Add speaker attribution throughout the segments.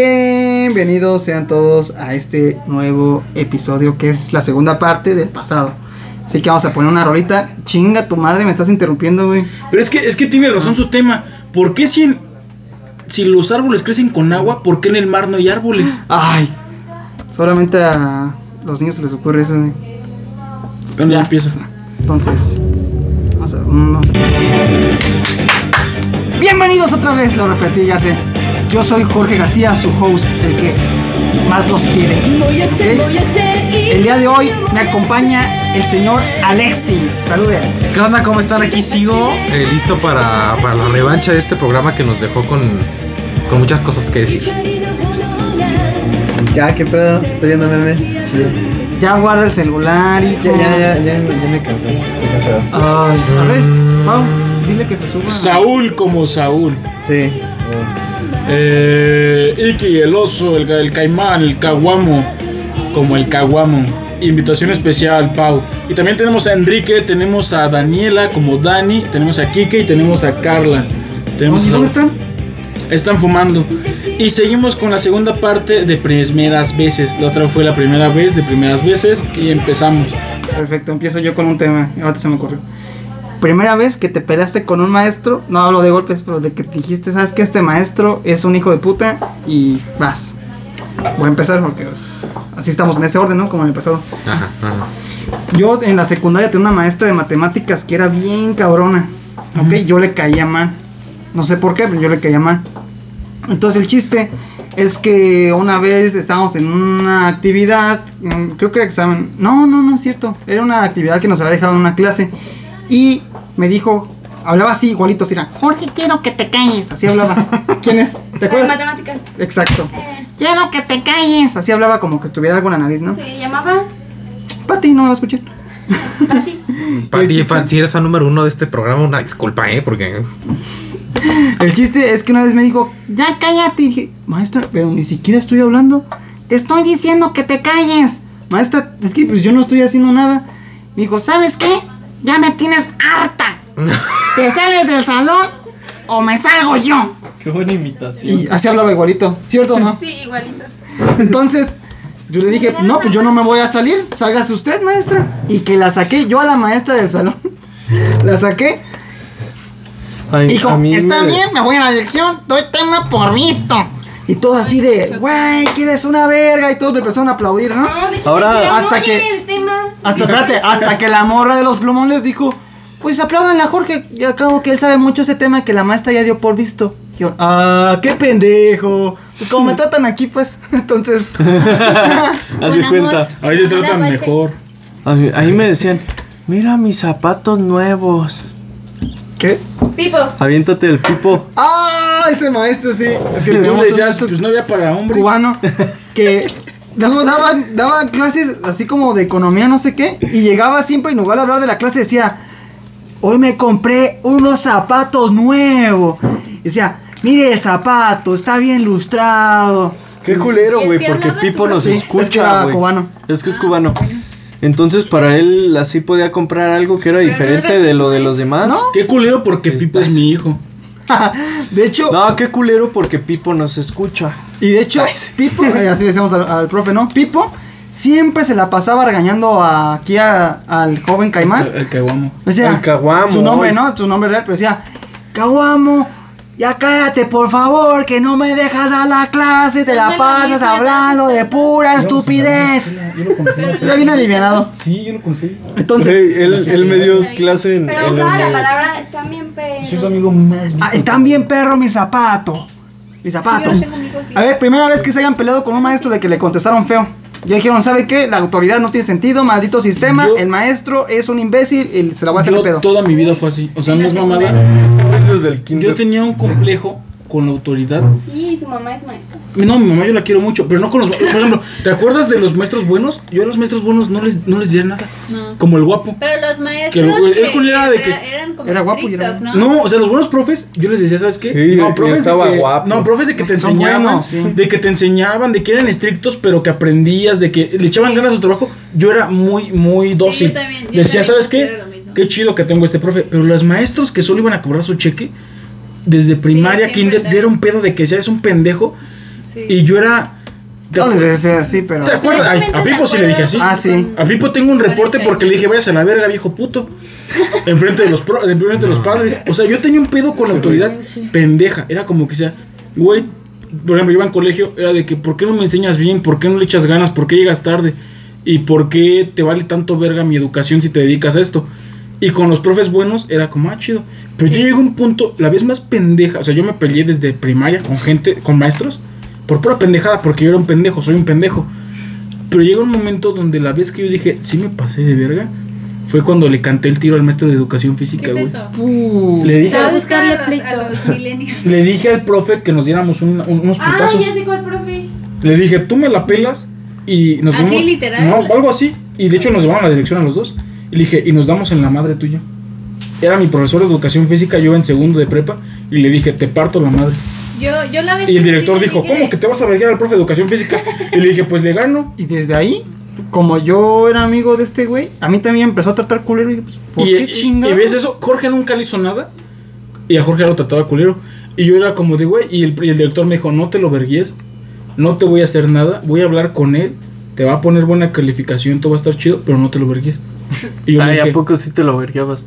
Speaker 1: Bienvenidos sean todos a este nuevo episodio que es la segunda parte del pasado. Así que vamos a poner una rolita. Chinga tu madre, me estás interrumpiendo, güey.
Speaker 2: Pero es que, es que tiene razón su tema. ¿Por qué si, en- si los árboles crecen con agua, por qué en el mar no hay árboles?
Speaker 1: Ay, solamente a los niños se les ocurre eso, güey.
Speaker 2: Bueno,
Speaker 1: Ya.
Speaker 2: Ah. ya empiezo.
Speaker 1: Entonces, vamos a, mm, vamos a- Bienvenidos otra vez, lo repetí, ya sé. Yo soy Jorge García, su host, el que más los quiere.
Speaker 3: Voy a hacer,
Speaker 1: Ok.
Speaker 3: voy a hacer y
Speaker 1: El día de hoy me acompaña el señor Alexis. Salude.
Speaker 4: ¿Qué onda? ¿Cómo están? Aquí sigo eh, listo para, para la revancha de este programa que nos dejó con, con muchas cosas que decir.
Speaker 5: Ya, qué pedo, estoy viendo memes. Chido.
Speaker 1: Ya guarda el celular y
Speaker 5: Ya, ya, ya, ya, ya me cansé. Estoy cansado.
Speaker 1: Ay, a ver, Pau, dile que se suba.
Speaker 2: Saúl como Saúl.
Speaker 5: Sí.
Speaker 2: Eh, Iki, el oso, el, el caimán, el caguamo. Como el caguamo. Invitación especial, Pau. Y también tenemos a Enrique, tenemos a Daniela como Dani, tenemos a Kike y tenemos a Carla. Tenemos
Speaker 1: ¿Y
Speaker 2: a-
Speaker 1: dónde están?
Speaker 2: Están fumando. Y seguimos con la segunda parte de primeras veces. La otra fue la primera vez de primeras veces y empezamos.
Speaker 1: Perfecto, empiezo yo con un tema. Ahorita se me ocurrió. Primera vez que te peleaste con un maestro, no hablo de golpes, pero de que te dijiste, sabes que este maestro es un hijo de puta y vas. Voy a empezar porque pues, así estamos en ese orden, ¿no? Como en el pasado.
Speaker 4: Ajá, ajá.
Speaker 1: Yo en la secundaria tenía una maestra de matemáticas que era bien cabrona. Ok, yo le caía mal. No sé por qué, pero yo le caía mal. Entonces el chiste es que una vez estábamos en una actividad, mm, creo que era examen. No, no, no es cierto. Era una actividad que nos había dejado en una clase. Y me dijo, hablaba así igualito, así era, Jorge, quiero que te calles. Así hablaba. ¿Quién es? ¿Te
Speaker 6: Las
Speaker 1: acuerdas?
Speaker 6: matemáticas.
Speaker 1: Exacto.
Speaker 6: Eh,
Speaker 1: Quiero que te calles. Así hablaba como que tuviera algo en la nariz, ¿no?
Speaker 6: se llamaba
Speaker 1: Pati, no me va a escuchar.
Speaker 6: Pati.
Speaker 4: Pati,
Speaker 1: chiste-
Speaker 4: fan- si eres fan número uno de este programa, una disculpa, ¿eh? Porque
Speaker 1: El chiste es que una vez me dijo, ya cállate. Y dije, maestra, pero ni siquiera estoy hablando. Te estoy diciendo que te calles. Maestra, es que pues yo no estoy haciendo nada. Me dijo, ¿sabes qué? Ya me tienes harta. Te sales del salón o me salgo yo.
Speaker 5: Qué buena imitación.
Speaker 1: Y así hablaba igualito, ¿cierto o no?
Speaker 6: Sí, igualito.
Speaker 1: Entonces, yo le dije, no, pues yo no me voy a salir, sálgase usted, maestra. Y que la saqué yo a la maestra del salón. La saqué.
Speaker 5: Ay,
Speaker 1: Hijo,
Speaker 5: a mí
Speaker 1: está
Speaker 5: me-
Speaker 1: bien, me voy a la dirección, doy tema por visto. Y todos así de, güey, que eres una verga. Y todos me empezaron a aplaudir, ¿no?
Speaker 6: No, Ah, de hecho,
Speaker 5: Ahora,
Speaker 6: te dijeron,
Speaker 1: hasta
Speaker 6: "Oye,
Speaker 1: que-
Speaker 6: el tema.
Speaker 1: Hasta, espérate, hasta que la morra de los plumones dijo, pues aplaudan a Jorge. Y al cabo que él sabe mucho ese tema que la maestra ya dio por visto. Y yo, ah, qué pendejo. Pues como me tratan aquí, pues. Entonces,
Speaker 5: Haz de cuenta.
Speaker 2: Ahí te tratan
Speaker 6: Ahora,
Speaker 2: mejor.
Speaker 5: A mí, a mí me decían, mira mis zapatos nuevos.
Speaker 1: ¿qué?
Speaker 6: Pipo.
Speaker 5: Aviéntate el pipo.
Speaker 1: Ah, ese maestro, sí. Es que
Speaker 2: Y tú
Speaker 1: tenemos
Speaker 2: le
Speaker 1: un
Speaker 2: decías,
Speaker 1: maestro-
Speaker 2: pues no había para hombre.
Speaker 1: cubano que luego daba, daba clases así como de economía, no sé qué, y llegaba siempre en lugar de hablar de la clase decía, hoy me compré unos zapatos nuevos. Y decía, mire el zapato, está bien lustrado.
Speaker 5: Qué culero,
Speaker 6: Él
Speaker 5: güey,
Speaker 6: sí
Speaker 5: porque
Speaker 6: hablaba
Speaker 5: Pipo
Speaker 6: tu- Ah,
Speaker 5: nos
Speaker 1: Sí, es que
Speaker 5: escucha,
Speaker 1: era
Speaker 5: güey.
Speaker 1: cubano.
Speaker 5: Es que es cubano. Entonces, para él así podía comprar algo que era
Speaker 6: Pero no es
Speaker 5: diferente de lo de los demás.
Speaker 1: ¿No?
Speaker 2: Qué culero porque Pipo es mi hijo.
Speaker 1: de hecho,
Speaker 5: No, qué culero porque Pipo nos escucha.
Speaker 1: y de hecho, Pipo, eh, así decíamos al, al profe, ¿no? Pipo siempre se la pasaba regañando a- aquí a- al joven Caimán.
Speaker 2: El caguamo.
Speaker 1: O sea,
Speaker 5: El caguamo,
Speaker 1: Su nombre,
Speaker 5: oye.
Speaker 1: ¿no? Su nombre real, pero decía, Caguamo, ya cállate, por favor, que no me dejas a la clase, te la
Speaker 6: Suena
Speaker 1: pasas
Speaker 6: bonito,
Speaker 1: hablando de pura estupidez. Ya bien alivianado.
Speaker 5: Sí, yo lo conseguí.
Speaker 1: Entonces,
Speaker 5: él, él me dio
Speaker 6: Está bien.
Speaker 5: clase en, en
Speaker 6: Pero
Speaker 5: la
Speaker 6: usaba la
Speaker 5: universidad.
Speaker 6: palabra también, pero.
Speaker 1: ah, están bien perro mi zapato. Mi zapato.
Speaker 6: Yo no tengo amigos
Speaker 1: A ver, primera vez que se hayan peleado con un maestro de que le contestaron feo. Ya dijeron, ¿sabe qué? La autoridad no tiene sentido, maldito sistema,
Speaker 2: Yo-
Speaker 1: el maestro es un imbécil y se la voy a hacer de
Speaker 2: Yo
Speaker 1: pedo.
Speaker 2: toda mi vida fue así. O sea, no es mamada.
Speaker 5: Desde el
Speaker 2: Yo
Speaker 5: kinder.
Speaker 2: tenía un complejo con la autoridad.
Speaker 6: Y su mamá es maestra.
Speaker 2: No, mi mamá yo la quiero mucho, pero no con los. Por ejemplo, ¿te acuerdas de los maestros buenos? Yo a los maestros buenos no les, no les decía nada. Como el guapo.
Speaker 7: Pero los maestros
Speaker 2: Que el- el
Speaker 7: que
Speaker 2: Julio era de
Speaker 7: era-
Speaker 2: que-
Speaker 7: eran como
Speaker 1: era guapo y era
Speaker 7: estrictos, ¿no?
Speaker 2: No, o sea, los buenos profes, yo les decía, ¿sabes qué?
Speaker 5: Sí,
Speaker 2: no,
Speaker 5: de que
Speaker 2: profes de
Speaker 5: estaba
Speaker 2: que-
Speaker 5: guapo.
Speaker 2: No, profes de que te
Speaker 1: Son
Speaker 2: enseñaban,
Speaker 1: buenos, sí.
Speaker 2: de que te enseñaban, de que eran estrictos, pero que aprendías, de que le echaban ganas a su trabajo. Yo era muy, muy dócil.
Speaker 7: yo también, yo
Speaker 2: decía,
Speaker 7: también
Speaker 2: ¿sabes qué?
Speaker 7: considero lo mismo".
Speaker 2: Qué chido que tengo este profe. Pero los maestros que solo iban a cobrar su cheque, desde primaria,
Speaker 7: siempre
Speaker 2: kinder,
Speaker 7: está.
Speaker 2: era un pedo de que decía, eres un pendejo.
Speaker 7: Sí.
Speaker 2: Y yo era. ¿Te,
Speaker 1: No les
Speaker 2: acuer-
Speaker 1: decía así, pero.
Speaker 2: te acuerdas? Ay, a Pipo sí le dije así.
Speaker 1: Ah, sí.
Speaker 2: A Pipo tengo un reporte porque le dije, vayas a la verga, viejo puto. Enfrente de los, pro- enfrente de los padres. O sea, yo tenía un pedo con la autoridad
Speaker 7: manches.
Speaker 2: pendeja. Era como que sea, güey, por ejemplo, yo iba en colegio, era de que, ¿por qué no me enseñas bien? ¿Por qué no le echas ganas? ¿Por qué llegas tarde? ¿Y por qué te vale tanto verga mi educación si te dedicas a esto? Y con los profes buenos era como, ah, chido. Pero yo llegué a un punto, la vez más pendeja, o sea, yo me peleé desde primaria con gente, con maestros, por pura pendejada, porque yo era un pendejo, soy un pendejo. Pero llega un momento donde la vez que yo dije, sí me pasé de verga, fue cuando le canté el tiro al maestro de educación física,
Speaker 7: ¿Qué es
Speaker 2: güey.
Speaker 7: eso?
Speaker 1: Uh,
Speaker 2: Le dije,
Speaker 7: Te
Speaker 2: al-
Speaker 7: buscan a
Speaker 8: buscarle
Speaker 7: los, a
Speaker 8: pleito.
Speaker 7: los millennials.
Speaker 2: le dije al profe que nos diéramos un- un- unos
Speaker 8: Ah,
Speaker 2: putazos.
Speaker 8: ya sé cuál profe.
Speaker 2: Le dije, tú me la pelas y nos
Speaker 7: ¿Así,
Speaker 2: vemos-
Speaker 7: literal?
Speaker 2: No, algo así. Y de hecho nos llevaron a la dirección a los dos. Y le dije, y nos damos en la madre tuya. Era mi profesor de educación física, yo iba en segundo de prepa. Y le dije, te parto la madre.
Speaker 7: Yo, yo la vez
Speaker 2: Y el
Speaker 7: que
Speaker 2: director
Speaker 7: sí le
Speaker 2: dijo,
Speaker 7: dije-
Speaker 2: ¿cómo que te vas a verguear al profe de educación física? Y le dije, pues le gano.
Speaker 1: y desde ahí, como yo era amigo de este güey, a mí también empezó a tratar culero. Y dije, pues, ¿por
Speaker 2: y, e-
Speaker 1: qué
Speaker 2: y-
Speaker 1: chingado?
Speaker 2: y ves eso, Jorge nunca le hizo nada. Y a Jorge lo trataba culero. Y yo era como de, güey, y el, y el director me dijo, no te lo verguies, no te voy a hacer nada, voy a hablar con él, te va a poner buena calificación, todo va a estar chido, pero no te lo verguies. Y yo le
Speaker 5: Ay,
Speaker 2: dije,
Speaker 5: ¿a poco sí te lo vergueabas?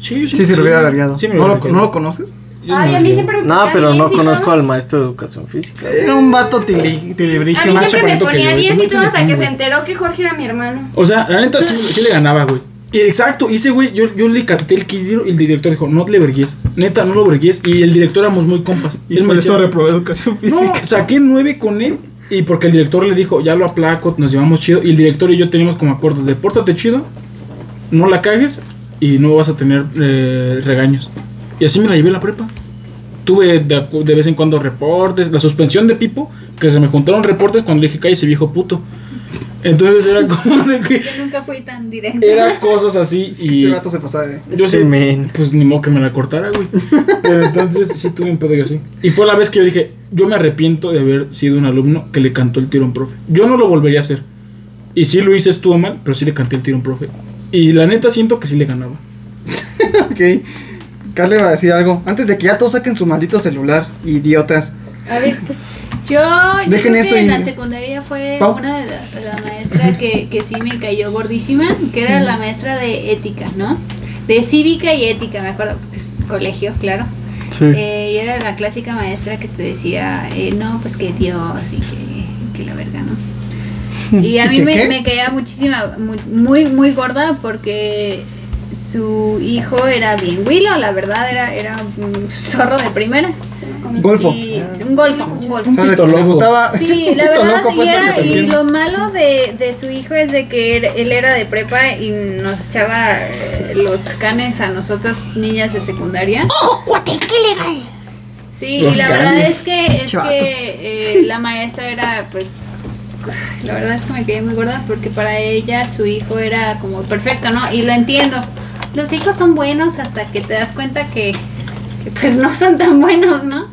Speaker 2: sí,
Speaker 1: Sí, se lo hubiera vergueado.
Speaker 2: sí me
Speaker 1: ¿No, lo,
Speaker 2: hubiera vergueado".
Speaker 1: ¿No lo conoces?
Speaker 2: Yo sí me
Speaker 8: Ay, a
Speaker 2: vergueaba.
Speaker 8: mí siempre me
Speaker 5: No,
Speaker 8: ponía
Speaker 5: pero no
Speaker 8: 10 y
Speaker 5: conozco
Speaker 8: todo.
Speaker 5: al maestro de educación física.
Speaker 2: Eh,
Speaker 1: Era un vato tili-
Speaker 8: A
Speaker 1: tilibrillo.
Speaker 8: mí
Speaker 2: más
Speaker 8: siempre me
Speaker 2: chaparrito que
Speaker 8: ponía
Speaker 2: yo, y tú
Speaker 8: 10
Speaker 2: me
Speaker 8: y todo hasta
Speaker 2: tienes
Speaker 8: que
Speaker 2: como-
Speaker 8: se enteró que Jorge era mi hermano.
Speaker 2: O sea, la neta sí, sí le ganaba, güey. Y Exacto, y ese güey, yo, yo le canté el quidiro y el director dijo, no le verguies, neta, no lo verguies. Y el director éramos muy compas. Él me decía,
Speaker 1: reprobé educación
Speaker 2: No, saqué nueve con él. Y porque el director le dijo, ya lo aplaco, nos llevamos chido. Y el director y yo teníamos como acuerdos de pórtate chido, no la cagues y no vas a tener eh, regaños. Y así me la llevé la prepa. Tuve de, acu- de vez en cuando reportes, la suspensión de Pipo, que se me juntaron reportes cuando le dije, cállese viejo puto. Entonces era como de que
Speaker 7: Yo nunca fui tan directa.
Speaker 2: era cosas así y
Speaker 1: Este vato se pasaba de.
Speaker 2: yo sí,
Speaker 5: Este men.
Speaker 2: pues ni modo que me la cortara, güey. Pero entonces sí tuve un pedo yo así. Y fue la vez que yo dije, yo me arrepiento de haber sido un alumno que le cantó el tiro a un profe. Yo no lo volvería a hacer. Y sí lo hice, estuvo mal, pero sí le canté el tiro a un profe. Y la neta siento que sí le ganaba.
Speaker 1: Ok. Carla iba a decir algo. Antes de que ya todos saquen su maldito celular, idiotas.
Speaker 7: A ver, pues yo, yo
Speaker 1: Dejen
Speaker 7: creo que
Speaker 1: eso y-
Speaker 7: en la secundaria fue
Speaker 1: Pau.
Speaker 7: una de las la maestras que, que sí me cayó gordísima, que era la maestra de ética, ¿no? De cívica y ética, me acuerdo, pues, colegio, claro.
Speaker 5: Sí.
Speaker 7: Eh, y era la clásica maestra que te decía, eh, no, pues que Dios y que, que la verga, ¿no? Y a
Speaker 1: ¿Y
Speaker 7: mí
Speaker 1: que
Speaker 7: me,
Speaker 1: qué?
Speaker 7: me caía muchísima, mu- muy, muy gorda porque su hijo era bien Willow, la verdad, era, era un zorro de primera.
Speaker 1: Golfo.
Speaker 7: Y- un golfo, un golfo.
Speaker 1: O sea, le,
Speaker 2: pito
Speaker 1: le
Speaker 2: loco.
Speaker 1: gustaba.
Speaker 7: Sí,
Speaker 1: un
Speaker 7: la
Speaker 1: pito
Speaker 7: verdad,
Speaker 1: loco,
Speaker 7: y,
Speaker 1: pues,
Speaker 7: era-
Speaker 1: para que se
Speaker 7: y
Speaker 1: entienda.
Speaker 7: lo malo de, de su hijo es de que él, él era de prepa y nos echaba eh, los canes a nosotras niñas de secundaria. ¡Ojo, cuate, qué legal! Sí,
Speaker 2: Los
Speaker 7: y la verdad
Speaker 2: canes.
Speaker 7: es que, es
Speaker 1: Chato.
Speaker 7: que eh, la maestra era, pues, la verdad es que me quedé muy gorda porque para ella su hijo era como perfecto, ¿no? Y lo entiendo. Los hijos son buenos hasta que te das cuenta que, que, pues no son tan buenos, ¿no?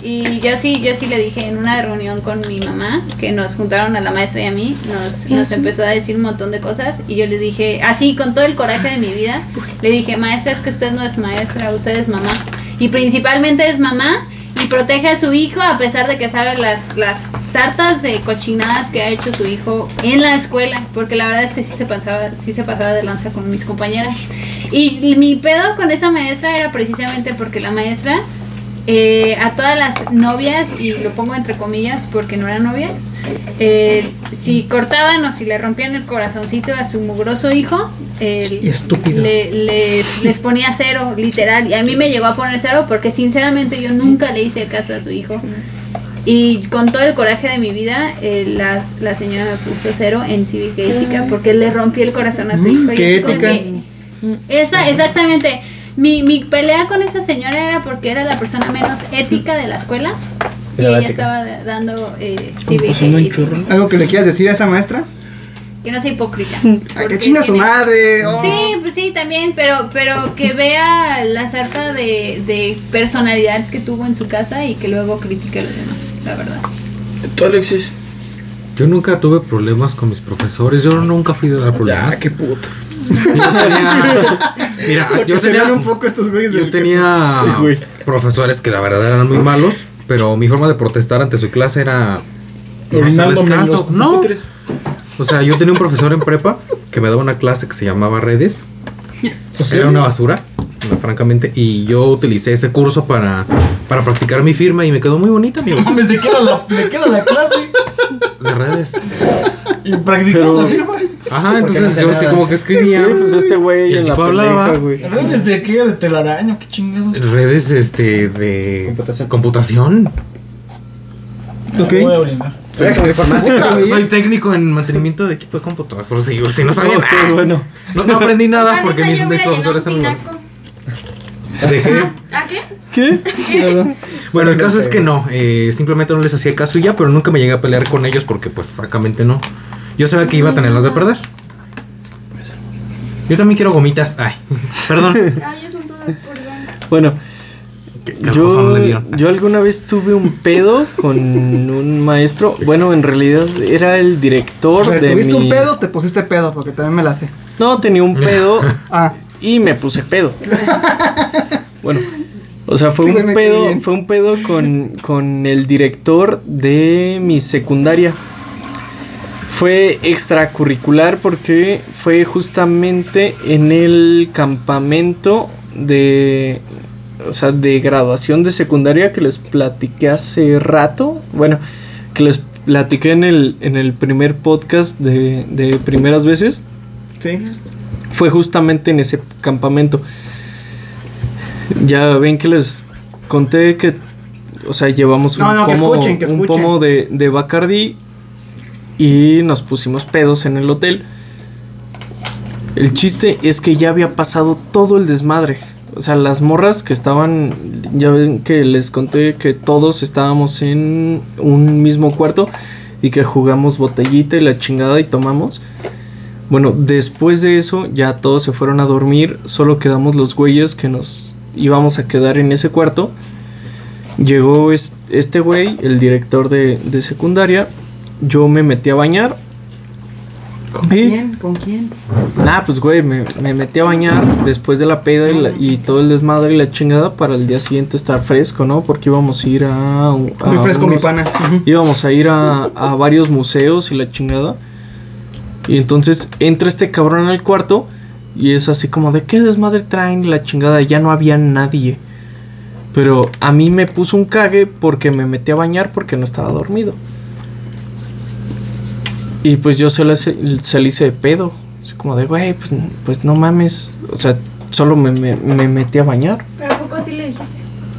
Speaker 7: Y yo sí, yo sí le dije en una reunión con mi mamá, que nos juntaron a la maestra y a mí, nos, nos empezó a decir un montón de cosas y yo le dije, así con todo el coraje de mi vida, le dije, maestra, es que usted no es maestra, usted es mamá. Y principalmente es mamá y protege a su hijo a pesar de que sabe las, las sartas de cochinadas que ha hecho su hijo en la escuela, porque la verdad es que sí se pasaba, sí se pasaba de lanza con mis compañeras. Y mi pedo con esa maestra era precisamente porque la maestra eh, a todas las novias, y lo pongo entre comillas porque no eran novias, eh, si cortaban o si le rompían el corazoncito a su mugroso hijo, eh,
Speaker 1: Y estúpido.
Speaker 7: le- les, les ponía cero, literal. Y a mí me llegó a poner cero porque sinceramente yo nunca le hice caso a su hijo. Y con todo el coraje de mi vida, eh, las, la señora me puso cero en cívica y ética porque le rompí el corazón a su
Speaker 1: Mm,
Speaker 7: hijo. y
Speaker 1: qué
Speaker 7: así como
Speaker 1: ética.
Speaker 7: que- esa, exactamente. Mi, mi pelea con esa señora era porque era la persona menos ética de la escuela. Y
Speaker 4: Era la
Speaker 7: ella
Speaker 4: ética.
Speaker 7: estaba da- dando eh, cívica
Speaker 2: Pasando
Speaker 7: y
Speaker 2: en chorro.
Speaker 7: ética.
Speaker 1: ¿Algo que le quieras decir a esa maestra?
Speaker 7: Que no sea hipócrita.
Speaker 1: Ay,
Speaker 7: Porque
Speaker 1: Ah, que chinga su
Speaker 7: tiene-
Speaker 1: madre. oh.
Speaker 7: Sí, pues sí, también, pero, pero que vea la sarta de, de personalidad que tuvo en su casa y que luego critique a los demás, la verdad.
Speaker 2: Tú, Alexis.
Speaker 4: Yo nunca tuve problemas con mis profesores. Yo nunca fui de dar problemas.
Speaker 2: puta.
Speaker 4: Yo tenía- Mira,
Speaker 1: Porque
Speaker 4: yo
Speaker 1: se
Speaker 4: tenía
Speaker 1: vean un poco estos güeyes.
Speaker 4: Yo
Speaker 1: del-
Speaker 4: tenía profesores que la verdad eran muy malos Pero mi forma de protestar ante su clase era. No hacerles
Speaker 2: Orinándome en los
Speaker 4: caso. No.
Speaker 2: pupitres.
Speaker 4: O sea, yo tenía un profesor en prepa que me daba una clase que se llamaba Redes. Era una basura, no, francamente. Y yo utilicé ese curso para, para practicar mi firma y me quedó muy bonita, amigos.
Speaker 2: Mames, ¿de qué era la, de qué era la clase?
Speaker 4: De redes.
Speaker 2: Y practicando
Speaker 5: Pero-
Speaker 2: la firma.
Speaker 4: Ajá,
Speaker 7: ¿Por qué no
Speaker 4: entonces
Speaker 7: sé
Speaker 4: yo
Speaker 7: nada?
Speaker 4: así como que
Speaker 5: Sí,
Speaker 4: escribía.
Speaker 5: pues este güey
Speaker 4: Y el
Speaker 5: en la
Speaker 4: tipo hablaba.
Speaker 5: pendeja, güey.
Speaker 2: Redes de aquella de telaraño, qué chingados.
Speaker 4: Redes este de
Speaker 7: Computación.
Speaker 4: computación.
Speaker 1: Ok.
Speaker 2: Voy a orinar.
Speaker 4: Soy técnico en mantenimiento de equipo de computadora. Por si, si no sabía
Speaker 5: Ok,
Speaker 4: nada.
Speaker 5: bueno.
Speaker 4: No, no aprendí nada
Speaker 6: Ah,
Speaker 4: porque
Speaker 6: neta,
Speaker 4: mis,
Speaker 6: yo
Speaker 4: mis
Speaker 6: hubiera
Speaker 4: profesores
Speaker 6: llenado un
Speaker 4: eran
Speaker 6: pinaco.
Speaker 4: Dejé.
Speaker 6: ¿Ah, qué?
Speaker 5: ¿Qué?
Speaker 4: Bueno, el caso es que no, eh, simplemente no les hacía caso y ya, pero nunca me llegué a pelear con ellos porque, pues, francamente no. Yo sabía que iba a tenerlas de perder. Yo también quiero gomitas. Ay, perdón.
Speaker 6: Ah, ya son todas, perdón.
Speaker 5: Bueno,
Speaker 4: Ojo, no
Speaker 5: yo,
Speaker 4: le dieron.
Speaker 5: yo alguna vez tuve un pedo con un maestro. Bueno, en realidad era el director
Speaker 1: Pero
Speaker 5: de
Speaker 1: ¿Tuviste
Speaker 5: mi...
Speaker 1: un pedo? Te pusiste pedo porque también me la sé.
Speaker 5: No, tenía un pedo
Speaker 1: Ah,
Speaker 5: y me puse pedo. Bueno, o sea, fue
Speaker 1: Este güey
Speaker 5: un
Speaker 1: me cae
Speaker 5: pedo,
Speaker 1: bien.
Speaker 5: fue un pedo con, con el director de mi secundaria. Fue extracurricular porque fue justamente en el campamento de o sea, de graduación de secundaria que les platiqué hace rato. Bueno, que les platiqué en el, en el primer podcast de, de primeras veces
Speaker 1: sí.
Speaker 5: fue justamente en ese campamento. Ya ven que les conté que, o sea, llevamos un
Speaker 1: No, no, que
Speaker 5: pomo,
Speaker 1: escuchen, que
Speaker 5: un
Speaker 1: escuchen.
Speaker 5: pomo de, de Bacardi y nos pusimos pedos en el hotel. El chiste es que ya había pasado todo el desmadre. O sea, las morras que estaban, ya ven que les conté que todos estábamos en un mismo cuarto y que jugamos botellita y la chingada y tomamos. Bueno, después de eso ya todos se fueron a dormir, solo quedamos los güeyes que nos íbamos a quedar en ese cuarto. Llegó es- este güey, el director de, de secundaria, yo me metí a bañar.
Speaker 1: ¿Con
Speaker 5: Sí.
Speaker 1: quién? ¿Con quién?
Speaker 5: Nah, pues güey, me, me metí a bañar después de la peda y, la- y todo el desmadre y la chingada para el día siguiente estar fresco, ¿no? Porque íbamos a ir a... un- a
Speaker 1: Muy fresco, mi
Speaker 5: Ah, unos-
Speaker 1: pana. Ujú.
Speaker 5: íbamos a ir a, a varios museos y la chingada. Y entonces entra este cabrón al cuarto y es así como de qué desmadre traen la chingada, ya no había nadie. Pero a mí me puso un cague porque me metí a bañar porque no estaba dormido. Y pues yo se le, hice- se le hice de pedo. Así como de, güey, pues, pues no mames. O sea, solo me- me- me metí a bañar.
Speaker 6: Pero ¿a poco sí le dijiste?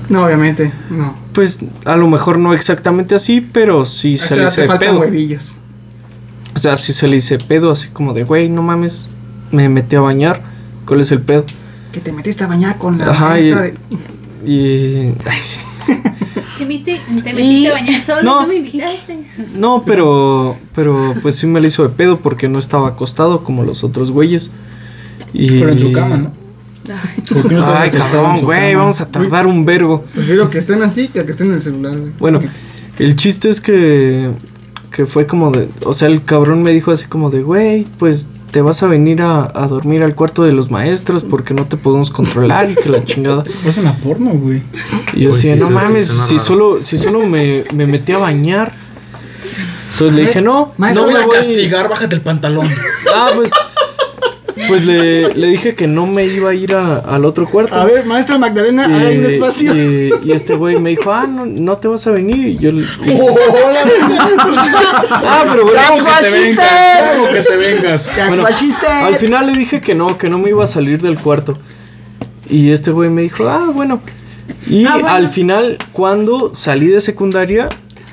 Speaker 1: No, obviamente, no.
Speaker 5: Pues a lo mejor no exactamente así, pero sí
Speaker 1: O
Speaker 5: se
Speaker 1: sea,
Speaker 5: le
Speaker 1: te
Speaker 5: hice de
Speaker 1: faltan
Speaker 5: pedo.
Speaker 1: huevillos.
Speaker 5: O sea, sí se le hice pedo, así como de, güey, no mames, me metí a bañar. ¿Cuál es el pedo?
Speaker 1: Que te metiste a bañar con la
Speaker 5: Ajá, y-
Speaker 1: maestra de-
Speaker 5: Y. Ay, sí.
Speaker 3: ¿Te, viste, te metiste a bañar solo?
Speaker 5: No.
Speaker 3: No, me invitaste.
Speaker 5: No, pero. Pero pues sí me le hizo de pedo porque no estaba acostado como los otros güeyes. Y...
Speaker 2: Pero en su cama, ¿no? ¿Por qué no estás
Speaker 5: Ay,
Speaker 2: acostado en
Speaker 5: cabrón,
Speaker 2: su
Speaker 5: güey,
Speaker 2: cama?
Speaker 5: vamos a tardar un vergo.
Speaker 1: Prefiero que estén así que que estén en el celular, güey.
Speaker 5: Bueno, el chiste es que, que fue como de, o sea, el cabrón me dijo así como de, güey, pues te vas a venir a, a dormir al cuarto de los maestros porque no te podemos controlar y que la chingada.
Speaker 2: Eso una porno, güey.
Speaker 5: Y yo
Speaker 4: Uy,
Speaker 5: decía,
Speaker 4: sí,
Speaker 5: no
Speaker 4: eso sí
Speaker 5: mames,
Speaker 4: suena
Speaker 5: si
Speaker 4: raro".
Speaker 5: solo, si solo me, me metí a bañar. Entonces le dije, no,
Speaker 1: Maestro,
Speaker 5: no
Speaker 2: No voy
Speaker 5: me
Speaker 2: a
Speaker 5: voy".
Speaker 2: castigar, bájate el pantalón.
Speaker 5: Ah, pues, pues le, le dije que no me iba a ir a- al otro cuarto.
Speaker 1: A ver, maestra Magdalena, ahí hay un espacio.
Speaker 5: Y, y este güey me dijo, ah, no, no te vas a venir. Y yo le- ah, pero bueno,
Speaker 2: Claro que te vengas. Claro que te vengas.
Speaker 1: That's
Speaker 5: Bueno,
Speaker 1: what she said.
Speaker 5: Al final le dije que no, que no me iba a salir del cuarto. Y este güey me dijo, ah, bueno. Y
Speaker 1: Ah, bueno.
Speaker 5: al final, cuando salí de secundaria,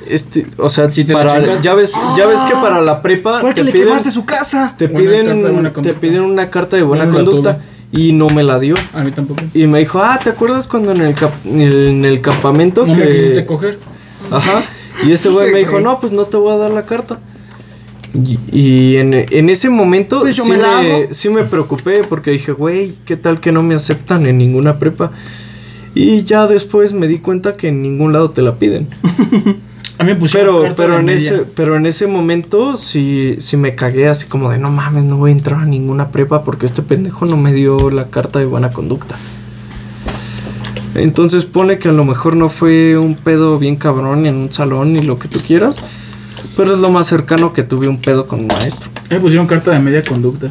Speaker 5: este, o sea,
Speaker 2: Sí te la
Speaker 5: para,
Speaker 2: chingaste.
Speaker 5: ya, ves, ya ves que para la prepa
Speaker 1: Fue el que
Speaker 5: te
Speaker 1: le
Speaker 5: piden,
Speaker 1: quemaste su casa.
Speaker 5: te,
Speaker 2: Buena carta de buena
Speaker 5: piden, te
Speaker 2: conducta.
Speaker 5: piden una carta de buena
Speaker 2: no la
Speaker 5: conducta y no me la dio.
Speaker 2: A mí tampoco.
Speaker 5: Y me dijo, ah, ¿te acuerdas cuando en el, cap- en el campamento
Speaker 2: No
Speaker 5: que...
Speaker 2: me quisiste coger.
Speaker 5: Ajá. Y este güey me dijo, no, pues no te voy a dar la carta. Y, y en, en ese momento
Speaker 1: Pues yo
Speaker 5: sí,
Speaker 1: me la hago.
Speaker 5: sí me preocupé porque dije, güey, ¿qué tal que no me aceptan en ninguna prepa? Y ya después me di cuenta que en ningún lado te la piden.
Speaker 2: A mí me pusieron
Speaker 5: Pero,
Speaker 2: carta
Speaker 5: pero,
Speaker 2: de
Speaker 5: en
Speaker 2: media.
Speaker 5: ese, pero en ese momento sí, sí me cagué así como de, no mames, no voy a entrar a ninguna prepa porque este pendejo no me dio la carta de buena conducta. Entonces pone que a lo mejor no fue un pedo bien cabrón en un salón y lo que tú quieras, pero es lo más cercano que tuve un pedo con un maestro.
Speaker 2: Ahí pusieron carta de media conducta.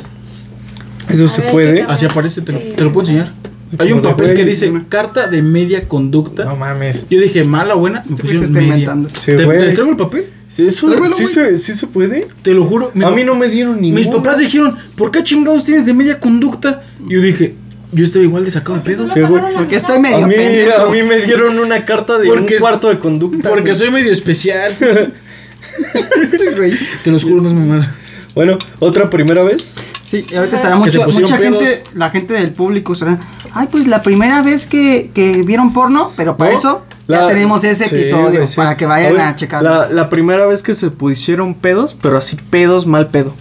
Speaker 5: Eso
Speaker 6: A
Speaker 5: se
Speaker 6: ver, ¿qué
Speaker 5: puede.
Speaker 6: tal?
Speaker 2: Así aparece, te lo, te lo puedo enseñar. Hay un papel que dice carta de media
Speaker 5: Ah, No
Speaker 2: conducta.
Speaker 5: mames.
Speaker 2: Yo dije, mala, buena. Me
Speaker 1: Este güey se
Speaker 2: pusieron
Speaker 1: está
Speaker 2: media.
Speaker 1: inventando.
Speaker 5: Sí,
Speaker 2: ¿Te,
Speaker 5: güey.
Speaker 2: te traigo el papel?
Speaker 5: Sí, eso,
Speaker 1: Tráemelo,
Speaker 5: sí,
Speaker 1: güey.
Speaker 5: se, sí se puede.
Speaker 2: Te lo juro.
Speaker 5: A mí no me dieron ni
Speaker 2: Mis papás dijeron, ¿por qué chingados tienes de media conducta? Y yo dije, yo estoy igual de sacado de pedo.
Speaker 5: Sí, güey.
Speaker 1: Porque estoy
Speaker 5: A
Speaker 1: medio
Speaker 5: mí,
Speaker 1: pendejo.
Speaker 5: a mí me dieron una carta de
Speaker 2: Porque-
Speaker 5: un cuarto de conducta.
Speaker 2: Porque
Speaker 5: güey.
Speaker 2: soy medio especial.
Speaker 1: Este güey.
Speaker 2: Te los juro, no es mamada.
Speaker 5: Bueno, otra primera vez.
Speaker 1: Sí, y ahorita estará
Speaker 2: Que se
Speaker 1: mucho-
Speaker 2: pusieron
Speaker 1: mucha
Speaker 2: pedos.
Speaker 1: gente, la gente del público estará, ay, pues la primera vez que, que vieron porno, pero para
Speaker 5: No,
Speaker 1: eso
Speaker 5: la-
Speaker 1: ya tenemos ese
Speaker 5: sí,
Speaker 1: episodio
Speaker 5: güey, sí.
Speaker 1: para que vayan
Speaker 5: Oye,
Speaker 1: a, checar.
Speaker 5: La, la primera vez que se pusieron pedos, pero así pedos, mal pedo.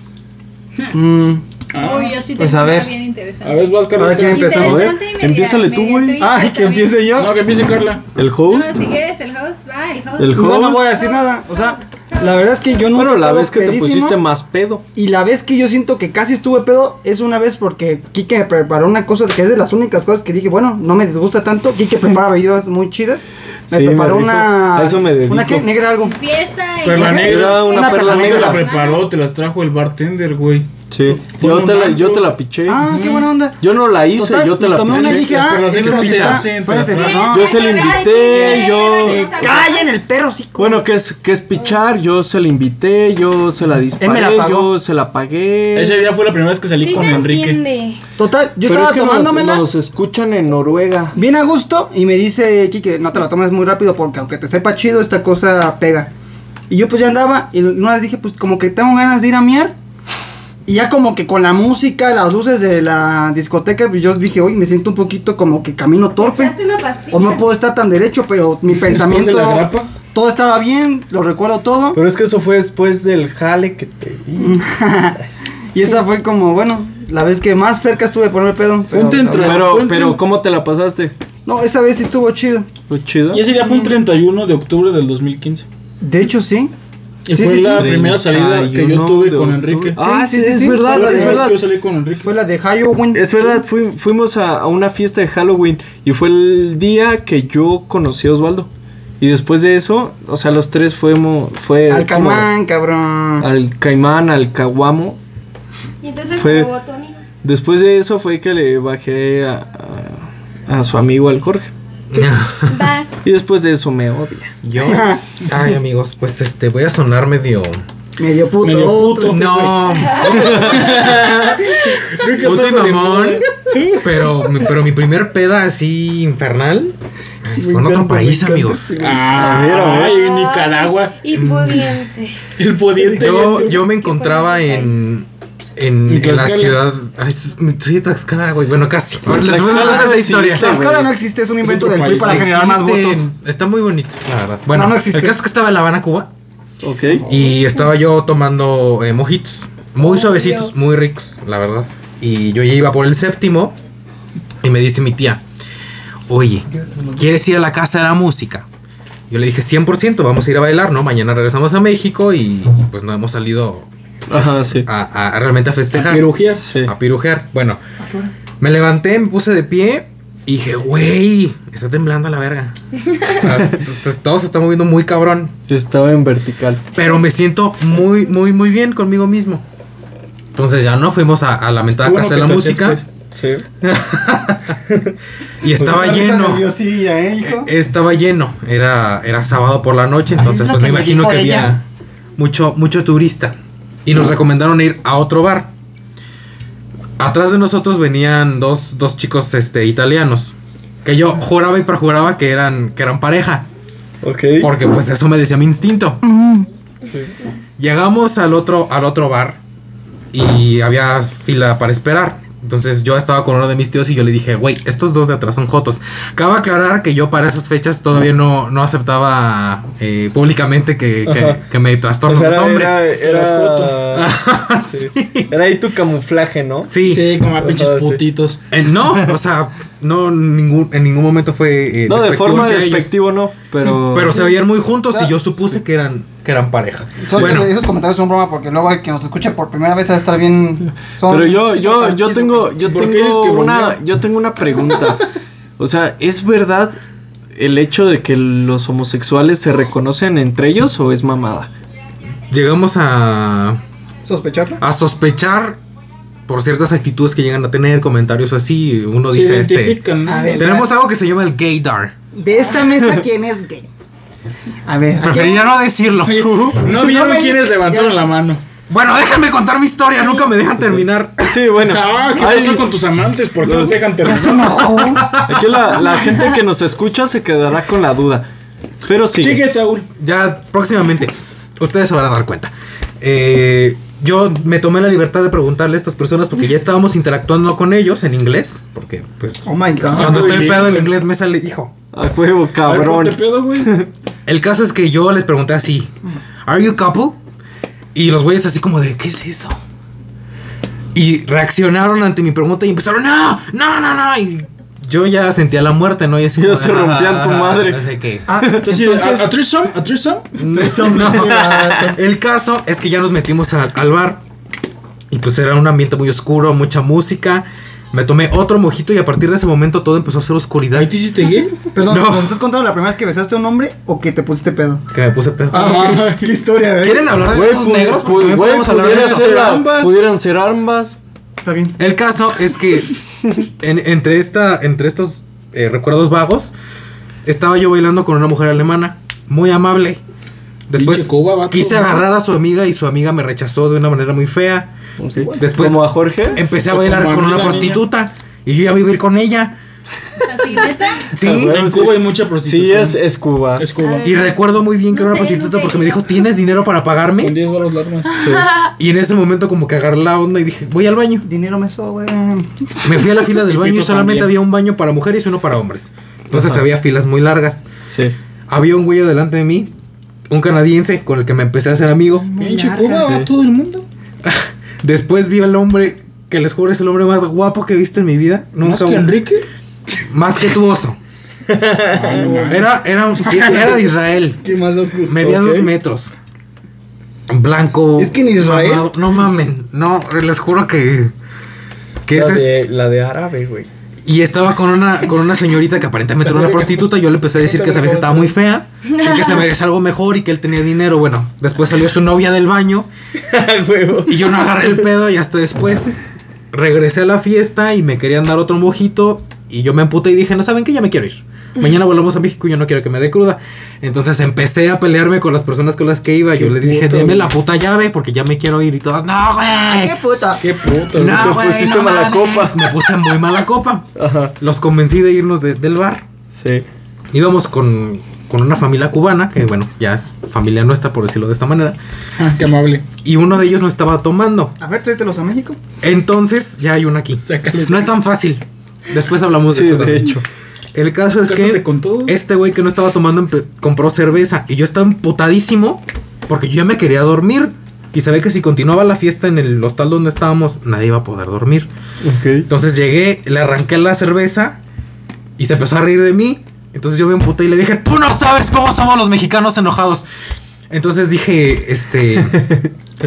Speaker 1: Mm,
Speaker 3: Uy, yo sí
Speaker 1: Pues
Speaker 3: tengo
Speaker 1: a
Speaker 3: una
Speaker 1: ver.
Speaker 3: bien interesante.
Speaker 2: A ver, vas, Carla.
Speaker 1: Ahora quién
Speaker 2: Carla.
Speaker 1: empezamos,
Speaker 3: Interesante y media-
Speaker 5: ¿eh? Empiézale tú,
Speaker 3: media
Speaker 5: güey.
Speaker 3: triste
Speaker 1: Ay, que
Speaker 3: también.
Speaker 1: empiece yo.
Speaker 2: No, que empiece Carla.
Speaker 5: El
Speaker 3: No,
Speaker 5: host.
Speaker 3: si quieres el host, va, el host.
Speaker 5: El
Speaker 1: No, no
Speaker 5: host.
Speaker 1: voy a decir nada. O
Speaker 7: Ah,
Speaker 1: sea,
Speaker 7: pues,
Speaker 1: la verdad es que yo nunca
Speaker 5: Pero la
Speaker 1: he
Speaker 5: vez que
Speaker 1: estado
Speaker 5: te
Speaker 1: pedísimo,
Speaker 5: pusiste más pedo.
Speaker 1: Y la vez que yo siento que casi estuve pedo es una vez porque Kike me preparó una cosa que es de las únicas cosas que dije, bueno, no me disgusta tanto. Kike prepara bebidas muy chidas. Me
Speaker 5: Sí, me
Speaker 1: preparó
Speaker 5: rifo.
Speaker 1: una.
Speaker 5: A eso me dedico.
Speaker 1: ¿Una qué? Negra algo.
Speaker 3: Fiesta y.
Speaker 2: Perla
Speaker 1: Era
Speaker 2: negra.
Speaker 5: una perla
Speaker 2: No te
Speaker 5: negra.
Speaker 2: la preparó, te las trajo el bartender, güey.
Speaker 5: Sí.
Speaker 2: Fue
Speaker 5: Yo
Speaker 2: un
Speaker 5: te, la,
Speaker 2: antro.
Speaker 5: yo te la piché.
Speaker 1: Ah, qué buena onda.
Speaker 5: Yo no la hice,
Speaker 1: Total,
Speaker 5: yo te
Speaker 1: me
Speaker 5: la
Speaker 1: tomé una y
Speaker 5: piché.
Speaker 1: dije,
Speaker 2: Las
Speaker 1: ah,
Speaker 2: perlas
Speaker 1: esta
Speaker 2: negras
Speaker 1: sí
Speaker 2: se
Speaker 1: está.
Speaker 2: hacen, te las
Speaker 1: Espérate,
Speaker 2: traen.
Speaker 1: no.
Speaker 5: Yo se le invité, yo-
Speaker 1: Calla en el perro, sí.
Speaker 5: Bueno, ¿qué es, qué es pichar? Yo se la invité, yo se la disparé,
Speaker 1: la pagó.
Speaker 5: yo se la pagué.
Speaker 2: Ese día fue la primera vez que salí
Speaker 6: Sí
Speaker 2: con
Speaker 6: se
Speaker 2: Enrique.
Speaker 6: entiende.
Speaker 1: Total, yo
Speaker 5: Pero
Speaker 1: estaba
Speaker 5: es que nos-
Speaker 1: tomándomela.
Speaker 5: Nos, escuchan en Noruega.
Speaker 1: Bien a gusto y me dice Kike, no te la tomes muy rápido porque aunque te sepa chido esta cosa pega. Y yo pues ya andaba y una vez dije pues como que tengo ganas de ir a miar. Y ya como que con la música, las luces de la discoteca, pues yo dije, uy, me siento un poquito como que camino torpe.
Speaker 6: Echaste una pastilla.
Speaker 1: O no puedo estar tan derecho, pero mi pensamiento...
Speaker 2: la grapa?
Speaker 1: Todo estaba bien, lo recuerdo todo.
Speaker 5: es que eso fue después del jale que te
Speaker 1: Mm.
Speaker 5: di.
Speaker 1: y esa fue como, bueno, la vez que más cerca estuve de ponerme pedo.
Speaker 2: Fue un
Speaker 1: pero-
Speaker 2: tentra-
Speaker 5: Pero,
Speaker 2: Cuenten.
Speaker 5: pero, ¿cómo te la pasaste?
Speaker 1: No, esa vez sí estuvo chido.
Speaker 5: ¿Fue chido?
Speaker 2: Y ese día fue un 31 de octubre del 2015.
Speaker 1: De hecho, sí.
Speaker 2: Y
Speaker 1: Sí,
Speaker 2: fue
Speaker 1: sí,
Speaker 2: la
Speaker 1: sí.
Speaker 2: primera salida que yo
Speaker 5: 31
Speaker 2: tuve
Speaker 5: de
Speaker 2: con
Speaker 5: octubre.
Speaker 2: Enrique. Pues,
Speaker 5: Ah,
Speaker 1: Sí,
Speaker 5: sí,
Speaker 1: sí, sí,
Speaker 5: es
Speaker 1: sí.
Speaker 5: verdad,
Speaker 2: Fue la primera
Speaker 5: es
Speaker 2: vez
Speaker 5: verdad.
Speaker 2: que yo salí con Enrique.
Speaker 1: Fue la de Halloween.
Speaker 5: Es verdad, fui- fuimos a, a una fiesta de Halloween y fue el día que yo conocí a Osvaldo. Y después de eso, o sea, los tres fuimos, fue
Speaker 1: Al
Speaker 5: como-
Speaker 1: Caimán, cabrón.
Speaker 5: al Caimán, al Caguamo.
Speaker 6: Y entonces
Speaker 5: Fue-
Speaker 6: fue... robó Tony.
Speaker 5: Después de eso fue que le bajé a, a- a su amigo al Jorge.
Speaker 6: Vas.
Speaker 5: Y después de eso me odia.
Speaker 4: Yo. Ay, amigos, pues este, voy a sonar medio.
Speaker 1: Medio puto.
Speaker 2: Medio
Speaker 1: otro
Speaker 2: puto.
Speaker 1: este güey.
Speaker 4: No, puto y mamón. Pero, mi- pero mi primer peda así infernal ay, fue en otro país, amigos.
Speaker 2: Ah,
Speaker 5: A ver, a ver.
Speaker 2: ay, en Nicaragua.
Speaker 6: Y pudiente.
Speaker 2: El pudiente.
Speaker 4: Yo, yo me encontraba en. En,
Speaker 2: ¿En
Speaker 4: en la
Speaker 2: Tlaxcala?
Speaker 4: ciudad. Ay, sí, de Tlaxcala, güey. Bueno, casi. Ahora les voy a
Speaker 5: Tlaxcala
Speaker 4: contar esa
Speaker 5: no
Speaker 4: historia.
Speaker 5: existe, güey.
Speaker 1: Tlaxcala no existe, es un invento
Speaker 2: otro
Speaker 1: del PRI
Speaker 2: país,
Speaker 1: para
Speaker 2: sí
Speaker 1: generar más votos.
Speaker 4: Existen. Está muy bonito, la verdad. Bueno,
Speaker 1: No, no
Speaker 4: el
Speaker 1: existe.
Speaker 4: caso es que estaba en La Habana, Cuba.
Speaker 5: Ok.
Speaker 4: Y estaba yo tomando eh, mojitos. Muy suavecitos, muy ricos, la verdad. Y yo ya iba por el séptimo. Y me dice mi tía, oye, ¿quieres ir a la casa de la música? Yo le dije, 100%, vamos a ir a bailar, ¿no? Mañana regresamos a México y pues no hemos salido pues,
Speaker 5: Ajá, sí.
Speaker 4: a, a- a realmente a festejar.
Speaker 2: A pirujear.
Speaker 5: Sí.
Speaker 4: A pirujear. Bueno, me levanté, me puse de pie y dije, güey, está temblando la verga. O sea, s- s- todo se está moviendo muy cabrón.
Speaker 5: Yo estaba en vertical.
Speaker 4: Pero me siento muy, muy, muy bien conmigo mismo. Entonces ya no fuimos a, a lamentar
Speaker 2: Qué bueno que
Speaker 4: casa de la
Speaker 2: te pues.
Speaker 4: música.
Speaker 2: aceptes.
Speaker 5: Sí.
Speaker 4: Y
Speaker 2: Pues,
Speaker 4: estaba lleno.
Speaker 1: nerviosilla, ¿eh, hijo?
Speaker 4: Estaba lleno. Era, era sábado por la noche. Entonces,
Speaker 1: es lo
Speaker 4: pues me
Speaker 1: que me
Speaker 4: imagino
Speaker 1: dijo
Speaker 4: que
Speaker 1: ella.
Speaker 4: había mucho, mucho turista. Y nos recomendaron ir a otro bar. Atrás de nosotros venían dos, dos chicos este, italianos. Que yo juraba y perjuraba que eran, que eran pareja.
Speaker 5: Ok.
Speaker 4: Porque pues eso me decía mi instinto. Llegamos al otro, al otro bar y había fila para esperar. Entonces yo estaba con uno de mis tíos y yo le dije, güey, estos dos de atrás son jotos. Cabe aclarar que yo para esas fechas todavía no, no aceptaba eh, públicamente que, que, que me
Speaker 5: O
Speaker 4: trastornan
Speaker 5: sea,
Speaker 4: los hombres.
Speaker 5: era, era,
Speaker 4: Sí.
Speaker 5: era ahí tu camuflaje, ¿no?
Speaker 4: Sí.
Speaker 2: Sí, como a pinches
Speaker 5: Ajá, sí.
Speaker 2: putitos.
Speaker 4: Eh, no, o sea, no ningún, en ningún momento fue eh,
Speaker 5: No, de
Speaker 4: despectivo
Speaker 5: forma
Speaker 4: hacia ellos.
Speaker 5: despectiva Ah, no, pero...
Speaker 4: Pero se veían muy juntos y yo supuse que eran que eran pareja.
Speaker 1: Bueno. Esos comentarios son broma porque luego el que nos escuche por primera vez va a estar bien. son-
Speaker 5: Pero yo, yo,
Speaker 1: son-
Speaker 5: yo tengo, yo
Speaker 2: ¿Por qué dices que
Speaker 5: tengo
Speaker 2: bromea?
Speaker 5: una, yo tengo una pregunta. O sea, ¿es verdad el hecho de que los homosexuales se reconocen entre ellos o es mamada?
Speaker 4: Llegamos a,
Speaker 1: ¿Sospecharlo?
Speaker 4: a sospechar por ciertas actitudes que llegan a tener, comentarios así. Uno
Speaker 2: Se
Speaker 4: dice este.
Speaker 2: identifican. ¿no?
Speaker 1: A ver.
Speaker 4: Tenemos algo que se llama el gaydar.
Speaker 1: De esta mesa, ¿quién es gay? A ver, ¿a quién-
Speaker 4: Preferiría no decirlo.
Speaker 2: Oye, no
Speaker 1: Si
Speaker 2: vieron
Speaker 1: no me
Speaker 2: quiénes
Speaker 1: dices,
Speaker 2: levantaron
Speaker 1: ya.
Speaker 2: la mano.
Speaker 4: Bueno, déjame contar mi historia, nunca me dejan terminar.
Speaker 5: Sí, bueno.
Speaker 2: Ah, ¿qué
Speaker 5: Ay,
Speaker 2: pasó con tus amantes? ¿Por qué no te dejan
Speaker 1: ya se
Speaker 2: terminar?
Speaker 1: enojó.
Speaker 5: Aquí la, la gente que nos escucha se quedará con la duda. Pero sí.
Speaker 2: Sigue, Saúl.
Speaker 4: Ya próximamente, ustedes se van a dar cuenta. Eh, yo me tomé la libertad de preguntarle a estas personas porque ya estábamos interactuando con ellos en inglés. Porque, pues,
Speaker 1: Oh my god.
Speaker 4: cuando estoy
Speaker 2: Bilingüe.
Speaker 4: pedo en inglés me sale, hijo.
Speaker 5: A huevo,
Speaker 2: A ver,
Speaker 5: cabrón.
Speaker 2: ponte pedo, güey.
Speaker 4: El caso es que yo les pregunté así, ¿Are you couple? Y los güeyes así como de, ¿qué es eso? Y reaccionaron ante mi pregunta y empezaron, no, no, no, no. Y yo ya sentía la muerte, ¿no? Y así
Speaker 5: Ya
Speaker 4: como de,
Speaker 5: te rompían
Speaker 4: "Ah,
Speaker 5: tu madre".
Speaker 4: no sé qué.
Speaker 1: Ah,
Speaker 2: Entonces, ¿a, a threesome? ¿A threesome?
Speaker 4: Eso no. El caso es que ya nos metimos al, al bar. Y pues era un ambiente muy oscuro, mucha música. Me tomé otro mojito y a partir de ese momento todo empezó a ser oscuridad.
Speaker 2: ¿Ahí te hiciste gay?
Speaker 1: Perdón,
Speaker 4: No.
Speaker 1: ¿nos estás contando la primera vez que besaste a un hombre o que te pusiste pedo?
Speaker 4: Que me puse pedo.
Speaker 2: Ah,
Speaker 1: ¿Qué historia, eh?
Speaker 4: ¿Quieren hablar de
Speaker 5: Güey,
Speaker 4: esos
Speaker 5: pu-
Speaker 4: negros? pues,
Speaker 5: pu-
Speaker 4: Porque también
Speaker 5: Pues, güey,
Speaker 4: podemos hablar de
Speaker 5: pudieran
Speaker 4: esos.
Speaker 5: ser
Speaker 2: ambas.
Speaker 5: Pudieran ser ambas.
Speaker 1: Está bien.
Speaker 4: El caso es que en- entre, esta, entre estos eh, recuerdos vagos, estaba yo bailando con una mujer alemana, muy amable. Después
Speaker 2: Pinche Cuba, vato.
Speaker 4: quise agarrar a su amiga y su amiga me rechazó de una manera muy fea.
Speaker 5: Sí.
Speaker 4: Después-
Speaker 2: Pues,
Speaker 5: Como a Jorge.
Speaker 4: Empecé a
Speaker 2: Como
Speaker 4: bailar
Speaker 2: a mí,
Speaker 4: con
Speaker 2: la
Speaker 4: una
Speaker 2: niña.
Speaker 4: prostituta y yo iba a vivir con ella.
Speaker 3: Así, neta.
Speaker 4: Sí.
Speaker 5: Ah,
Speaker 2: En
Speaker 5: sí.
Speaker 2: Cuba hay mucha prostitución.
Speaker 5: Sí, es, es Cuba.
Speaker 2: Es Cuba.
Speaker 4: Y recuerdo muy bien que era una
Speaker 6: No sé,
Speaker 4: prostituta
Speaker 6: nunca he
Speaker 4: porque me
Speaker 6: ido.
Speaker 4: dijo, ¿tienes dinero para
Speaker 2: Con
Speaker 4: pagarme?
Speaker 2: 10 baros la armas.
Speaker 4: Y en ese momento como que agarré la onda y dije, voy al baño.
Speaker 1: Dinero me sobra.
Speaker 4: Me fui a la fila del
Speaker 2: El
Speaker 4: baño y
Speaker 2: pito
Speaker 4: solamente
Speaker 2: también.
Speaker 4: había un baño para mujeres y uno para hombres. Entonces
Speaker 5: Ajá.
Speaker 4: había filas muy largas.
Speaker 5: Sí.
Speaker 4: Había un güey delante de mí, un canadiense con el que me empecé a hacer amigo.
Speaker 2: Pinche
Speaker 1: largas.
Speaker 2: Cuba va todo el mundo.
Speaker 4: Después vi al hombre, que les juro es el hombre más guapo que he visto en mi vida.
Speaker 2: Más
Speaker 4: Nunca
Speaker 2: que Enrique.
Speaker 4: Más que tu oso. Era, era, un- era de Israel.
Speaker 1: ¿Qué más nos gustó?
Speaker 4: Medía dos metros. Blanco.
Speaker 1: Es que en Israel-
Speaker 4: mamado. No mamen. No, les juro que. Que ese es.
Speaker 5: árabe, güey.
Speaker 4: Y estaba con una, con una señorita que aparentemente era una prostituta. Yo le empecé a decir que esa vieja estaba muy fea. y que se merecía algo mejor y que él tenía dinero. Bueno, después salió su novia del baño. Y yo no agarré el pedo y hasta después. Regresé a la fiesta y me querían dar otro mojito. Y yo me emputé y dije, no saben que ya me quiero ir. Mañana volvemos a México y yo no quiero que me dé cruda. Entonces empecé a pelearme con las personas con las que iba. Yo les dije,
Speaker 2: puto,
Speaker 4: deme
Speaker 2: güey.
Speaker 4: la puta llave porque ya me quiero ir. Y todas, no, güey.
Speaker 1: ¡Qué puta!
Speaker 2: Qué puto.
Speaker 4: No,
Speaker 5: Te
Speaker 4: güey,
Speaker 5: pusiste
Speaker 4: no
Speaker 5: mala
Speaker 4: mames.
Speaker 5: copa.
Speaker 4: Me puse muy mala copa.
Speaker 5: Ajá.
Speaker 4: Los convencí de irnos de- del bar.
Speaker 5: Sí.
Speaker 4: Íbamos con, con una familia cubana, que bueno, ya es familia nuestra, por decirlo de esta manera.
Speaker 2: Ah, qué amable.
Speaker 4: Y uno de ellos no estaba tomando.
Speaker 1: A ver, tráetelos a México.
Speaker 4: Entonces, ya hay uno aquí.
Speaker 2: Sácales.
Speaker 4: No es tan fácil. Después hablamos
Speaker 5: Sí,
Speaker 4: de eso.
Speaker 5: de
Speaker 4: también.
Speaker 5: hecho.
Speaker 4: El caso es
Speaker 2: Cásate
Speaker 4: que
Speaker 2: con todo.
Speaker 4: este güey que no estaba tomando empe- compró cerveza y yo estaba emputadísimo porque yo ya me quería dormir. Y sabía que si continuaba la fiesta en el hostal donde estábamos, nadie iba a poder dormir.
Speaker 5: Ok.
Speaker 4: Entonces llegué, le arranqué la cerveza y se empezó a reír de mí. Entonces yo me emputé y le dije, tú no sabes cómo somos los mexicanos enojados. Entonces dije, este...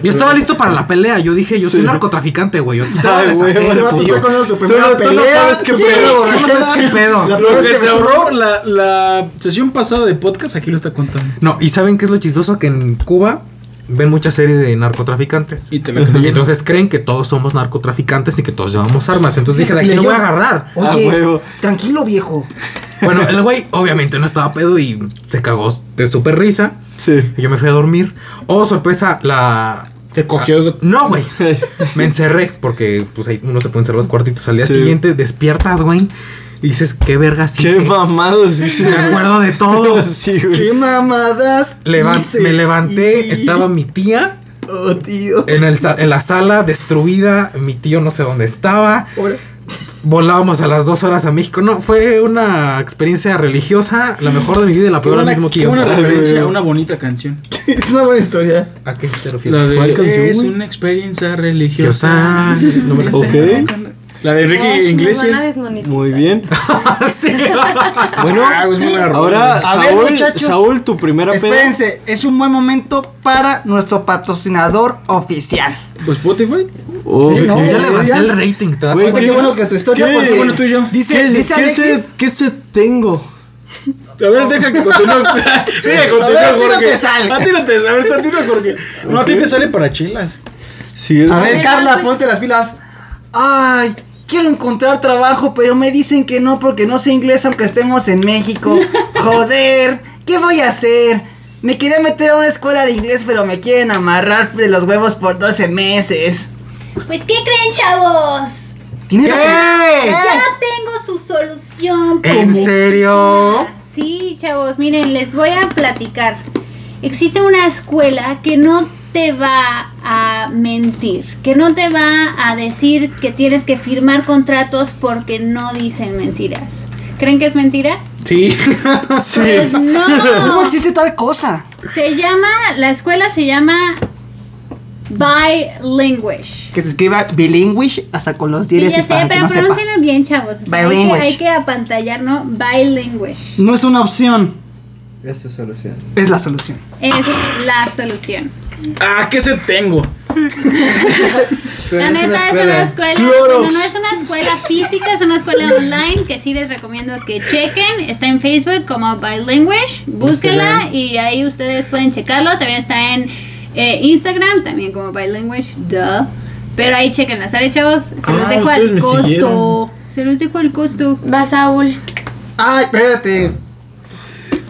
Speaker 4: yo estaba listo para la pelea. Yo dije, yo soy
Speaker 5: Sí.
Speaker 4: narcotraficante, güey. Yo te voy a
Speaker 5: Ay, güey,
Speaker 4: deshacer,
Speaker 5: bueno,
Speaker 4: puto".
Speaker 1: Yo conozco su
Speaker 5: Tú
Speaker 1: primera
Speaker 5: no- tú no
Speaker 1: pelea.
Speaker 5: sabes qué pedo,
Speaker 4: Tú no sabes qué pedo.
Speaker 1: La
Speaker 2: Lo
Speaker 1: flor
Speaker 2: Pues que
Speaker 1: que
Speaker 2: se
Speaker 1: me-
Speaker 2: ahorró la, la sesión pasada de podcast, aquí lo está contando.
Speaker 4: No, y ¿saben qué es lo chistoso? Que en Cuba ven mucha serie de narcotraficantes.
Speaker 2: Y te la
Speaker 4: Y entonces creen que todos somos narcotraficantes y que todos llevamos armas. Entonces dije, de aquí
Speaker 1: Le
Speaker 4: lo
Speaker 1: dio-
Speaker 4: voy a agarrar.
Speaker 5: A
Speaker 1: Oye,
Speaker 5: huevo.
Speaker 1: tranquilo, viejo.
Speaker 4: Bueno, el güey obviamente no estaba pedo y se cagó de súper risa.
Speaker 5: Sí.
Speaker 4: Y yo me fui a dormir. Oh, sorpresa, la... Ah,
Speaker 2: Te cogió.
Speaker 4: No, güey. Me encerré porque pues ahí uno se puede encerrar los cuartitos. Al día
Speaker 5: Sí.
Speaker 4: siguiente despiertas, güey. Y dices, qué vergas
Speaker 5: Qué
Speaker 4: hice?
Speaker 5: mamados. Sí, sí.
Speaker 4: Me acuerdo de todo.
Speaker 5: Sí, güey.
Speaker 1: ¡Qué mamadas!
Speaker 4: Levan-
Speaker 1: hice!
Speaker 4: me levanté,
Speaker 1: Y-
Speaker 4: estaba mi tía
Speaker 1: Oh, tío.
Speaker 4: en, el sa- en la sala destruida, mi tío no sé dónde estaba,
Speaker 1: Ahora,
Speaker 4: volábamos a las dos horas a México, no, fue una experiencia religiosa, la mejor de mi vida y la peor al mismo tiempo.
Speaker 2: Una referencia a una bonita canción.
Speaker 1: Es una buena historia.
Speaker 4: ¿A qué te refieres?
Speaker 2: La
Speaker 5: ¿Cuál canción,
Speaker 2: de es
Speaker 5: güey?
Speaker 2: una experiencia religiosa.
Speaker 4: Religiosa. No me la
Speaker 5: sé.
Speaker 2: La de
Speaker 6: Ay,
Speaker 2: Enrique
Speaker 6: nos van a
Speaker 2: Iglesias.
Speaker 6: desmonetizar.
Speaker 5: Muy bien.
Speaker 4: Sí.
Speaker 5: Bueno,
Speaker 2: Ah, güey, es muy buena rola,
Speaker 5: ahora,
Speaker 1: A ver,
Speaker 5: Saúl,
Speaker 1: muchachos.
Speaker 5: Saúl, tu primera peda.
Speaker 1: Espérense, es un buen momento para nuestro patrocinador oficial.
Speaker 2: güey. Pues Spotify.
Speaker 5: Oh,
Speaker 1: Sí,
Speaker 4: Yo
Speaker 1: no, güey,
Speaker 4: ya le levanté
Speaker 1: ya.
Speaker 4: el rating, ¿te das
Speaker 1: Güey,
Speaker 4: cuenta?
Speaker 1: qué bueno que tu historia,
Speaker 2: qué
Speaker 1: porque
Speaker 2: bueno tú y yo.
Speaker 1: Dice,
Speaker 5: ¿Qué,
Speaker 1: dice
Speaker 5: qué
Speaker 1: Alexis.
Speaker 5: se, ¿Qué se tengo?
Speaker 2: A ver, deja que continúe. Deja que
Speaker 1: A ver, a
Speaker 2: continúe,
Speaker 1: ti no
Speaker 2: Jorge.
Speaker 1: te sale.
Speaker 2: A ti no te sale. A ver, continúa, Jorge. No, a ti te sale para chelas.
Speaker 5: Sí,
Speaker 1: A
Speaker 6: A
Speaker 1: ver,
Speaker 6: ver,
Speaker 1: Carla,
Speaker 6: pues.
Speaker 1: ponte las pilas. Ay, quiero encontrar trabajo, pero me dicen que no porque no sé inglés aunque estemos en México. Joder, ¿qué voy a hacer? Me quería meter a una escuela de inglés, pero me quieren amarrar de los huevos por 12 meses.
Speaker 7: Pues, ¿qué creen, chavos?
Speaker 1: ¿Tienes razón.
Speaker 7: Ya tengo su solución.
Speaker 4: ¿En serio?
Speaker 7: Sí, chavos, miren, les voy a platicar. Existe una escuela que no te va a mentir, que no te va a decir que tienes que firmar contratos porque no dicen mentiras. ¿Creen que es mentira?
Speaker 4: Sí.
Speaker 7: Pues
Speaker 1: ¿Cómo
Speaker 7: no.
Speaker 1: existe tal cosa?
Speaker 7: Se llama, la escuela se llama Bilinguish.
Speaker 1: Que se escriba bilinguish hasta con los
Speaker 7: Sí,
Speaker 1: dientes
Speaker 7: ya sé, pero pronuncienlo bien, chavos. O sea, hay, que,
Speaker 1: Bilinguish.
Speaker 7: hay que apantallar, ¿no? Bilinguish.
Speaker 1: No es una opción,
Speaker 9: Es tu solución.
Speaker 1: es la solución.
Speaker 7: Es la solución.
Speaker 2: Ah, ¿qué se tengo?
Speaker 7: La
Speaker 9: es una
Speaker 7: neta es una escuela,
Speaker 2: Clorox.
Speaker 7: bueno, no es una escuela física, es una escuela online que sí les recomiendo que chequen. Está en Facebook como Bilinguish, búsquela y ahí ustedes pueden checarlo. También está en eh, Instagram, también como Bilinguish, duh. Pero ahí chequenla, ¿sale chavos? Se los
Speaker 2: Ah,
Speaker 7: dejo
Speaker 2: ustedes
Speaker 7: al
Speaker 2: me
Speaker 7: costo.
Speaker 2: siguieron.
Speaker 7: Se los dejo al costo.
Speaker 6: Va Saúl.
Speaker 1: Ay, espérate.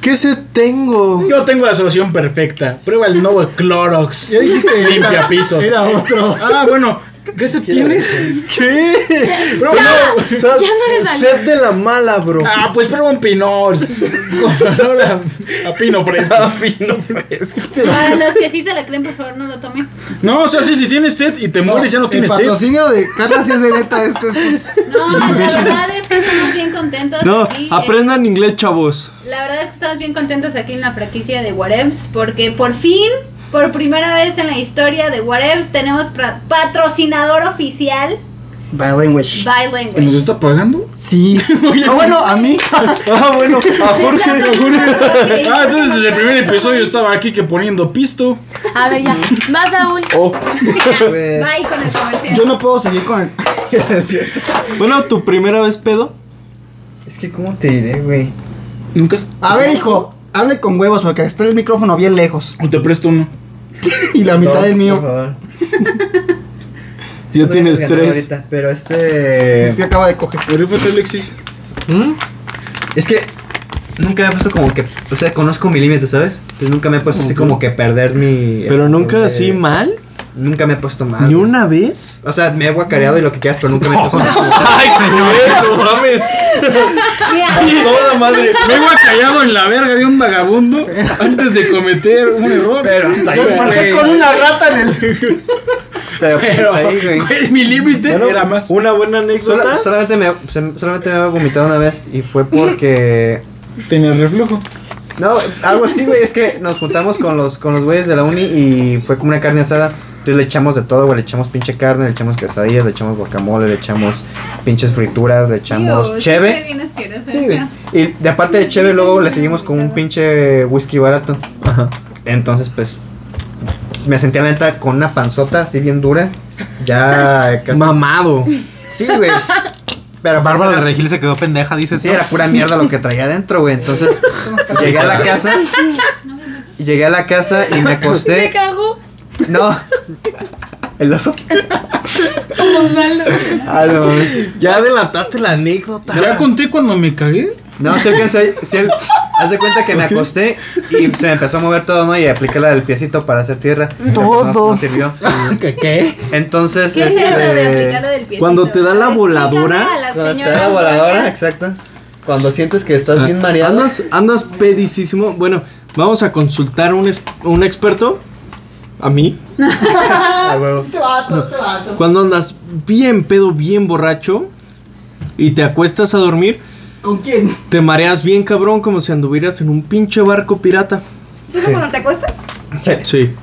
Speaker 5: ¿Qué se tengo?
Speaker 2: Yo tengo la solución perfecta. Prueba el nuevo Clorox. Ya dijiste. Limpia pisos.
Speaker 1: Era otro.
Speaker 2: Ah, bueno. ¿Qué se tienes?
Speaker 5: ¿Qué?
Speaker 2: Prueba un nuevo-
Speaker 9: O sea,
Speaker 6: Ya no eres
Speaker 9: ser de la mala, bro.
Speaker 2: Ah, pues prueba un pinol. Con olor a, a pino fresco.
Speaker 9: Pino fresco.
Speaker 5: Este,
Speaker 7: Para los que sí se la creen, por favor, no lo tomen.
Speaker 2: No, o sea, sí, si tienes sed y te mueres, ya no
Speaker 1: El
Speaker 2: tienes sed.
Speaker 1: patrocinio de Carla sí es de neta. Este, este es-
Speaker 7: No, la verdad es que estamos bien contentos.
Speaker 5: No,
Speaker 7: aquí, eh,
Speaker 5: aprendan inglés, chavos.
Speaker 7: La verdad es que estamos bien contentos aquí en la franquicia de Whatevs porque por fin, por primera vez en la historia de Whatevs, tenemos pra- patrocinador oficial
Speaker 1: Bilinguish.
Speaker 7: by
Speaker 2: ¿Nos
Speaker 7: Language.
Speaker 2: está pagando?
Speaker 1: Sí. Ah, bueno, a mí.
Speaker 9: Ah, bueno, a Jorge.
Speaker 2: Ah, entonces desde el primer episodio estaba aquí que poniendo pisto.
Speaker 6: A ver, ya. Va Saúl.
Speaker 2: Oh.
Speaker 7: Bye con el comercial.
Speaker 1: Yo no puedo seguir con el.
Speaker 9: Es cierto.
Speaker 5: Bueno, tu primera vez pedo.
Speaker 9: Es que, ¿cómo te diré, güey?
Speaker 2: Nunca. es-
Speaker 1: A ver, hijo, hable con huevos porque está el micrófono bien lejos.
Speaker 2: O te presto uno.
Speaker 1: Y la mitad
Speaker 9: Dos,
Speaker 1: es
Speaker 9: por
Speaker 1: mío.
Speaker 9: favor.
Speaker 5: Ya
Speaker 9: No
Speaker 5: tienes
Speaker 9: voy a ganar
Speaker 5: tres.
Speaker 9: ahorita, pero este.
Speaker 1: Se acaba de coger.
Speaker 2: ¿Me rifas Alexis?
Speaker 9: ¿Mm? Es que nunca me he puesto como que. O sea, conozco mi límite, ¿sabes? Pues nunca me he puesto así como que perder mi.
Speaker 5: Pero nunca
Speaker 9: eh,
Speaker 5: así mal.
Speaker 9: Nunca me he puesto mal.
Speaker 5: Ni una vez.
Speaker 9: O sea, me he guacareado y lo que quieras, pero nunca me he puesto mal.
Speaker 4: Ay, señores, no mames.
Speaker 9: Toda madre.
Speaker 2: Me he callado en la verga de un vagabundo antes de cometer un error.
Speaker 9: Pero pues, hasta ahí, güey.
Speaker 1: una rata en el.
Speaker 9: Pero, pues,
Speaker 2: Pero,
Speaker 9: ahí, güey.
Speaker 2: güey, mi límite
Speaker 9: Bueno,
Speaker 2: era más.
Speaker 5: Una buena
Speaker 9: Sola- solamente, me, se- solamente me había vomitado una vez y fue porque.
Speaker 2: Tenía reflujo.
Speaker 9: No, algo así, güey. Es que nos juntamos con los, con los güeyes de la uni y fue como una carne asada. Entonces le echamos de todo, güey. Le echamos pinche carne, le echamos quesadillas, le echamos guacamole, le echamos pinches frituras, le echamos
Speaker 7: Dios,
Speaker 9: cheve.
Speaker 7: está bien asqueroso
Speaker 9: Sí,
Speaker 7: eso.
Speaker 9: güey. Y de aparte de cheve, luego le seguimos con un pinche whisky barato. Entonces, pues. Me sentía la neta con una panzota así bien dura. Ya casi.
Speaker 5: Mamado.
Speaker 9: Sí, güey. Pero pues,
Speaker 4: Bárbara de
Speaker 9: era-
Speaker 4: Regil se quedó pendeja, dice.
Speaker 9: Sí, era pura mierda lo que traía adentro, güey. Entonces, llegué a la casa. Llegué a la casa y me
Speaker 7: Me
Speaker 9: acosté.
Speaker 7: cago.
Speaker 9: No. El oso.
Speaker 7: Osvaldo.
Speaker 9: Ah, no mames.
Speaker 5: Ya adelantaste la anécdota.
Speaker 2: Ya conté cuando me cagué.
Speaker 9: No, sí alcancé. sí al- haz de cuenta que me acosté y se me empezó a mover todo, ¿no? Y apliqué la del piecito para hacer tierra. pero, pues, no-
Speaker 1: Todo.
Speaker 9: no sirvió.
Speaker 4: ¿Qué?
Speaker 9: Entonces,
Speaker 7: ¿Qué es eso de aplicarlo
Speaker 9: este,
Speaker 7: del piecito?
Speaker 5: Cuando te da la
Speaker 7: A ver,
Speaker 5: voladora,
Speaker 7: explícame a las
Speaker 9: cuando te da
Speaker 7: señoras
Speaker 9: la voladora,
Speaker 7: doñas.
Speaker 9: exacto. Cuando sientes que estás bien mareado.
Speaker 5: Andas, andas pedicísimo. Bueno, vamos a consultar a un, es- un experto. A mí.
Speaker 9: Ah, huevo.
Speaker 5: Cuando andas bien pedo, bien borracho. Y te acuestas a dormir.
Speaker 1: ¿Con quién?
Speaker 5: Te mareas bien cabrón como si anduvieras en un pinche barco pirata.
Speaker 6: ¿Es eso cuando te acuestas?
Speaker 5: Sí.
Speaker 6: Sí.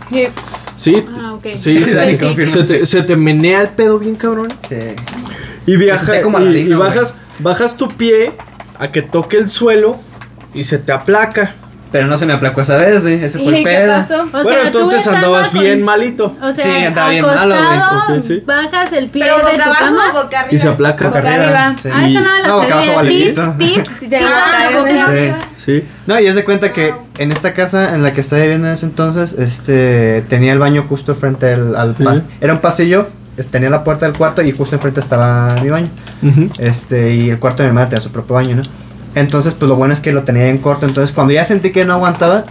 Speaker 5: Sí.
Speaker 7: Ah, ok.
Speaker 5: Sí,
Speaker 9: Sí,
Speaker 5: se,
Speaker 9: sí, confirmo,
Speaker 5: se te, se te menea el pedo bien cabrón.
Speaker 9: Sí.
Speaker 5: Y
Speaker 9: Me
Speaker 5: viaja,
Speaker 9: senté como
Speaker 5: y,
Speaker 9: Aladino,
Speaker 5: y bajas, bajas tu pie a que toque el suelo y se te aplaca.
Speaker 9: Pero no se me aplacó esa vez, güey. Ese fue el
Speaker 6: ¿Y qué
Speaker 9: pedo.
Speaker 6: pasó?
Speaker 7: O
Speaker 5: bueno,
Speaker 7: sea, tú
Speaker 5: entonces
Speaker 7: estando
Speaker 5: andabas
Speaker 7: con-
Speaker 5: bien malito.
Speaker 7: O sea,
Speaker 9: Sí, andaba bien malo, güey.
Speaker 7: acostado,
Speaker 5: Ok, sí.
Speaker 7: bajas el pie
Speaker 6: Pero
Speaker 7: de tu
Speaker 6: boca abajo
Speaker 7: cama.
Speaker 6: o boca arriba.
Speaker 5: Y se aplaca.
Speaker 6: Boca
Speaker 9: Boca arriba,
Speaker 6: arriba.
Speaker 9: sí.
Speaker 7: Ah, esa no la
Speaker 9: No, boca
Speaker 7: sabía.
Speaker 9: abajo
Speaker 7: Tip,
Speaker 9: valerito.
Speaker 7: tip.
Speaker 6: Si te
Speaker 7: Ah,
Speaker 6: boca
Speaker 7: boca
Speaker 6: arriba.
Speaker 9: Sí.
Speaker 5: Sí.
Speaker 9: No, y es de cuenta que en esta casa en la que estaba viviendo en ese entonces, este, tenía el baño justo frente al, al
Speaker 5: Sí.
Speaker 9: pas- era un pasillo, es- tenía la puerta del cuarto y justo enfrente estaba mi baño,
Speaker 5: Ujú.
Speaker 9: este, y el cuarto de mi madre tenía su propio baño, ¿no? Entonces, pues lo bueno es que lo tenía en corto, entonces cuando ya sentí que no aguantaba,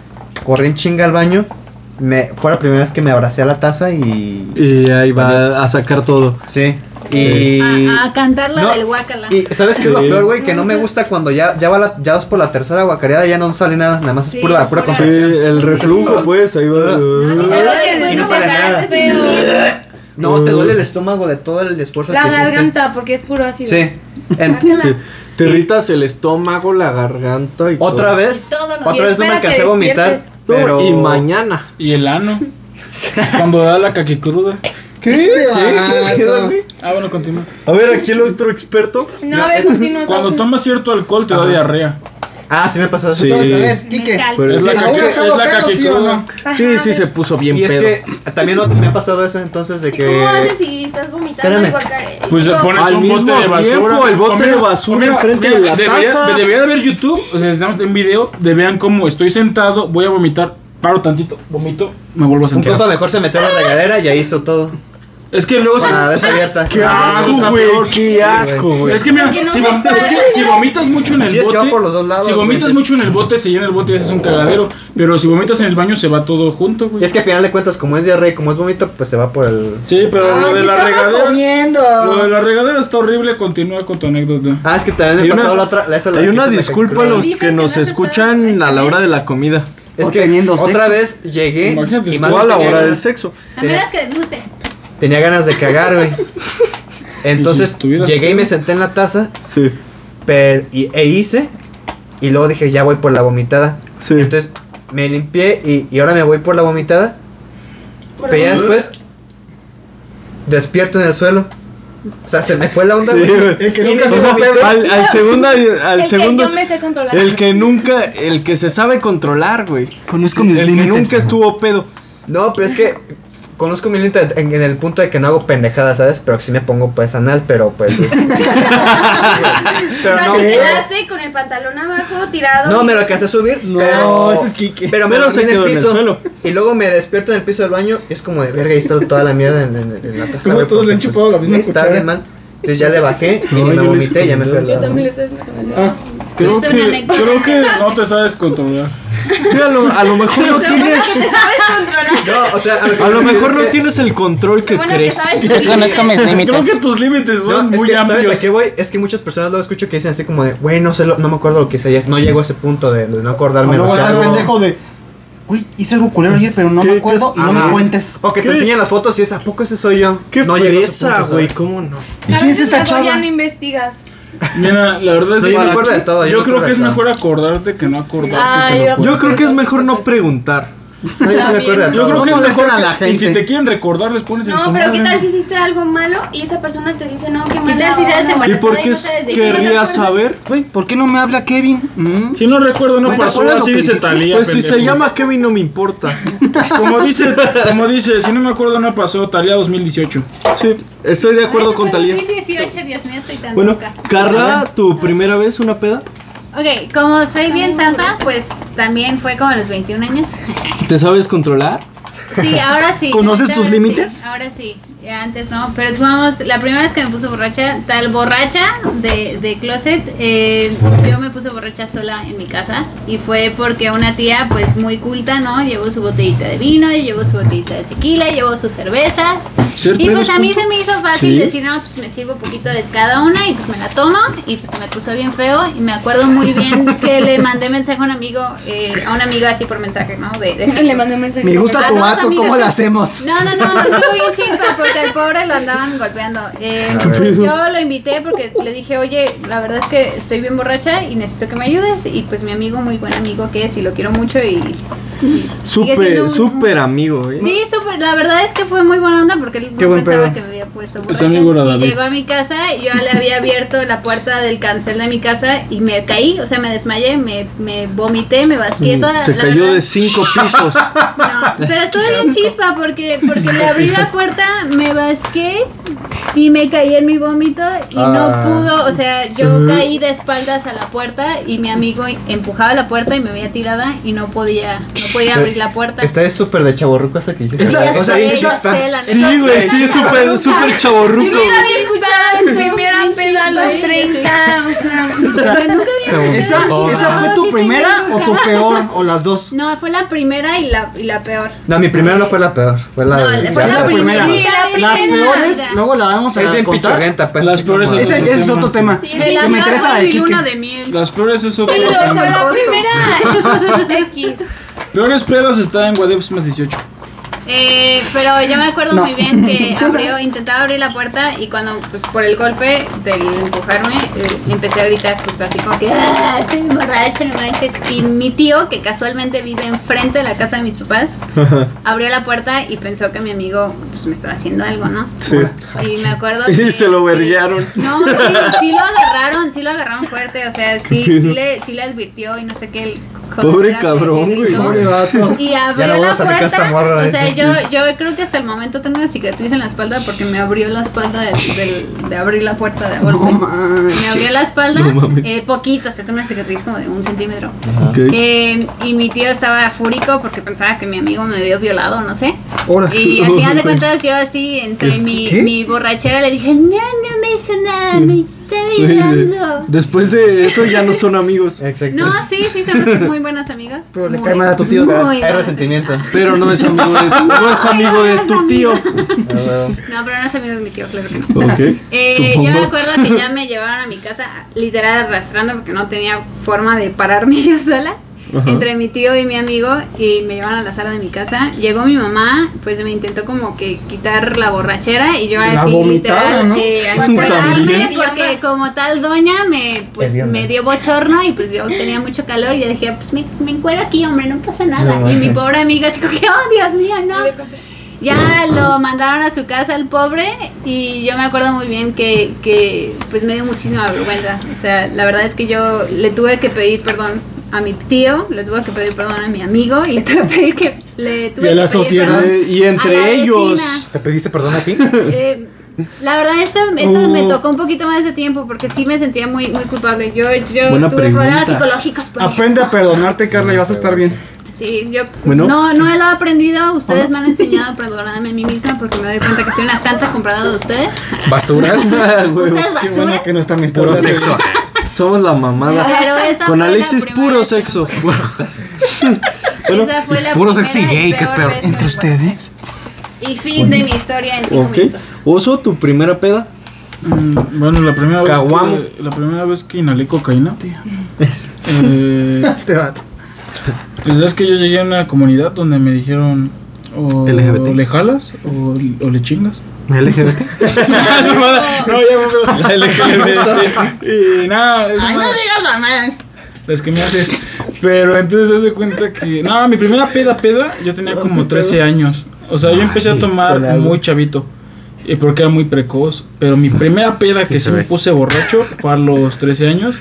Speaker 9: corrí en chinga al baño, me, fue la primera vez que me abracé a la taza y...
Speaker 5: Y ahí va a sacar todo.
Speaker 9: Sí, y...
Speaker 7: A, a cantar la
Speaker 9: No,
Speaker 7: del guacala.
Speaker 9: Y sabes qué es lo
Speaker 5: Sí.
Speaker 9: peor, güey, que no me gusta cuando ya, ya, va la- ya vas por la tercera guacareada, ya no sale nada, nada más es
Speaker 7: Sí,
Speaker 9: pura, la pura
Speaker 7: pura-
Speaker 5: Sí,
Speaker 9: contracción.
Speaker 5: el reflujo, pues, ahí va.
Speaker 9: Y
Speaker 6: Y
Speaker 9: no
Speaker 6: no
Speaker 9: sale nada. No, te duele el estómago de todo el esfuerzo
Speaker 6: La
Speaker 9: que hiciste.
Speaker 6: garganta, porque es puro ácido.
Speaker 9: Sí. En-
Speaker 5: Sí. Te irritas el estómago, la garganta y
Speaker 9: otra
Speaker 5: todo.
Speaker 9: vez,
Speaker 7: Y todo lo-
Speaker 9: otra
Speaker 6: y
Speaker 9: vez no me
Speaker 6: espera
Speaker 9: alcancé
Speaker 6: que
Speaker 9: a vomitar,
Speaker 6: despiertes.
Speaker 5: No,
Speaker 9: pero
Speaker 5: Y mañana.
Speaker 2: Y el ano. Cuando da la caquicruda.
Speaker 9: ¿Qué? ¿Qué?
Speaker 2: Ah, bueno, continúa.
Speaker 5: A ver, aquí el otro experto.
Speaker 6: No, a ver, continúa.
Speaker 2: Cuando tomas cierto alcohol te da diarrea.
Speaker 9: Ah, sí me pasó eso.
Speaker 5: Sí.
Speaker 1: Entonces, a ver, Quique.
Speaker 7: Mezcal.
Speaker 5: Pero
Speaker 2: Es la,
Speaker 1: ¿Aún
Speaker 2: caqui-
Speaker 1: has
Speaker 2: es
Speaker 1: estado
Speaker 2: la
Speaker 1: pedo, sí o
Speaker 2: caquicruda.
Speaker 1: no?
Speaker 5: Sí, sí, se puso bien
Speaker 9: Y es
Speaker 5: pedo.
Speaker 9: que también no- me ha pasado eso entonces de
Speaker 6: ¿Y ¿Cómo haces
Speaker 9: que
Speaker 6: si estás vomitando
Speaker 9: Eh, Espérame.
Speaker 6: y guacare?
Speaker 2: Pues le
Speaker 6: ¿Cómo?
Speaker 2: pones
Speaker 5: Al
Speaker 2: un bote
Speaker 5: mismo
Speaker 2: de basura.
Speaker 5: tiempo, el bote
Speaker 2: O mira,
Speaker 5: de
Speaker 2: o
Speaker 5: basura
Speaker 2: mira,
Speaker 5: enfrente
Speaker 2: mira,
Speaker 5: de la
Speaker 2: debería,
Speaker 5: taza.
Speaker 2: Debería de haber YouTube. O sea, necesitamos un video de vean cómo estoy sentado, voy a vomitar, paro tantito, vomito, me vuelvo a
Speaker 9: un
Speaker 2: sentar.
Speaker 9: compa mejor se metió a la regadera y ahí hizo todo.
Speaker 2: Es que luego
Speaker 9: Con
Speaker 2: se-
Speaker 9: la desabierta.
Speaker 5: Qué asco, güey. Qué asco, güey.
Speaker 2: Es que mira,
Speaker 6: Porque no
Speaker 2: si,
Speaker 6: se
Speaker 2: vom-
Speaker 6: puede.
Speaker 2: es que si vomitas mucho en el
Speaker 9: Sí, es que
Speaker 2: bote,
Speaker 9: va por los dos lados,
Speaker 2: si vomitas
Speaker 9: güey.
Speaker 2: mucho en el bote, se llena el bote y haces un cagadero. Pero si vomitas en el baño, se va todo junto,
Speaker 9: Y
Speaker 2: güey.
Speaker 9: es que al final de cuentas, como es diarrea y como es vómito, pues se va por el.
Speaker 2: Sí, pero
Speaker 6: Ah,
Speaker 2: lo de
Speaker 1: Ay,
Speaker 2: la
Speaker 1: Ah, estaba
Speaker 2: regadera.
Speaker 1: comiendo.
Speaker 2: Lo de la regadera está horrible. Continúa con tu anécdota.
Speaker 9: Ah, es que también
Speaker 5: Hay
Speaker 9: me pasó
Speaker 5: una,
Speaker 9: la otra. la- esa la
Speaker 5: hay
Speaker 9: que
Speaker 5: una
Speaker 9: hice la
Speaker 5: disculpa a
Speaker 9: caquicruda.
Speaker 5: los
Speaker 7: Dices
Speaker 5: que
Speaker 7: que
Speaker 5: nos
Speaker 7: no has
Speaker 5: escuchan a
Speaker 7: estado-
Speaker 5: la hora de la comida.
Speaker 9: Es
Speaker 1: O
Speaker 9: que
Speaker 1: teniendo
Speaker 9: otra
Speaker 1: sexo.
Speaker 9: vez llegué
Speaker 2: Imagínate,
Speaker 9: y
Speaker 5: O
Speaker 9: más
Speaker 5: a
Speaker 9: bien
Speaker 5: la
Speaker 9: tenía
Speaker 5: hora del
Speaker 9: ganas-
Speaker 5: sexo.
Speaker 7: También las que les guste.
Speaker 9: Tenía ganas de cagar, güey.
Speaker 2: Y si
Speaker 9: Entonces
Speaker 2: estuvieras
Speaker 9: llegué y me
Speaker 2: pedo.
Speaker 9: senté en la taza
Speaker 5: Sí,
Speaker 9: pero, y- e hice. Y luego dije, ya voy por la vomitada.
Speaker 5: sí.
Speaker 9: Entonces me limpié y, y ahora me voy por la vomitada. Pero ya después despierto en el suelo. O sea, se me fue la onda,
Speaker 5: Sí,
Speaker 9: güey.
Speaker 5: güey.
Speaker 1: El que
Speaker 9: Y
Speaker 1: nunca
Speaker 9: me
Speaker 5: O sea,
Speaker 9: vomitó.
Speaker 5: al, al segundo, al
Speaker 6: El que
Speaker 5: segundo,
Speaker 6: yo me sé controlar.
Speaker 5: el que nunca, el que se sabe controlar, güey.
Speaker 1: Conozco mis
Speaker 5: El que
Speaker 1: límites.
Speaker 5: nunca estuvo pedo.
Speaker 9: No, pero es que conozco mi límite en, en el punto de que no hago pendejadas, ¿sabes? Pero que sí me pongo pues anal, pero pues. es-
Speaker 6: O
Speaker 9: pero
Speaker 6: sea,
Speaker 9: no.
Speaker 6: te quedaste con el pantalón abajo tirado.
Speaker 9: No, me lo alcancé a subir.
Speaker 5: No,
Speaker 9: pero,
Speaker 5: ese es Quique.
Speaker 9: Pero me
Speaker 5: Pero
Speaker 9: lo
Speaker 5: se
Speaker 9: en el
Speaker 5: quedó en el
Speaker 9: piso.
Speaker 5: suelo.
Speaker 9: Y luego me despierto en el piso del baño. Y es como de verga, ahí está toda la mierda en, en- en la taza.
Speaker 2: Como
Speaker 9: güey,
Speaker 2: todos le
Speaker 9: porque,
Speaker 2: han chupado la misma
Speaker 9: güey, Está
Speaker 2: cuchara.
Speaker 9: bien mal. Entonces ya le bajé y
Speaker 2: No,
Speaker 9: ni me
Speaker 2: yo lo hice
Speaker 9: vomité. Ya me fui al
Speaker 6: Yo
Speaker 9: lado.
Speaker 6: también lo estoy haciendo.
Speaker 5: Ah,
Speaker 2: Creo
Speaker 7: Es una
Speaker 2: que,
Speaker 7: anécdota.
Speaker 2: creo que no te sabes controlar.
Speaker 5: Sí, a lo, a lo mejor no tienes,
Speaker 9: No, o sea, a lo, que
Speaker 5: a lo
Speaker 9: me refiero
Speaker 5: mejor
Speaker 9: es
Speaker 5: no
Speaker 9: que-
Speaker 5: tienes el control que
Speaker 6: Bueno, que
Speaker 5: crees.
Speaker 6: sabes-
Speaker 1: Yo conozco mis
Speaker 2: Creo
Speaker 1: límites.
Speaker 2: que tus límites
Speaker 9: No,
Speaker 2: son
Speaker 9: es
Speaker 2: muy
Speaker 9: que, ¿sabes a
Speaker 2: amplios.
Speaker 9: qué voy? Es que muchas personas lo escucho que dicen así como de, güey, no sé, lo- no me acuerdo lo que hice ayer. No llego a ese punto de, de no
Speaker 1: O
Speaker 9: acordarme.
Speaker 1: luego
Speaker 9: lo que
Speaker 1: está el
Speaker 9: hago.
Speaker 1: pendejo de. Uy, hice algo culero ayer, pero no
Speaker 5: ¿Qué?
Speaker 1: me acuerdo y no
Speaker 9: Ajá.
Speaker 1: me cuentes.
Speaker 9: O que te
Speaker 5: ¿Qué?
Speaker 9: enseñan las fotos y es, ¿a poco ese soy yo?
Speaker 5: Qué
Speaker 9: no llego a ese
Speaker 5: pereza,
Speaker 9: punto,
Speaker 5: güey,
Speaker 9: ¿sabes?
Speaker 5: cómo no.
Speaker 1: ¿Y quién es esta
Speaker 6: Ya
Speaker 1: chava?
Speaker 6: no investigas.
Speaker 2: Mira, la verdad es
Speaker 9: No, yo me acuerdo de todo, yo
Speaker 2: yo,
Speaker 9: me
Speaker 2: creo
Speaker 9: acuerdo
Speaker 2: que es
Speaker 9: de todo.
Speaker 2: mejor acordarte que no acordarte.
Speaker 6: Ay,
Speaker 2: te lo
Speaker 6: yo-
Speaker 2: acuerdo.
Speaker 5: Yo creo que es mejor
Speaker 7: pues,
Speaker 5: no preguntar.
Speaker 9: No, yo sí me acuerdo de
Speaker 2: Yo
Speaker 9: todo.
Speaker 2: creo que es
Speaker 1: molestan
Speaker 2: mejor
Speaker 1: a la
Speaker 2: que- Y
Speaker 1: gente.
Speaker 2: si te quieren recordar, les pones en su
Speaker 6: No, pero ¿qué
Speaker 2: madre.
Speaker 6: tal si hiciste algo malo y esa persona te dice, no, qué
Speaker 7: ¿Qué
Speaker 6: malo?
Speaker 7: tal si se hace
Speaker 5: ¿Y
Speaker 7: embarazada
Speaker 5: por
Speaker 7: y
Speaker 5: qué
Speaker 7: no sabes de
Speaker 5: querría saber?
Speaker 1: Güey, ¿por qué no me habla Kevin? Mm.
Speaker 2: Si no recuerdo, no
Speaker 1: Bueno,
Speaker 2: pasó.
Speaker 1: acuérdate
Speaker 2: Así
Speaker 1: lo que
Speaker 2: dice
Speaker 1: hiciste.
Speaker 2: Talía.
Speaker 5: Pues si se
Speaker 2: pendejo.
Speaker 5: llama Kevin no me importa.
Speaker 2: Como dice, como dice, si no me acuerdo, no pasó. Talía 2018.
Speaker 5: Sí, estoy de acuerdo con Talía.
Speaker 7: 2018, Dios mío, estoy tan
Speaker 5: Bueno,
Speaker 7: loca.
Speaker 5: Carla, tu primera vez una peda.
Speaker 7: Ok, como soy bien santa, pues también fue como a los 21 años.
Speaker 5: ¿Te sabes controlar?
Speaker 7: Sí, ahora sí.
Speaker 1: ¿Conoces
Speaker 7: Ahorita
Speaker 1: tus
Speaker 7: sí,
Speaker 1: límites?
Speaker 7: ahora sí, antes no, pero fuimos, la primera vez que me puse borracha, tal borracha de, de closet, eh, yo me puse borracha sola en mi casa y fue porque una tía pues muy culta, ¿no? Llevó su botellita de vino, y llevó su botellita de tequila, llevó sus cervezas.
Speaker 2: Ser
Speaker 7: Y
Speaker 2: pedo
Speaker 7: pues
Speaker 2: es
Speaker 7: a mí
Speaker 2: culpa.
Speaker 7: se me hizo fácil
Speaker 5: Sí.
Speaker 7: decir, no, pues me sirvo poquito de cada una y pues me la tomo y pues se me puso bien feo y me acuerdo muy bien que le mandé mensaje a un amigo, eh, a una amiga así por mensaje, ¿no? De, de
Speaker 6: Le mandé un mensaje.
Speaker 1: Me gusta
Speaker 7: A
Speaker 1: tu
Speaker 7: dos
Speaker 1: vato,
Speaker 7: amigas.
Speaker 1: ¿cómo lo hacemos?
Speaker 7: no, no, no, estuvo bien chisco porque al pobre lo andaban golpeando. Eh,
Speaker 9: A ver.
Speaker 7: pues yo lo invité porque le dije, oye, la verdad es que estoy bien borracha y necesito que me ayudes. Y pues mi amigo, muy buen amigo que es y lo quiero mucho y
Speaker 5: Súper,
Speaker 7: siendo un-
Speaker 5: súper amigo, ¿eh?
Speaker 7: Sí, súper. La verdad es que fue muy buena onda porque él
Speaker 1: Qué
Speaker 7: no
Speaker 1: buen
Speaker 7: pensaba
Speaker 1: pedo.
Speaker 7: que me había puesto
Speaker 2: Es
Speaker 7: borracha.
Speaker 2: amigo de
Speaker 7: Y
Speaker 2: David.
Speaker 7: llegó a mi casa, yo le había abierto la puerta del cancel de mi casa y me caí, o sea, me desmayé, me, me vomité, me basqué
Speaker 1: Mm,
Speaker 7: toda
Speaker 5: Se
Speaker 7: la
Speaker 5: cayó
Speaker 7: verdad-
Speaker 5: de cinco pisos.
Speaker 7: No, pero estuve bien chispa porque, porque le abrí la puerta, me basqué y me caí en mi vómito y
Speaker 9: Ah.
Speaker 7: no pudo, o sea, yo caí de espaldas a la puerta y mi amigo empujaba la puerta y me veía tirada y no podía, no podía abrir la puerta.
Speaker 9: Está de súper de chaborruco hasta que dijiste.
Speaker 1: Esa-
Speaker 7: Ya
Speaker 1: o sea,
Speaker 7: sé,
Speaker 1: bien
Speaker 7: ya
Speaker 1: chispa.
Speaker 7: sé, la neta.
Speaker 5: Sí, güey, sí, súper, súper chaborruco.
Speaker 6: escuchado en primera peda a los 30. O sea,
Speaker 1: ¿Esa,
Speaker 4: Oh.
Speaker 1: esa fue tu primera o tu peor? O las dos.
Speaker 7: No, fue la primera y la, y la peor.
Speaker 9: No, mi primera no fue la peor. Fue la.
Speaker 7: No, fue
Speaker 1: la
Speaker 7: la
Speaker 1: primera.
Speaker 7: primera. Sí, la
Speaker 1: Las
Speaker 7: primera.
Speaker 1: peores, luego la vamos a
Speaker 9: Es bien
Speaker 1: contar.
Speaker 9: pichorrenta,
Speaker 5: pues,
Speaker 9: pero.
Speaker 2: Las
Speaker 9: así
Speaker 2: peores
Speaker 9: como-
Speaker 2: es-
Speaker 1: Ese, ese es otro tema.
Speaker 7: Sí, de la
Speaker 1: que me
Speaker 7: peor
Speaker 1: interesa la
Speaker 7: fue
Speaker 1: de
Speaker 7: mi luna
Speaker 1: Kike.
Speaker 7: de miel.
Speaker 2: Las peores es otro
Speaker 6: Sí, o sea,
Speaker 2: tema.
Speaker 6: la primera X.
Speaker 2: Peores pedas está en Guadeps más 18.
Speaker 7: Eh, pero yo me acuerdo
Speaker 1: No.
Speaker 7: muy bien que abrió, intentaba abrir la puerta y cuando, pues por el golpe del empujarme, eh, empecé a gritar, pues así como que, "Ah, estoy borracha, no manches. Y mi tío, que casualmente vive enfrente de la casa de mis papás, abrió la puerta y pensó que mi amigo, pues me estaba haciendo algo, ¿no? Y me acuerdo.
Speaker 5: Y
Speaker 7: que-
Speaker 5: se lo
Speaker 7: que-
Speaker 5: verguearon.
Speaker 7: No, sí, sí lo agarraron, sí lo agarraron fuerte, o sea, sí, sí le, sí le advirtió y no sé qué. el-
Speaker 5: Pobre
Speaker 7: era que-
Speaker 5: cabrón,
Speaker 7: que
Speaker 5: güey.
Speaker 7: gritó.
Speaker 9: Pobre vato.
Speaker 7: Y
Speaker 9: Ya
Speaker 7: abrió
Speaker 9: la
Speaker 7: la,
Speaker 9: vamos a
Speaker 7: puerta.
Speaker 9: aplicar esta morra,
Speaker 7: o sea,
Speaker 9: dice.
Speaker 7: yo, yo creo que hasta el momento tengo una cicatriz en la espalda porque me abrió la espalda de, del- de abrir la puerta de golpe.
Speaker 1: manches.
Speaker 7: me abrió la espalda
Speaker 5: No mames.
Speaker 7: eh, poquito, o sea, tengo una cicatriz como de un centímetro.
Speaker 5: Ok.
Speaker 7: Eh, y mi tío estaba fúrico porque pensaba que mi amigo me había violado, no sé.
Speaker 1: Ahora.
Speaker 7: Y al final de cuentas yo así entre mi,
Speaker 1: ¿Qué?
Speaker 7: mi borrachera le dije, no, no me hizo nada, me está violando.
Speaker 5: Después de eso ya no son amigos.
Speaker 9: Exacto.
Speaker 7: No, sí, sí, somos muy buenas amigas.
Speaker 1: Pero le
Speaker 7: Muy,
Speaker 1: cae mal a tu tío.
Speaker 7: muy
Speaker 1: Hay
Speaker 7: buenas
Speaker 9: Hay resentimiento.
Speaker 5: Pero no es amigo de tu, no es amigo de tu tío.
Speaker 7: amigas. No, pero no es amigo de mi tío, claro que no.
Speaker 5: Ok.
Speaker 7: Eh, yo me
Speaker 5: Supongo.
Speaker 7: acuerdo que ya me llevaron a mi casa literal arrastrando porque no tenía forma de pararme yo sola.
Speaker 5: Ajá.
Speaker 7: Entre mi tío y mi amigo y me llevaron a la sala de mi casa. Llegó mi mamá, pues me intentó como que quitar la borrachera y yo
Speaker 1: La
Speaker 7: así
Speaker 1: vomitada,
Speaker 7: literal
Speaker 1: ¿no?
Speaker 7: eh,
Speaker 5: También.
Speaker 7: acuerdarme, porque como tal doña me pues
Speaker 9: Hedionda.
Speaker 7: me dio bochorno y pues yo tenía mucho calor y yo dije, pues me, me encuero aquí, hombre, no pasa nada.
Speaker 9: No,
Speaker 7: y mi
Speaker 9: ajá.
Speaker 7: pobre amiga así como que, oh Dios mío, no. Ya lo mandaron a su casa el pobre y yo me acuerdo muy bien que, que pues me dio muchísima vergüenza. O sea, la verdad es que yo le tuve que pedir perdón a mi tío, le tuve que pedir perdón a mi amigo y le tuve que pedir que le tuve
Speaker 1: Y a
Speaker 7: que
Speaker 1: la
Speaker 7: pedir
Speaker 1: sociedad.
Speaker 7: perdón
Speaker 5: Eh, y entre
Speaker 7: a la
Speaker 5: ellos.
Speaker 4: ¿Te pediste perdón a ti?
Speaker 7: vecina. Eh, la verdad esto, esto
Speaker 5: Uh.
Speaker 1: Oh.
Speaker 7: me tocó un poquito más de tiempo porque sí me sentía muy muy culpable. Yo yo
Speaker 5: Buena
Speaker 7: tuve
Speaker 5: pregunta.
Speaker 7: problemas psicológicos por
Speaker 1: Aprende a perdonarte, Carla, y vas a estar bien.
Speaker 7: Sí, yo
Speaker 5: Bueno.
Speaker 7: no, no lo he aprendido, ustedes me han enseñado a perdonarme a mí misma porque me doy cuenta que soy una santa comprada de ustedes.
Speaker 4: ¿Basuras?
Speaker 5: Ah, güey,
Speaker 7: ustedes
Speaker 1: Qué
Speaker 7: basuras.
Speaker 1: bueno que no está mi
Speaker 4: Puro
Speaker 1: historia.
Speaker 4: sexo.
Speaker 5: Somos la mamada.
Speaker 7: Pero esa
Speaker 5: Con
Speaker 7: fue la
Speaker 5: Alexis
Speaker 7: primera
Speaker 5: puro
Speaker 7: vez.
Speaker 5: sexo.
Speaker 7: Esa fue la
Speaker 4: Puro
Speaker 7: primera
Speaker 4: sexy
Speaker 7: y
Speaker 4: gay, que es
Speaker 7: peor
Speaker 4: peor.
Speaker 7: vez
Speaker 4: ¿Entre
Speaker 7: me fue.
Speaker 4: ustedes?
Speaker 7: Y fin de mi historia en cinco
Speaker 5: Ok.
Speaker 7: minutos.
Speaker 5: Oso, tu primera peda.
Speaker 2: Mm, Bueno, la primera vez
Speaker 5: Caguamo.
Speaker 2: que, la primera vez que inhalé cocaína. eh,
Speaker 1: Este vato.
Speaker 2: Pues es que yo llegué a una comunidad donde me dijeron o,
Speaker 4: LGBT.
Speaker 2: o le jalas o, o le chingas.
Speaker 4: LGBT.
Speaker 2: Ah, es mamada. no, ya me LGBT. Y nada, es mamada.
Speaker 1: digas mamás.
Speaker 2: las que me haces. Pero entonces haz de cuenta que no, mi primera peda peda yo tenía como 13 años. O sea, yo empecé a tomar muy chavito. eh, Porque era muy precoz. Pero mi primera peda que
Speaker 4: se
Speaker 2: se me
Speaker 4: ve.
Speaker 2: puse borracho fue a los 13 años.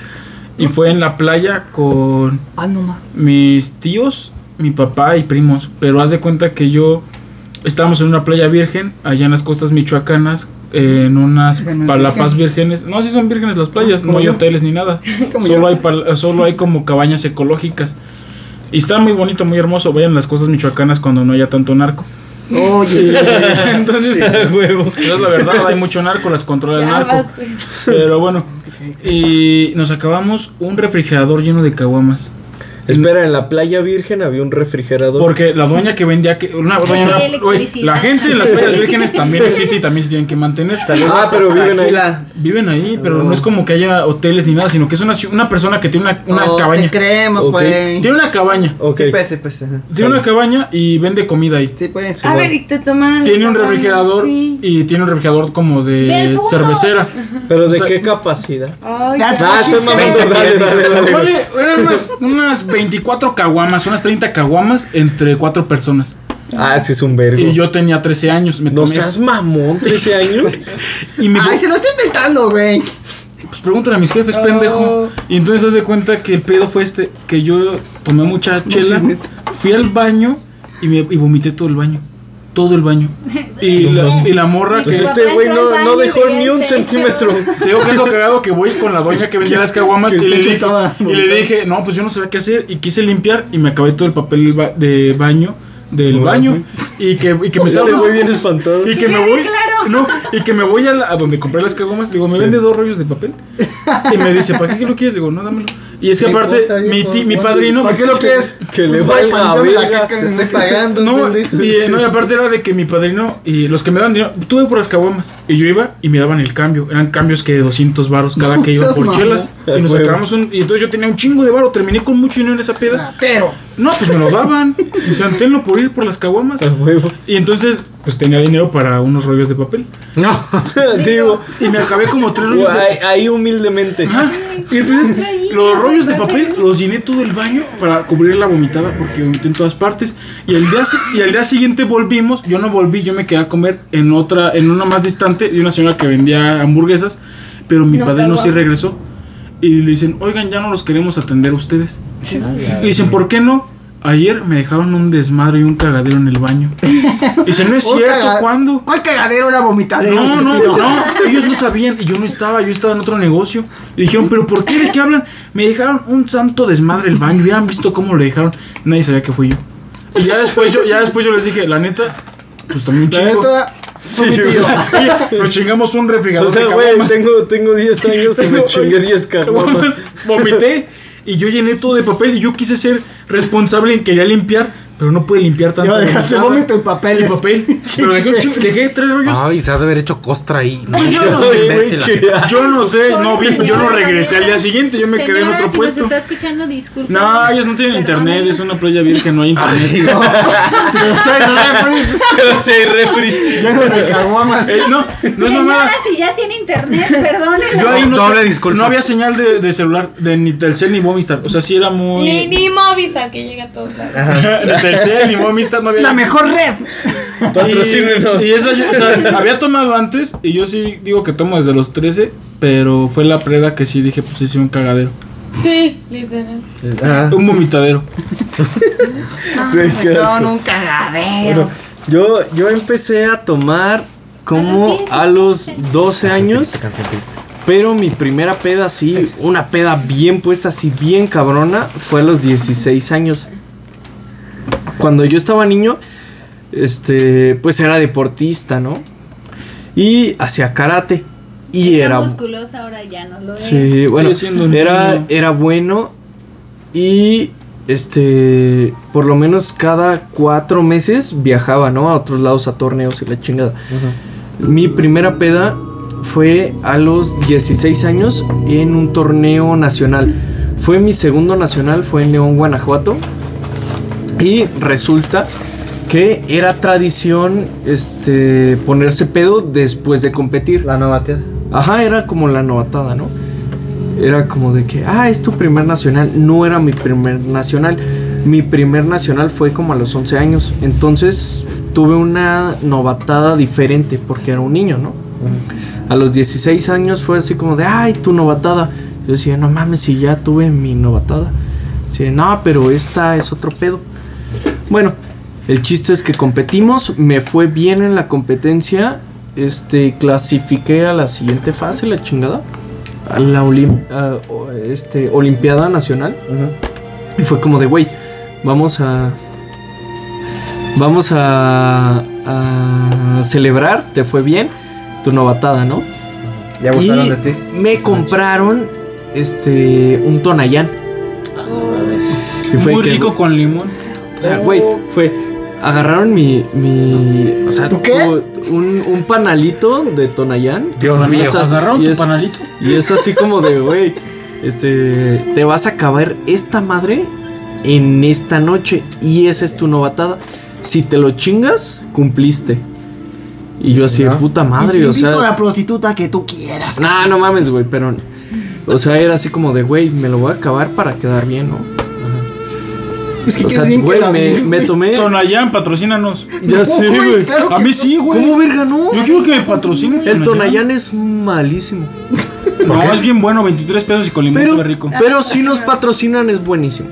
Speaker 2: Y fue en la playa con
Speaker 1: Ah, no ma.
Speaker 2: mis tíos, mi papá y primos. Pero haz de cuenta que yo estábamos en una playa virgen, allá en las costas michoacanas, en unas
Speaker 1: Bueno, es
Speaker 2: palapas vírgenes. No, sí son vírgenes las playas, no
Speaker 1: ¿Cómo
Speaker 2: hay
Speaker 1: yo?
Speaker 2: hoteles ni nada.
Speaker 1: Como
Speaker 2: Solo
Speaker 1: yo.
Speaker 2: hay, pal- solo hay como cabañas ecológicas. Y está muy bonito, muy hermoso. Vayan a las costas michoacanas cuando no haya tanto narco.
Speaker 1: Oye.
Speaker 2: Entonces, Esa es la verdad, hay mucho narco, las controla el narco.
Speaker 1: pues.
Speaker 2: Pero bueno, y nos acabamos un refrigerador lleno de caguamas.
Speaker 5: Espera, en la playa virgen había un refrigerador.
Speaker 2: Porque la doña que vendía que una doña-
Speaker 7: que hay
Speaker 2: güey,
Speaker 7: electricidad.
Speaker 2: la gente en las playas vírgenes también existe y también se tienen que mantener.
Speaker 5: Ah, pero viven ahí.
Speaker 2: Viven ahí, pero no es como que haya hoteles ni nada, sino que es una, ci- una persona que tiene una, una
Speaker 1: No,
Speaker 2: cabaña.
Speaker 1: Oh, Te creemos, pues.
Speaker 5: Ok.
Speaker 1: güey.
Speaker 2: Tiene una cabaña.
Speaker 5: Ok.
Speaker 9: Sí, pues, sí, pues. ajá.
Speaker 2: Tiene una cabaña y vende comida ahí.
Speaker 1: Sí, pues.
Speaker 6: A ver, y te tomaron.
Speaker 2: Tiene un
Speaker 6: el-
Speaker 2: refrigerador
Speaker 6: Sí.
Speaker 2: y tiene un refrigerador como
Speaker 7: Del
Speaker 2: de
Speaker 7: puto.
Speaker 2: cervecera.
Speaker 5: Pero
Speaker 2: O
Speaker 5: de
Speaker 2: sea-
Speaker 5: qué capacidad? Ah,
Speaker 6: Ay,
Speaker 1: That's
Speaker 6: ya.
Speaker 1: what she
Speaker 5: estoy
Speaker 1: said.
Speaker 5: mamando, dale, dale, dale.
Speaker 2: Vale, eran unas, unas 24 caguamas, unas 30 caguamas entre cuatro personas.
Speaker 5: Ah, sí, es un vergo.
Speaker 2: Y yo tenía 13 años. Me
Speaker 5: No
Speaker 2: tomé-
Speaker 5: seas mamón, 13 años.
Speaker 2: y mi
Speaker 1: Ay, se lo está inventando, güey.
Speaker 2: Pues pregúntale a mis jefes, pendejo. Y entonces haz de cuenta que el pedo fue este, que yo tomé mucha chela, fui al baño y, me, y vomité todo el baño. Todo el baño. Y, la, y la morra que...
Speaker 5: Pues este güey no, no dejó ni un centímetro.
Speaker 2: Te digo que es lo cagado que voy con la doña que vendía las caguamas y
Speaker 1: que el
Speaker 2: le,
Speaker 1: pinche
Speaker 2: dije,
Speaker 1: estaba
Speaker 2: y le
Speaker 1: vomitado.
Speaker 2: dije, no, pues yo no sabía qué hacer. Y quise limpiar y me acabé todo el papel del ba- de baño, del baño. Y que, y que me
Speaker 5: Este
Speaker 2: salgo
Speaker 5: güey bien espantado.
Speaker 2: y que me voy no, y que me voy a, la- a donde compré las cagomas digo me vende dos rollos de papel y me dice para qué lo quieres digo no dámelo y es que
Speaker 1: Me
Speaker 2: aparte
Speaker 1: importa,
Speaker 2: mi,
Speaker 1: viejo,
Speaker 2: ti- mi
Speaker 1: no,
Speaker 2: padrino
Speaker 1: ¿Para qué lo quieres?
Speaker 5: Que le
Speaker 1: Pues, güey,
Speaker 5: valga a
Speaker 1: cuando yo me la
Speaker 5: verga.
Speaker 1: caca,
Speaker 9: Te estoy
Speaker 1: güey.
Speaker 9: pagando.
Speaker 2: no y,
Speaker 9: pendejo.
Speaker 2: eh, no y aparte era de que mi padrino y los que me daban dinero tuve por las cagomas y yo iba y me daban el cambio eran cambios que de 200 varos cada
Speaker 1: No
Speaker 2: que iba
Speaker 1: seas
Speaker 2: por
Speaker 1: mamón.
Speaker 2: chelas y nos
Speaker 5: Huevo.
Speaker 2: sacábamos un y entonces yo tenía un chingo de varo terminé con mucho dinero en esa peda
Speaker 1: Pero.
Speaker 2: no pues me lo daban y se antenlo por ir por las cagomas
Speaker 5: A huevo.
Speaker 2: y entonces pues tenía dinero para unos rollos de papel
Speaker 4: No.
Speaker 5: Digo,
Speaker 2: Y me acabé como tres rollos de
Speaker 5: ahí, ahí humildemente.
Speaker 2: Ajá. Y entonces, los rollos de papel los llené todo el baño para cubrir la vomitada porque vomité en todas partes. Y al día, si- y al día siguiente volvimos. Yo no volví, yo me quedé a comer en otra, en una más distante de una señora que vendía hamburguesas. Pero mi padrino sí regresó. Y le dicen, oigan, ya no los queremos atender a ustedes. Y dicen, ¿por qué no? Ayer me dejaron un desmadre y un cagadero en el baño. Y dicen, no es
Speaker 1: Un
Speaker 2: cierto,
Speaker 1: caga-
Speaker 2: ¿cuándo?
Speaker 1: ¿Cuál cagadero era vomitadero?
Speaker 2: No, no,
Speaker 1: estúpido?
Speaker 2: no, ellos no sabían y yo no estaba, yo estaba en otro negocio. Y dijeron, ¿pero por qué? ¿De qué hablan? Me dejaron un santo desmadre el baño, hubieran visto cómo lo dejaron. Nadie sabía que fui yo. Y ya después yo, ya después yo les dije, la neta, pues tomé
Speaker 1: La
Speaker 2: un chingo.
Speaker 1: neta, fue mi tío.
Speaker 2: Oye, Nos chingamos un refrigerador
Speaker 5: O sea,
Speaker 2: de
Speaker 5: güey,
Speaker 2: caguamas.
Speaker 5: tengo, tengo 10 años y me chingué 10 caguamas.
Speaker 2: Caguamas, Vomité y yo llené todo de papel y yo quise ser responsable en quería limpiar, pero no pude limpiar tanto.
Speaker 1: Ya dejaste
Speaker 2: Nada.
Speaker 1: vómito y papeles.
Speaker 2: Y papel. Pero dejé, un chingo- dejé tres rollos
Speaker 4: Ay, se ha de haber hecho costra ahí. No,
Speaker 2: Pues yo
Speaker 4: seas
Speaker 2: no sé, güey,
Speaker 4: imbécil.
Speaker 5: que-
Speaker 2: Yo no sé, no vi, yo no
Speaker 7: Señora,
Speaker 2: regresé al día siguiente, yo me quedé en otro
Speaker 7: si
Speaker 2: puesto.
Speaker 7: Nos está escuchando, disculpa.
Speaker 2: No, ellos no tienen internet, es una playa virgen, no hay internet.
Speaker 5: Sí, refris.
Speaker 1: Llenos de caguamas.
Speaker 2: Eh, no, no es mamada.
Speaker 7: Señora, si ya tiene internet, perdónenla.
Speaker 2: Yo ahí no,
Speaker 4: Doble disculpa.
Speaker 2: no había señal de, de celular, de ni Telcel ni Movistar. O sea, sí Ah. era
Speaker 10: Ni,
Speaker 2: muy.
Speaker 10: ni Movistar que llega a todos lados.
Speaker 2: ni Telcel ni Movistar no había.
Speaker 1: La mejor red.
Speaker 5: Patrocínenos.
Speaker 2: Y, y esa, yo- o sea, había tomado antes y yo sí digo que tomo desde los 13, pero fue la preda que sí dije, pues hice un cagadero.
Speaker 10: Sí, literal.
Speaker 9: Ajá.
Speaker 2: Un vomitadero.
Speaker 5: Güey, qué asco.
Speaker 1: No, no, un cagadero.
Speaker 5: Bueno, yo, yo empecé a tomar como a los 12 años. Pero mi primera peda así, una peda bien puesta, así bien cabrona, fue a los 16 años. Cuando yo estaba niño, este, pues era deportista, ¿no? Y hacía karate. Y
Speaker 7: Era
Speaker 5: era...
Speaker 7: musculosa, ahora ya no lo es.
Speaker 5: Sí, bueno,
Speaker 2: siendo un niño.
Speaker 5: era, era bueno y este, por lo menos cada cuatro meses viajaba, ¿no? A otros lados a torneos y la chingada. Mi primera peda fue a los 16 años en un torneo nacional. Fue mi segundo nacional, fue en León, Guanajuato. Y resulta que era tradición este, ponerse pedo después de competir.
Speaker 9: La no batea.
Speaker 5: Ajá, era como la novatada, ¿no? Era como de que, ah, es tu primer nacional. No era mi primer nacional. Mi primer nacional fue como a los 11 años. Entonces tuve una novatada diferente porque era un niño, ¿no? A los 16 años fue así como de, ay, tu novatada. Yo decía, no mames, si ya tuve mi novatada. Sí, no, pero esta es otro pedo. Bueno, el chiste es que competimos, me fue bien en la competencia, este, clasifiqué a la siguiente fase, la chingada, a la olim- a, o- este, Olimpiada Nacional. Y fue como de, güey, vamos a... Vamos a, a celebrar, te fue bien, tu novatada, ¿no?
Speaker 9: Ya abusaron
Speaker 5: Y
Speaker 9: de ti.
Speaker 5: Me compraron este un Tonayán. Y fue
Speaker 2: Ah, Muy
Speaker 5: que-
Speaker 2: rico con limón.
Speaker 5: o sea, güey,
Speaker 1: Oh.
Speaker 5: fue. Agarraron mi. mi o sea,
Speaker 1: ¿Tú qué?
Speaker 5: tu- Un, un panalito de Tonayán. pues,
Speaker 9: Dios
Speaker 5: Y
Speaker 9: mío.
Speaker 5: es así-
Speaker 2: Agarraron
Speaker 5: y
Speaker 2: tu
Speaker 5: es-
Speaker 2: panalito.
Speaker 5: Y es así como de, güey. Este. Te vas a acabar esta madre en esta noche. Y esa es tu novatada. Si te lo chingas, cumpliste. Y yo así, de
Speaker 9: ¿no?
Speaker 5: puta
Speaker 1: Y
Speaker 5: madre,
Speaker 1: te
Speaker 5: o sea.
Speaker 1: invito a la prostituta que tú quieras.
Speaker 5: No, no mames, güey, pero. O sea, era así como de, güey, me lo voy a acabar para quedar bien, ¿no?
Speaker 1: Es que
Speaker 5: O sea,
Speaker 1: quieres bien que
Speaker 5: güey,
Speaker 1: la
Speaker 5: me,
Speaker 1: vi.
Speaker 5: me tomé.
Speaker 2: Tonayán, patrocínanos.
Speaker 5: Ya sé,
Speaker 1: güey,
Speaker 5: güey.
Speaker 1: claro
Speaker 2: A
Speaker 1: que
Speaker 2: mí sí, güey.
Speaker 5: ¿Cómo verga no?
Speaker 2: Yo quiero que me patrocinen.
Speaker 5: El Tonayán es malísimo.
Speaker 2: No, es bien bueno, 23 pesos y con limón
Speaker 5: Pero,
Speaker 2: sabe rico.
Speaker 5: pero si nos patrocinan es buenísimo.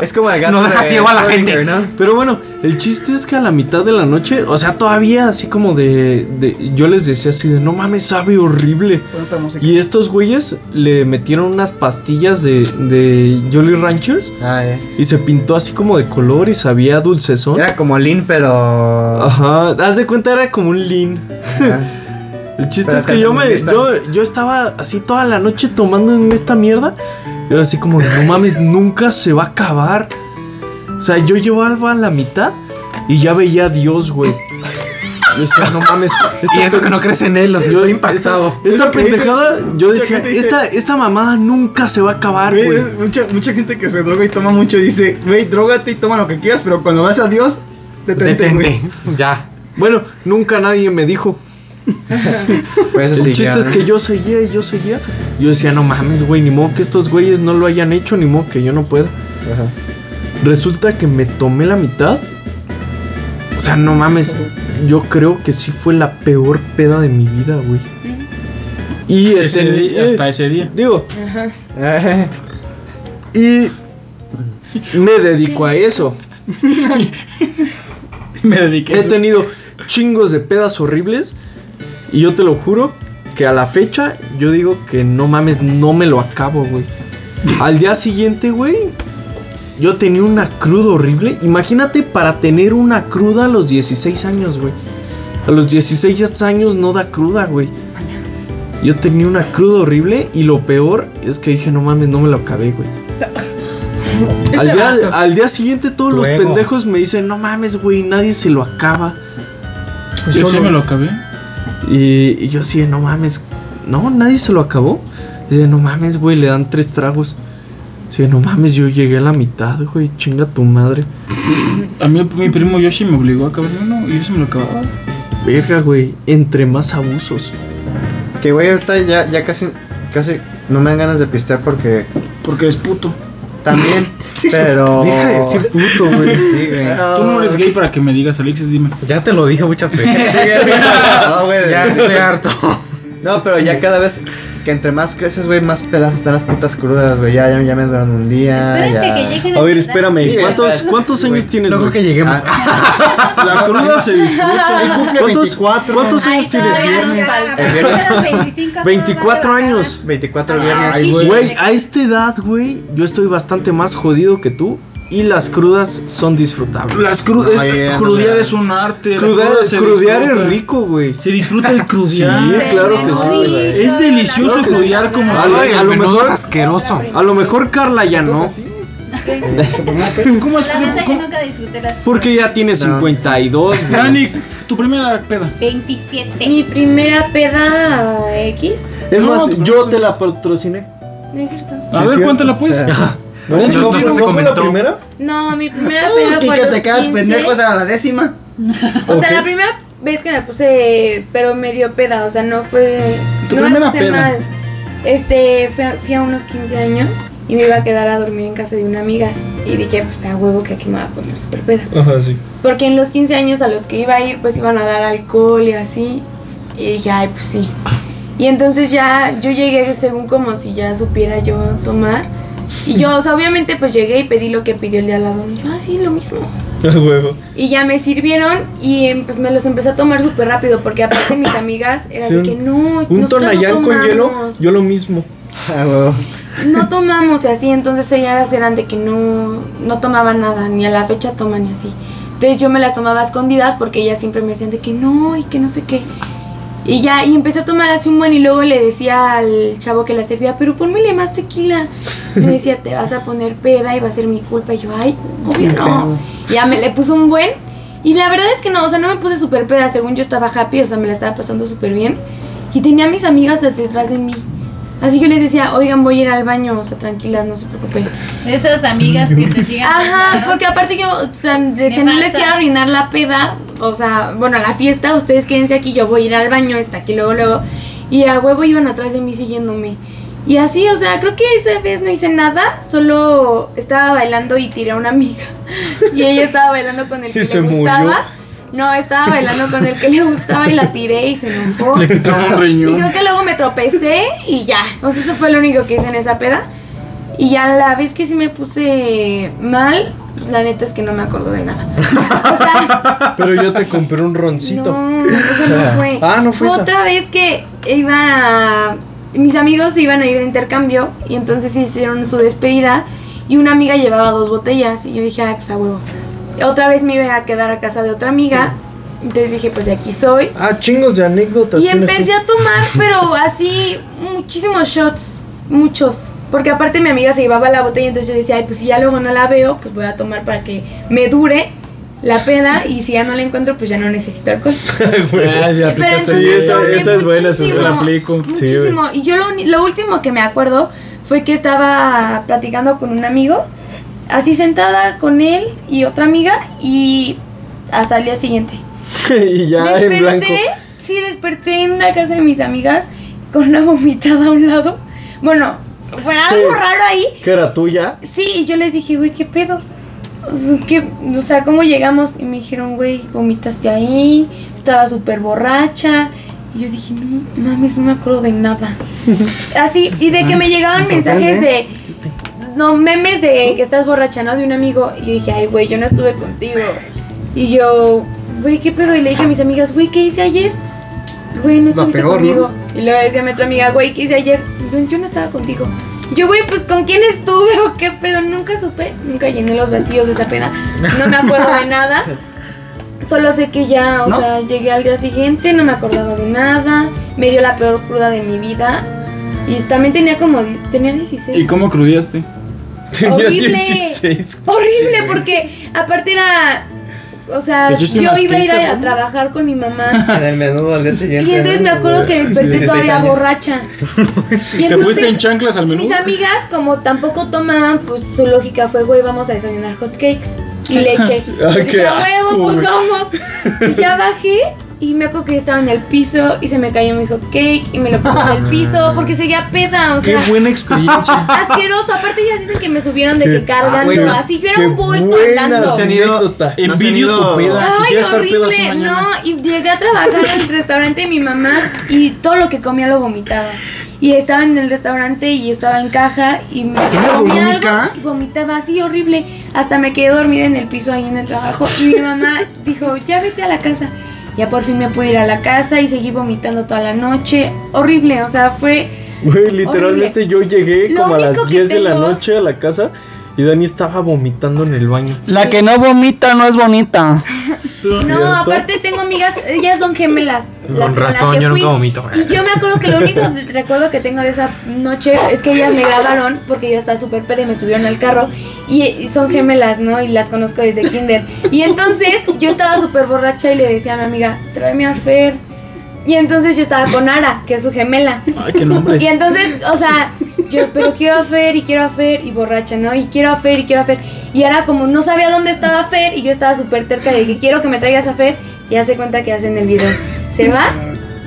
Speaker 9: Es como el gato.
Speaker 1: No deja
Speaker 9: de
Speaker 1: ciego a la gente.
Speaker 9: Schrödinger, ¿no?
Speaker 5: Pero bueno, el chiste es que a la mitad de la noche, o sea, todavía así como de, de- yo les decía así de, no mames, sabe horrible.
Speaker 1: Pon otra música.
Speaker 5: Y estos güeyes le metieron unas pastillas de, de Jolly Ranchers
Speaker 9: Ah, ya.
Speaker 5: y se pintó así como de color y sabía a dulcezón.
Speaker 9: Era como Lin, pero.
Speaker 5: Ajá, haz de cuenta era como un lean.
Speaker 1: Ah.
Speaker 9: Ajá.
Speaker 5: El chiste
Speaker 9: Pero
Speaker 5: es que yo me
Speaker 9: tercermundista.
Speaker 5: yo, yo estaba así toda la noche tomando en esta mierda. Y así como, no mames, nunca se va a acabar. O sea, yo llevaba la mitad y ya veía a Dios, güey. Yo decía, no mames. esta
Speaker 1: Y eso
Speaker 5: pe-
Speaker 1: que no crees en él, los
Speaker 5: yo-
Speaker 1: estoy impactado.
Speaker 5: Esta, esta
Speaker 1: Es lo que dice-
Speaker 5: pendejada, yo
Speaker 1: mucha
Speaker 5: decía,
Speaker 1: gente dice-
Speaker 5: esta, esta mamada nunca se va a acabar,
Speaker 1: Güey,
Speaker 5: güey.
Speaker 1: es mucha, mucha gente que se droga y toma mucho dice, güey, drogate y toma lo que quieras, pero cuando vas a Dios, detente, güey.
Speaker 4: Ya.
Speaker 5: Bueno, nunca nadie me dijo.
Speaker 9: Por eso
Speaker 5: El
Speaker 9: sí,
Speaker 5: chiste
Speaker 9: ya,
Speaker 5: es
Speaker 9: ¿no?
Speaker 5: que yo seguía y yo seguía. Yo decía, no mames, güey, ni modo que estos güeyes no lo hayan hecho, ni modo que yo no pueda. Resulta que me tomé la mitad. O sea, no mames, yo creo que sí fue la peor peda de mi vida, güey. Y he
Speaker 2: Ese
Speaker 5: teni-
Speaker 2: día-
Speaker 5: eh,
Speaker 2: hasta ese día.
Speaker 5: Digo, y me dedico a eso.
Speaker 2: Me dediqué.
Speaker 5: He tenido chingos de pedas horribles. Y yo te lo juro que a la fecha yo digo que no mames, no me lo acabo, güey. Al día siguiente, güey, yo tenía una cruda horrible. Imagínate para tener una cruda a los 16 años, güey. A los 16 años no da cruda, güey. Yo tenía una cruda horrible y lo peor es que dije, no mames, no me lo acabé, güey.
Speaker 9: Este
Speaker 5: Al día, al día siguiente todos los
Speaker 4: Luego.
Speaker 5: pendejos me dicen, no mames, güey, nadie se lo acaba.
Speaker 2: Yo sí
Speaker 5: no-
Speaker 2: me lo acabé.
Speaker 5: y, y yo así de, no mames, no, nadie se lo acabó. Dice, no mames, güey, le dan tres tragos. Dice, no mames, yo llegué a la mitad, güey, chinga tu madre.
Speaker 2: A mí mi primo Yoshi me obligó a acabar uno y yo sí me lo acababa.
Speaker 5: Verga, güey, entre más abusos.
Speaker 9: Que güey, ahorita ya, ya casi, casi no me dan ganas de pistear porque
Speaker 2: Porque eres puto.
Speaker 9: también, pero.
Speaker 5: Deja de decir puto, güey.
Speaker 9: Sí, güey.
Speaker 2: Tú no eres gay para que me digas, Alexis, dime.
Speaker 4: Ya te lo dije muchas veces.
Speaker 9: No, güey, de-
Speaker 4: ya estoy harto.
Speaker 9: No, pero ya cada vez que entre más creces, güey, más pelas están las putas crudas, güey. Ya, ya, ya me duran un día.
Speaker 7: Espérense
Speaker 9: ya.
Speaker 7: que lleguen
Speaker 5: A ver,
Speaker 7: las-
Speaker 5: espérame,
Speaker 9: Sí,
Speaker 5: ¿cuántos,
Speaker 9: güey.
Speaker 5: cuántos años tienes,
Speaker 4: No creo que
Speaker 5: güey? Ah,
Speaker 4: lleguemos.
Speaker 2: La cruda se disfruta.
Speaker 5: ¿Cuántos, ¿Cuántos
Speaker 7: Ay,
Speaker 5: años tienes?
Speaker 7: todavía nos
Speaker 9: El
Speaker 7: falta.
Speaker 9: viernes.
Speaker 7: Los 25
Speaker 5: 24
Speaker 7: todavía nos
Speaker 5: años.
Speaker 9: 24 viernes.
Speaker 5: Güey, a esta edad, güey, yo estoy bastante más jodido que tú y las crudas son disfrutables.
Speaker 2: Las crudas.
Speaker 9: No, ya, ya,
Speaker 2: crudear
Speaker 9: no.
Speaker 2: es un arte. la
Speaker 5: Crudar,
Speaker 2: cruda se
Speaker 5: crudear
Speaker 2: disfruta.
Speaker 5: es rico, güey.
Speaker 2: Se disfruta el crudear.
Speaker 5: Sí, claro que sí,
Speaker 7: falta.
Speaker 5: güey.
Speaker 2: Es delicioso
Speaker 5: Claro que sí.
Speaker 2: crudear como
Speaker 5: A lo-
Speaker 2: se
Speaker 5: Ay, a
Speaker 4: el
Speaker 5: lo
Speaker 4: menudo
Speaker 5: mejor-
Speaker 4: es asqueroso.
Speaker 5: A lo mejor Carla ya no,
Speaker 2: ¿Cómo es?
Speaker 7: La neta yo
Speaker 2: ¿Cómo?
Speaker 7: nunca disfruté las
Speaker 5: porque ya tiene 52, güey.
Speaker 2: Dani, tu primera peda.
Speaker 7: 27.
Speaker 6: Mi primera peda X.
Speaker 5: Es
Speaker 2: No,
Speaker 5: más,
Speaker 2: pero-
Speaker 5: yo te la patrociné.
Speaker 6: No es cierto.
Speaker 2: A ver, cuéntala pues.
Speaker 4: De hecho,
Speaker 5: ¿No
Speaker 4: hasta
Speaker 5: fue-
Speaker 4: te
Speaker 5: no fue la
Speaker 4: comentó.
Speaker 5: primera?
Speaker 6: No, mi primera peda fue. a
Speaker 1: que
Speaker 6: los
Speaker 1: te quedas
Speaker 6: 15.
Speaker 1: pendejo a la décima.
Speaker 6: O sea, la primera vez que me puse, pero me dio peda, o sea, no fue.
Speaker 2: Tu
Speaker 6: no
Speaker 2: primera
Speaker 6: me puse
Speaker 2: peda.
Speaker 6: mal. Este, fui, a- fui a unos 15 años y me iba a quedar a dormir en casa de una amiga. Y dije, pues a huevo que aquí me va a poner súper peda.
Speaker 5: Ajá, sí.
Speaker 6: Porque en los 15 años a los que iba a ir, pues iban a dar alcohol y así. Y dije, ay, pues sí. Y entonces ya yo llegué según como si ya supiera yo tomar. Y yo, o sea, obviamente pues llegué y pedí lo que pidió el de al lado. Y yo, ah, sí, lo mismo.
Speaker 5: huevo.
Speaker 6: Y ya me sirvieron y em, pues, me los empecé a tomar súper rápido porque aparte mis amigas era
Speaker 5: Sí,
Speaker 6: de
Speaker 5: un-
Speaker 6: que no,
Speaker 5: Un
Speaker 6: nosotras
Speaker 5: tonallán
Speaker 6: no
Speaker 5: con hielo,
Speaker 6: tomamos,
Speaker 5: yo lo mismo.
Speaker 9: Ah, güey.
Speaker 6: No tomamos y así, entonces ellas eran de que no, no tomaban nada, ni a la fecha toman ni así. Entonces yo me las tomaba a escondidas porque ellas siempre me decían de que no y que no sé qué. Y ya, y empecé a tomar así un buen y luego le decía al chavo que la servía, pero ponmele más tequila. Y me decía, te vas a poner peda y va a ser mi culpa. Y yo, ay, obvio no. Ya me le puso un buen. Y la verdad es que no, o sea, no me puse súper peda. Según yo estaba happy, o sea, me la estaba pasando súper bien. Y tenía a mis amigas de- detrás de mí. Así yo les decía, oigan, voy a ir al baño, o sea, tranquilas, no se preocupen.
Speaker 7: Esas amigas que te sigan.
Speaker 6: Ajá, porque aparte yo, o sea, decía, no les
Speaker 7: pasas.
Speaker 6: quiero arruinar la peda, o sea, bueno, la fiesta, ustedes quédense aquí, yo voy a ir al baño, está aquí luego, luego. Y a huevo iban atrás de mí siguiéndome. Y así, o sea, creo que esa vez no hice nada, solo estaba bailando y tiré a una amiga. Y ella estaba bailando con el que
Speaker 11: Y
Speaker 6: le
Speaker 11: se murió.
Speaker 6: gustaba. No, estaba bailando con el que le gustaba y la tiré y se enojó.
Speaker 2: Le quitaron un
Speaker 6: Y
Speaker 2: riñón.
Speaker 6: creo que luego me tropecé y ya. O sea, eso fue lo único que hice en esa peda. Y ya la vez que sí me puse mal, pues, la neta es que no me acuerdo de nada. O sea,
Speaker 11: Pero yo te compré un roncito.
Speaker 6: no, eso no fue.
Speaker 11: Ah, no fue esa.
Speaker 6: Otra vez que iba a- Mis amigos se iban a ir de intercambio y entonces hicieron su despedida y una amiga llevaba dos botellas y yo dije, ay, pues a huevo. Otra vez me iba a quedar a casa de otra amiga, entonces dije, pues de aquí soy.
Speaker 11: Ah, chingos de anécdotas.
Speaker 6: Y
Speaker 11: tienes
Speaker 6: empecé
Speaker 11: tú.
Speaker 6: a tomar, pero así, muchísimos shots, muchos. Porque aparte mi amiga se llevaba la botella, entonces yo decía, ay, pues si ya luego no la veo, pues voy a tomar para que me dure la peda y si ya no la encuentro, pues ya no necesito
Speaker 2: Ah,
Speaker 6: alcohol.
Speaker 2: sí,
Speaker 6: Pero
Speaker 2: aplicaste
Speaker 6: entonces
Speaker 2: bien.
Speaker 6: tomé
Speaker 2: Esa es buena, se
Speaker 6: muchísimo,
Speaker 2: la aplico.
Speaker 6: Muchísimo. y yo lo, uni- lo último que me acuerdo fue que estaba platicando con un amigo, así sentada con él y otra amiga, y hasta el día siguiente.
Speaker 11: y ya en blanco.
Speaker 6: Desperté, sí, desperté en la casa de mis amigas con una vomitada a un lado. Bueno, fue algo
Speaker 11: Sí.
Speaker 6: raro ahí.
Speaker 11: Que era tuya.
Speaker 6: Sí, y yo les dije, güey, ¿qué pedo? O sea, ¿qué- o sea, ¿cómo llegamos? Y me dijeron, güey, vomitaste ahí, estaba súper borracha. Y yo dije, no mames, no me acuerdo de nada. Así, y de que me llegaban mensajes de. No, memes de que estás borracha, ¿no? De un amigo. Y yo dije, ay, güey, yo no estuve contigo. Y yo, güey, ¿qué pedo? Y le dije a mis amigas, güey, ¿qué hice ayer? Güey, no
Speaker 1: Es lo
Speaker 6: estuviste
Speaker 1: peor, ¿no?
Speaker 6: conmigo. Y luego decía a mi otra amiga, güey, ¿qué hice ayer? Yo, yo no estaba contigo. Y Yo, güey, pues con quién estuve o qué pedo, nunca supe, nunca llené los vacíos de esa pena, no me acuerdo de nada. Solo sé que ya, o
Speaker 1: ¿No?
Speaker 6: sea, llegué al día siguiente, no me acordaba de nada, me dio la peor cruda de mi vida. Y también tenía como, di- tenía 16.
Speaker 2: ¿Y cómo crudeaste?
Speaker 11: Tenía
Speaker 6: Horrible.
Speaker 11: 16.
Speaker 6: Horrible, porque aparte era, o sea,
Speaker 2: Te echaste
Speaker 6: yo
Speaker 2: unas
Speaker 6: iba a ir a,
Speaker 2: quecas,
Speaker 6: a
Speaker 2: ¿no?
Speaker 6: trabajar con mi mamá.
Speaker 9: En el menudo al día siguiente.
Speaker 6: Y entonces me
Speaker 9: ¿no?
Speaker 6: acuerdo que desperté
Speaker 9: 16
Speaker 6: todavía
Speaker 9: años.
Speaker 6: borracha. Y
Speaker 2: ¿Te fuiste en
Speaker 6: entonces
Speaker 2: chanclas al menú?
Speaker 6: mis amigas, como tampoco tomaban, pues su lógica fue, güey, vamos a desayunar hotcakes y leche.
Speaker 11: Ah, qué
Speaker 6: Y dije, "A huevo,
Speaker 11: asco,
Speaker 6: pues
Speaker 11: güey".
Speaker 6: vamos. Y ya bajé y me acuerdo que yo estaba en el piso y se me cayó mi hotcake y me lo puse en el piso porque seguía peda, o
Speaker 2: Qué
Speaker 6: sea.
Speaker 2: buena experiencia.
Speaker 6: Asqueroso, aparte ya dicen que me subieron de que
Speaker 1: Ah,
Speaker 6: cargan,
Speaker 1: güey,
Speaker 6: no,
Speaker 1: pues,
Speaker 6: así yo
Speaker 11: qué
Speaker 6: era un bulto
Speaker 11: buena,
Speaker 6: andando.
Speaker 11: o sea, Anécdota.
Speaker 1: no se han
Speaker 2: Envidio
Speaker 1: ido-
Speaker 2: tu peda.
Speaker 6: Ay,
Speaker 2: Quisiera estar pedo así
Speaker 6: horrible, no,
Speaker 2: mañana.
Speaker 6: y llegué a trabajar en el restaurante de mi mamá y todo lo que comía lo vomitaba. Y estaba en el restaurante y estaba en caja y me
Speaker 1: ¿Era
Speaker 6: comía
Speaker 1: bulímica?
Speaker 6: algo y vomitaba así horrible. Hasta me quedé dormida en el piso ahí en el trabajo y mi mamá dijo, ya vete a la casa. Ya por fin me pude ir a la casa y seguí vomitando toda la noche. Horrible, o sea, fue...
Speaker 11: Güey, literalmente yo llegué
Speaker 6: Lo
Speaker 11: como a las
Speaker 6: único que
Speaker 11: 10 de la
Speaker 6: tengo-
Speaker 11: noche a la casa y Dani estaba vomitando en el baño.
Speaker 1: La que no vomita no es bonita.
Speaker 11: ¿Cierto?
Speaker 6: No, aparte tengo amigas, ellas son gemelas. las-
Speaker 4: Con
Speaker 6: las
Speaker 4: razón,
Speaker 6: que
Speaker 4: yo nunca
Speaker 6: fui.
Speaker 4: vomito.
Speaker 6: Y yo me acuerdo que lo único de- recuerdo que tengo de esa noche es que ellas me grabaron porque yo estaba súper peda y me subieron al carro. Y, y son gemelas, ¿no? Y las conozco desde kinder. Y entonces yo estaba súper borracha y le decía a mi amiga, tráeme a Fer. Y entonces yo estaba con Ara, que es su gemela.
Speaker 2: Ay, qué nombre.
Speaker 6: Y entonces, o sea, yo, pero quiero a Fer y quiero a Fer y borracha, ¿no? Y quiero a Fer y quiero a Fer. Y ahora como no sabía dónde estaba Fer y yo estaba súper terca de que quiero que me traigas a Fer, y hace cuenta que hacen el video. Se va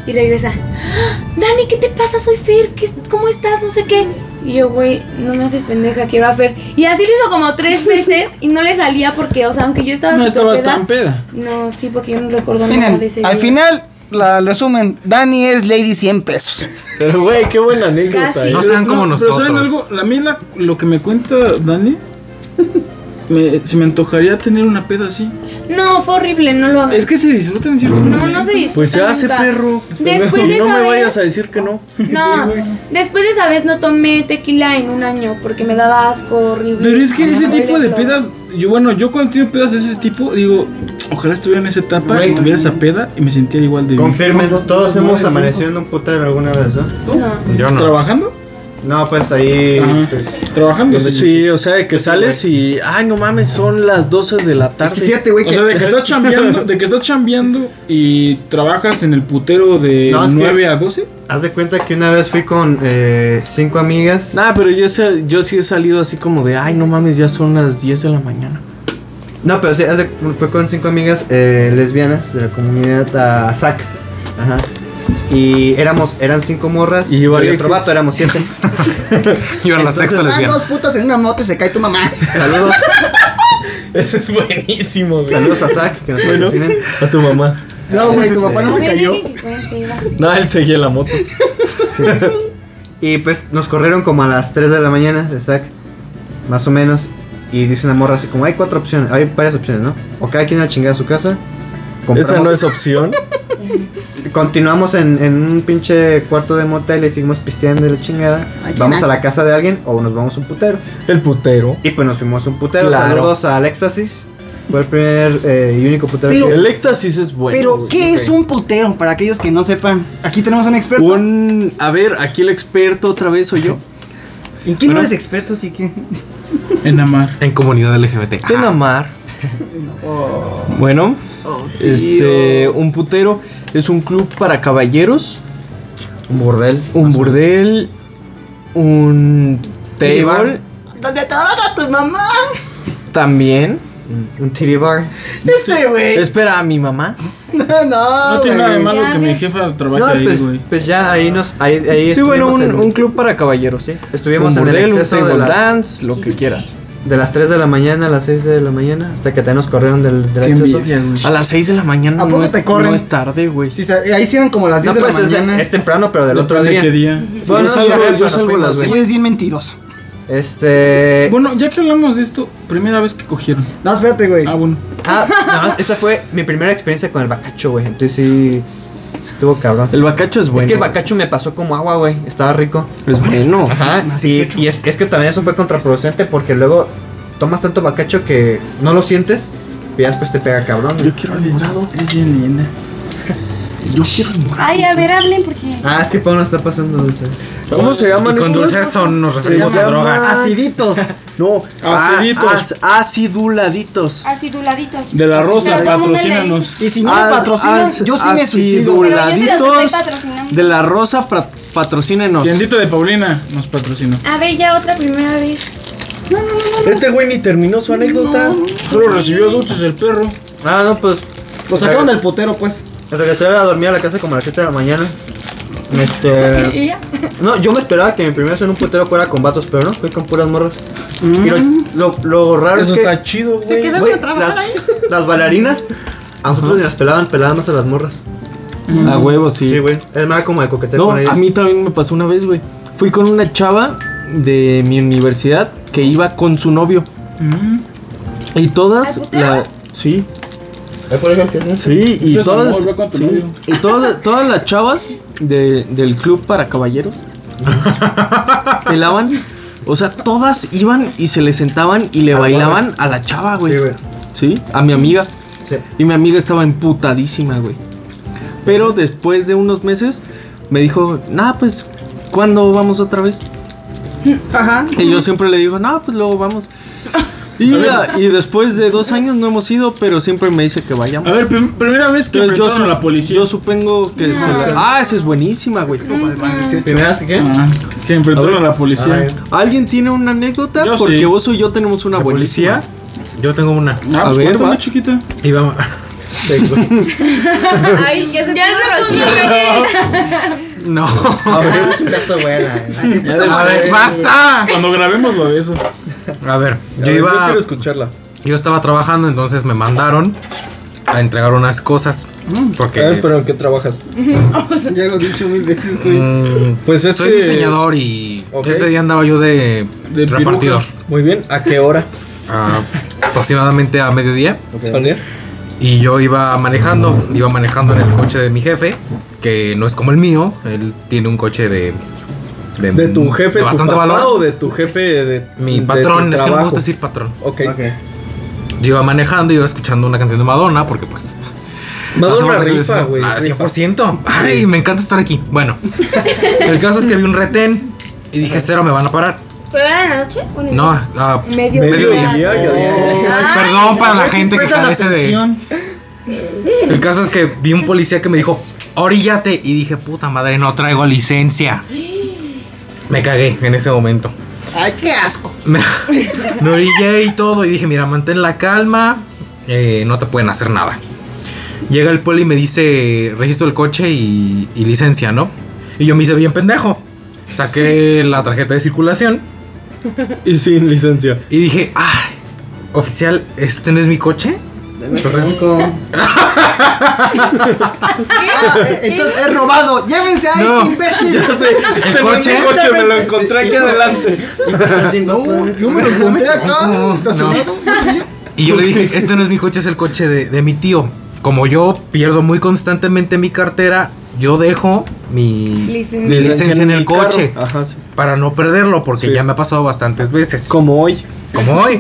Speaker 6: y regresa. ¡Ah! Dani, ¿qué te pasa? Soy Fer, ¿qué es- ¿cómo estás? No sé qué. Y yo, güey, no me haces pendeja, quiero a Fer. Y así lo hizo como tres veces y no le salía porque, o sea, aunque yo estaba
Speaker 2: No
Speaker 6: súper
Speaker 2: estabas
Speaker 6: peda-
Speaker 2: tan peda.
Speaker 6: No, sí, porque yo no recuerdo nada de ese
Speaker 1: Miren, al
Speaker 6: día.
Speaker 1: final, la resumen, Dani es Lady 100 pesos.
Speaker 11: Pero, güey, qué buena anécdota.
Speaker 6: Casi.
Speaker 11: ¿eh?
Speaker 4: No sean como nosotros.
Speaker 2: Pero ¿saben algo? A mí la- lo que me cuenta Dani, me- se me antojaría tener una peda así.
Speaker 6: No, fue horrible, no lo hagas.
Speaker 2: Es que se disfrutan, ¿cierto?
Speaker 6: No, no se disfruta
Speaker 11: Pues se hace,
Speaker 6: nunca.
Speaker 11: perro.
Speaker 6: Después de
Speaker 11: no
Speaker 6: esa
Speaker 11: me
Speaker 6: vez-
Speaker 11: vayas a decir que no.
Speaker 6: No, después de esa vez no tomé tequila en un año porque me daba asco horrible.
Speaker 2: Pero es que ese
Speaker 6: Horrible,
Speaker 2: tipo de
Speaker 6: pero-
Speaker 2: pedas, yo bueno, yo cuando tengo pedas de ese tipo, digo, ojalá estuviera en esa etapa
Speaker 9: Güey.
Speaker 2: y tuviera esa peda y me sentía igual de bien.
Speaker 9: Confirmen, todos hemos amanecido en un putero alguna vez, ¿no?
Speaker 6: No.
Speaker 4: Yo no.
Speaker 2: ¿Trabajando?
Speaker 9: No, pues ahí.
Speaker 2: Ajá.
Speaker 9: Pues,
Speaker 2: Trabajando.
Speaker 11: Sí, o sea, que sales y. Ay, no mames, son las 12 de la
Speaker 1: Es
Speaker 11: tarde.
Speaker 1: que fíjate, güey,
Speaker 2: O
Speaker 1: que
Speaker 2: sea, de que estás chambeando, de que estás chambeando y trabajas en el putero de
Speaker 9: No, es que-
Speaker 2: 9 a 12.
Speaker 9: haz de cuenta que una vez fui con eh, cinco amigas.
Speaker 11: Nah, pero yo, sé- yo sí he salido así como de. Ay, no mames, ya son las 10 de la mañana.
Speaker 9: No, pero sí, haz de- fue con cinco amigas eh, lesbianas de la comunidad a SAC. Ajá. Y éramos, eran cinco morras.
Speaker 5: Y yo,
Speaker 9: otro
Speaker 5: Alexis.
Speaker 9: vato, éramos siete.
Speaker 5: Iban las sexta
Speaker 1: Ah,
Speaker 5: lesbiana.
Speaker 1: dos putas en una moto y se cae tu mamá.
Speaker 9: Saludos,
Speaker 5: Eso es buenísimo, güey.
Speaker 9: saludos a Zach, que nos
Speaker 5: Bueno,
Speaker 9: patrocinen.
Speaker 5: a tu mamá.
Speaker 1: No, güey, tu papá no se
Speaker 6: Oye,
Speaker 1: cayó.
Speaker 6: dije que cuente, ibas.
Speaker 5: No, él seguía en la moto.
Speaker 9: Y pues nos corrieron como a las 3 de la mañana de SAC, más o menos. Y dice una morra así como, hay cuatro opciones, hay varias opciones, ¿no? O cada quien al chingada a su casa.
Speaker 5: Esa no
Speaker 9: compramos-
Speaker 5: es opción.
Speaker 9: Continuamos en, en un pinche cuarto de motel y seguimos pisteando de la chingada.
Speaker 1: Ay,
Speaker 9: vamos
Speaker 1: qué
Speaker 9: a la casa de alguien o nos vamos a un putero.
Speaker 5: El putero.
Speaker 9: Y pues nos fuimos a un putero.
Speaker 5: Claro.
Speaker 9: Saludos al Éxtasis. Fue el primer eh, y único putero
Speaker 1: Pero-
Speaker 9: que...
Speaker 5: El éxtasis es bueno.
Speaker 1: Pero,
Speaker 5: güey.
Speaker 1: ¿qué es un putero? Para aquellos que no sepan, aquí tenemos a un experto.
Speaker 5: Un. A ver, aquí el experto otra vez soy yo.
Speaker 1: ¿En quién
Speaker 5: Bueno.
Speaker 1: no eres experto, Kike?
Speaker 2: En amar.
Speaker 4: En comunidad LGBT.
Speaker 5: Ten amar. Bueno, este. Un putero es un club para caballeros.
Speaker 9: Un bordel.
Speaker 5: Un burdel. Un. Table.
Speaker 9: Minibar.
Speaker 1: ¿Dónde trabaja tu mamá?
Speaker 5: También.
Speaker 9: Un titty bar.
Speaker 1: Este, güey.
Speaker 5: Espera, a mi mamá.
Speaker 1: No,
Speaker 2: No
Speaker 1: no.
Speaker 2: tiene nada de
Speaker 1: güey.
Speaker 2: malo que mi jefa trabaje
Speaker 9: Ah, No,
Speaker 2: ahí,
Speaker 9: pues,
Speaker 2: güey.
Speaker 9: pues ya ahí nos... Ahí, ahí
Speaker 5: Sí, bueno,
Speaker 9: estuvimos
Speaker 5: un,
Speaker 9: en-
Speaker 5: un club para caballeros.
Speaker 9: Sí, estuvimos
Speaker 5: un
Speaker 9: en
Speaker 5: burdel,
Speaker 9: el
Speaker 5: un
Speaker 9: exceso de
Speaker 5: table
Speaker 9: las,
Speaker 5: dance, lo que quieras.
Speaker 9: de las 3 de la mañana a las 6 de la mañana hasta que te nos corrieron del, del
Speaker 2: Qué
Speaker 9: exceso.
Speaker 2: envidia, güey.
Speaker 5: A las 6 de la mañana
Speaker 1: ¿A poco
Speaker 5: no, es,
Speaker 1: te corren?
Speaker 5: no es tarde, güey.
Speaker 1: Sí, se- ahí sí eran como las
Speaker 9: No,
Speaker 1: 10
Speaker 9: pues
Speaker 1: de
Speaker 9: es,
Speaker 1: la mañana.
Speaker 9: es temprano, pero del otro
Speaker 2: Depende
Speaker 9: día.
Speaker 2: qué día.
Speaker 9: Bueno,
Speaker 5: Yo salgo-
Speaker 9: ya,
Speaker 5: yo
Speaker 9: nos
Speaker 5: salgo
Speaker 9: fuimos,
Speaker 5: las
Speaker 1: Este
Speaker 9: güey.
Speaker 1: güey es bien mentiroso.
Speaker 9: Este.
Speaker 2: Bueno, ya que hablamos de esto, primera vez que cogieron.
Speaker 1: No, espérate, güey.
Speaker 2: Ah, bueno.
Speaker 9: Ah, nada más, esa fue mi primera experiencia con el bacacho, güey. Entonces sí. Estuvo cabrón.
Speaker 5: El bacacho es bueno.
Speaker 9: Es que el bacacho me pasó como agua, güey. Estaba rico.
Speaker 5: es bueno.
Speaker 9: Ajá. Sí, y es, es que también eso fue contraproducente porque luego tomas tanto bacacho que no lo sientes y ya
Speaker 5: este
Speaker 9: después te pega cabrón. güey.
Speaker 2: Yo quiero el morado. Es bien linda. Yo quiero el morado.
Speaker 6: Ay, a ver, hablen porque.
Speaker 9: Ah, es que Pablo está pasando dulces.
Speaker 5: ¿Cómo se llaman
Speaker 4: Y con
Speaker 5: estos?
Speaker 4: dulces son, nos
Speaker 5: Se
Speaker 4: referimos a
Speaker 5: llama-
Speaker 4: drogas. Ah,
Speaker 1: Aciditos.
Speaker 5: No, ah,
Speaker 2: Aciditos.
Speaker 5: aciduladitos. aciduladitos.
Speaker 6: Aciduladitos.
Speaker 2: De la
Speaker 6: Así,
Speaker 2: rosa,
Speaker 6: pero todo el mundo le dice-
Speaker 2: patrocínanos.
Speaker 1: Y si no me
Speaker 5: As-
Speaker 1: patrocinan,
Speaker 5: as-
Speaker 1: yo sí me suicido.
Speaker 6: Pero yo sí los estoy
Speaker 5: aciduladitos
Speaker 6: patrocinando.
Speaker 5: De la rosa, pra- patrocínenos.
Speaker 2: Tiendita de Paulina nos patrocinó.
Speaker 6: A ver, ya otra primera vez.
Speaker 5: Este güey ni terminó su anécdota.
Speaker 2: Solo recibió dulces el perro.
Speaker 9: Ah, no, pues.
Speaker 1: Lo sacaron del putero, pues.
Speaker 9: Regresé a dormir a la casa como a las 7 de la mañana. Este.
Speaker 6: ¿Y ya?
Speaker 9: No, yo me esperaba que mi primer vez en un putero fuera con vatos, pero no, fui con puras morras. Y lo,
Speaker 1: Mm.
Speaker 9: lo- lo raro
Speaker 5: Eso
Speaker 9: es que.
Speaker 5: está chido, güey.
Speaker 9: güey, las, las bailarinas a nosotros ni las pelaban, pelábamos a las morras.
Speaker 5: A huevo, sí.
Speaker 9: Sí, güey. Es más como de coqueteo
Speaker 5: No,
Speaker 9: con ellas.
Speaker 5: a mí también me pasó una vez, güey. Fui con una chava de mi universidad que iba con su novio. Y todas la sí,
Speaker 9: Eh, por ejemplo, ¿no?
Speaker 5: sí, y
Speaker 2: Eso,
Speaker 5: todas
Speaker 2: amor, ve con tu
Speaker 5: sí,
Speaker 2: novio.
Speaker 5: y todas todas las chavas de- del club para caballeros pelaban, o sea, todas iban y se le sentaban y le
Speaker 9: la
Speaker 5: bailaban a la chava, güey.
Speaker 9: Sí, güey.
Speaker 5: Sí, a mi amiga.
Speaker 9: Sí.
Speaker 5: Y mi amiga estaba emputadísima, güey. Pero después de unos meses me dijo, nah, pues, ¿cuándo vamos otra vez?
Speaker 1: Ajá.
Speaker 5: Y yo siempre le digo, nah, pues luego vamos. Y, la- y después de dos años no hemos ido, pero siempre me dice que
Speaker 2: A
Speaker 5: vayamos.
Speaker 2: ver, prim- primera vez que
Speaker 5: Entonces,
Speaker 2: enfrentaron
Speaker 5: su-
Speaker 2: a Ah, la policía.
Speaker 5: yo supongo que se la- Ah, esa es buenísima, güey.
Speaker 9: ¿Primeras que qué?
Speaker 2: Ah, que enfrentaron a, la policía.
Speaker 5: ¿Alguien tiene una anécdota?
Speaker 2: Yo
Speaker 5: Porque
Speaker 2: sí.
Speaker 5: vos y yo tenemos una buenísima.
Speaker 4: Yo tengo una.
Speaker 2: Ah,
Speaker 5: A
Speaker 2: pues
Speaker 5: ver,
Speaker 2: cuéntame,
Speaker 5: va.
Speaker 2: chiquita.
Speaker 4: Iba,
Speaker 3: Ay, ya se
Speaker 4: no.
Speaker 1: Ah,
Speaker 9: Es un beso buena. eh.
Speaker 4: A ver, basta.
Speaker 2: Cuando grabemos lo de eso.
Speaker 4: A ver, yo iba.
Speaker 5: escucharla.
Speaker 4: Yo estaba trabajando, entonces me mandaron a entregar unas cosas.
Speaker 5: Mm,
Speaker 4: Porque.
Speaker 5: ¿en qué trabajas?
Speaker 1: Ya lo he dicho mil veces, güey.
Speaker 4: mm,
Speaker 5: Pues es
Speaker 4: soy
Speaker 5: que-
Speaker 4: diseñador y
Speaker 5: Ok.
Speaker 4: ese día andaba yo de,
Speaker 2: De
Speaker 4: repartidor.
Speaker 5: Muy bien, ¿a qué hora?
Speaker 4: Ah, aproximadamente a mediodía.
Speaker 5: ¿Soler?
Speaker 4: Y yo iba manejando, iba manejando en el coche de mi jefe, que no es como el mío, él tiene un coche de... mm,
Speaker 5: De tu jefe,
Speaker 4: de bastante
Speaker 5: tu papá,
Speaker 4: valor.
Speaker 5: o de tu jefe de
Speaker 4: Mi
Speaker 5: de
Speaker 4: patrón,
Speaker 5: tu
Speaker 4: es que no me
Speaker 5: trabajo?
Speaker 4: gusta decir patrón.
Speaker 5: Ok.
Speaker 9: Ok.
Speaker 4: Yo iba manejando, iba escuchando una canción de Madonna, porque pues...
Speaker 5: Madonna
Speaker 4: las horas de
Speaker 5: rifa, güey.
Speaker 4: Ah,
Speaker 5: rifa.
Speaker 4: 100%. Ay, me encanta estar aquí. Bueno, el caso es que vi un retén y dije, cero, me van a parar.
Speaker 6: ¿Pero era en la noche? ¿O en el
Speaker 4: No,
Speaker 6: día?
Speaker 4: ah,
Speaker 6: Medio
Speaker 4: mediodía.
Speaker 5: Ya, ya, ya.
Speaker 6: Ah,
Speaker 4: Perdón para la gente que
Speaker 1: Prestas
Speaker 4: carece de...
Speaker 1: atención.
Speaker 4: El caso es que vi un policía que me dijo, oríllate. Y dije, puta madre, no traigo licencia. Me cagué en ese momento.
Speaker 1: Ay, qué asco.
Speaker 4: Me, me orillé y todo. Y dije, mira, mantén la calma. eh, no te pueden hacer nada. Llega el poli y me dice registro del coche y, y licencia, ¿no? Y yo me hice bien pendejo. Saqué la tarjeta de circulación
Speaker 5: Y sin licencia.
Speaker 4: y dije, ay, oficial, ¿este no es mi coche?
Speaker 9: Dame franco.
Speaker 1: Entonces es robado. Llévense a
Speaker 4: No,
Speaker 1: este imbécil.
Speaker 5: Ya sé,
Speaker 4: ¿El
Speaker 5: este no es mi
Speaker 4: coche?
Speaker 5: coche, me lo encontré aquí adelante.
Speaker 1: No, yo me lo encontré acá.
Speaker 4: No.
Speaker 1: Estacionado.
Speaker 4: Y yo le dije, este no es mi coche, es el coche de, de mi tío. Como yo pierdo muy constantemente mi cartera, yo dejo mi
Speaker 6: Licencia.
Speaker 4: mi licencia en
Speaker 5: mi
Speaker 4: el
Speaker 5: carro.
Speaker 4: coche
Speaker 5: Ajá, sí.
Speaker 4: para no perderlo, porque ya me ha pasado bastantes veces.
Speaker 5: Como hoy.
Speaker 4: Como hoy.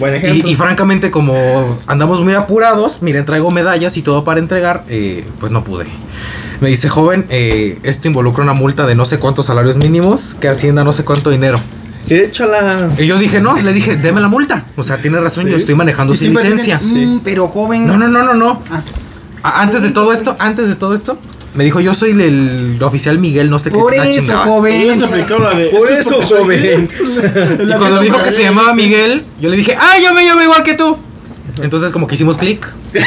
Speaker 9: Buen ejemplo.
Speaker 4: Y, y francamente, como andamos muy apurados, miren, traigo medallas y todo para entregar, eh, pues no pude. Me dice, joven, eh, esto involucra una multa de no sé cuántos salarios mínimos, que Hacienda no sé cuánto dinero.
Speaker 5: Échala.
Speaker 4: Y yo dije, no, le dije, deme la multa. O sea, tiene razón, yo estoy manejando
Speaker 1: Y
Speaker 4: sin
Speaker 1: siempre
Speaker 4: licencia.
Speaker 1: dicen, "Mm, Pero joven.
Speaker 4: No, no, no, no, no.
Speaker 1: Ah.
Speaker 4: A- Antes de todo esto, antes de todo esto, me dijo, yo soy el, el oficial Miguel, no sé qué
Speaker 1: Por
Speaker 4: la
Speaker 1: eso,
Speaker 4: chingada".
Speaker 2: Ella se
Speaker 1: joven.
Speaker 2: aplicó la de.
Speaker 5: Por
Speaker 2: "Esto
Speaker 5: eso,
Speaker 2: es porque soy
Speaker 5: joven.
Speaker 4: Y cuando me dijo que se llamaba Miguel, yo le dije, ah, yo me llamo igual que tú. Entonces como que hicimos clic,
Speaker 2: gay".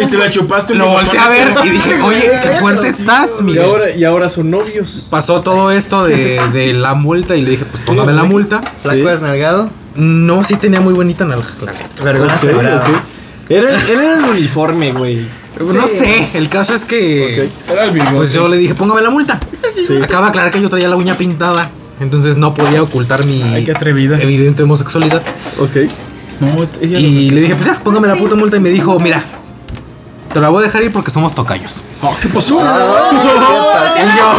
Speaker 2: Y se la chupaste un
Speaker 4: lo
Speaker 2: poco
Speaker 4: volteé a
Speaker 2: aparte.
Speaker 4: ver y dije, oye, qué fuerte estás,
Speaker 5: Y
Speaker 4: Miguel.
Speaker 5: ahora, y ahora son novios.
Speaker 4: Pasó todo esto de, de la multa y le dije, pues tómame la multa.
Speaker 9: Flaco desnalgado.
Speaker 4: No, sí tenía muy bonita nalga. la neta.
Speaker 9: Vergüenza
Speaker 5: Ok,
Speaker 9: sagrada.
Speaker 5: ok. Era, el- era el uniforme, güey.
Speaker 4: No sé, el caso es que...
Speaker 2: Era el bigote.
Speaker 4: Pues yo le dije, póngame la multa. Acaba de aclarar que yo traía la uña pintada. Entonces no podía ocultar mi
Speaker 2: Ay, qué atrevida.
Speaker 4: evidente homosexualidad.
Speaker 5: Ok.
Speaker 2: No, ella no.
Speaker 4: Y le dije, pues ya, póngame la puta multa. Y me dijo, mira, te la voy a dejar ir porque somos tocayos.
Speaker 2: Oh, ¿Qué
Speaker 4: Pues,
Speaker 2: pasó?
Speaker 5: Ah,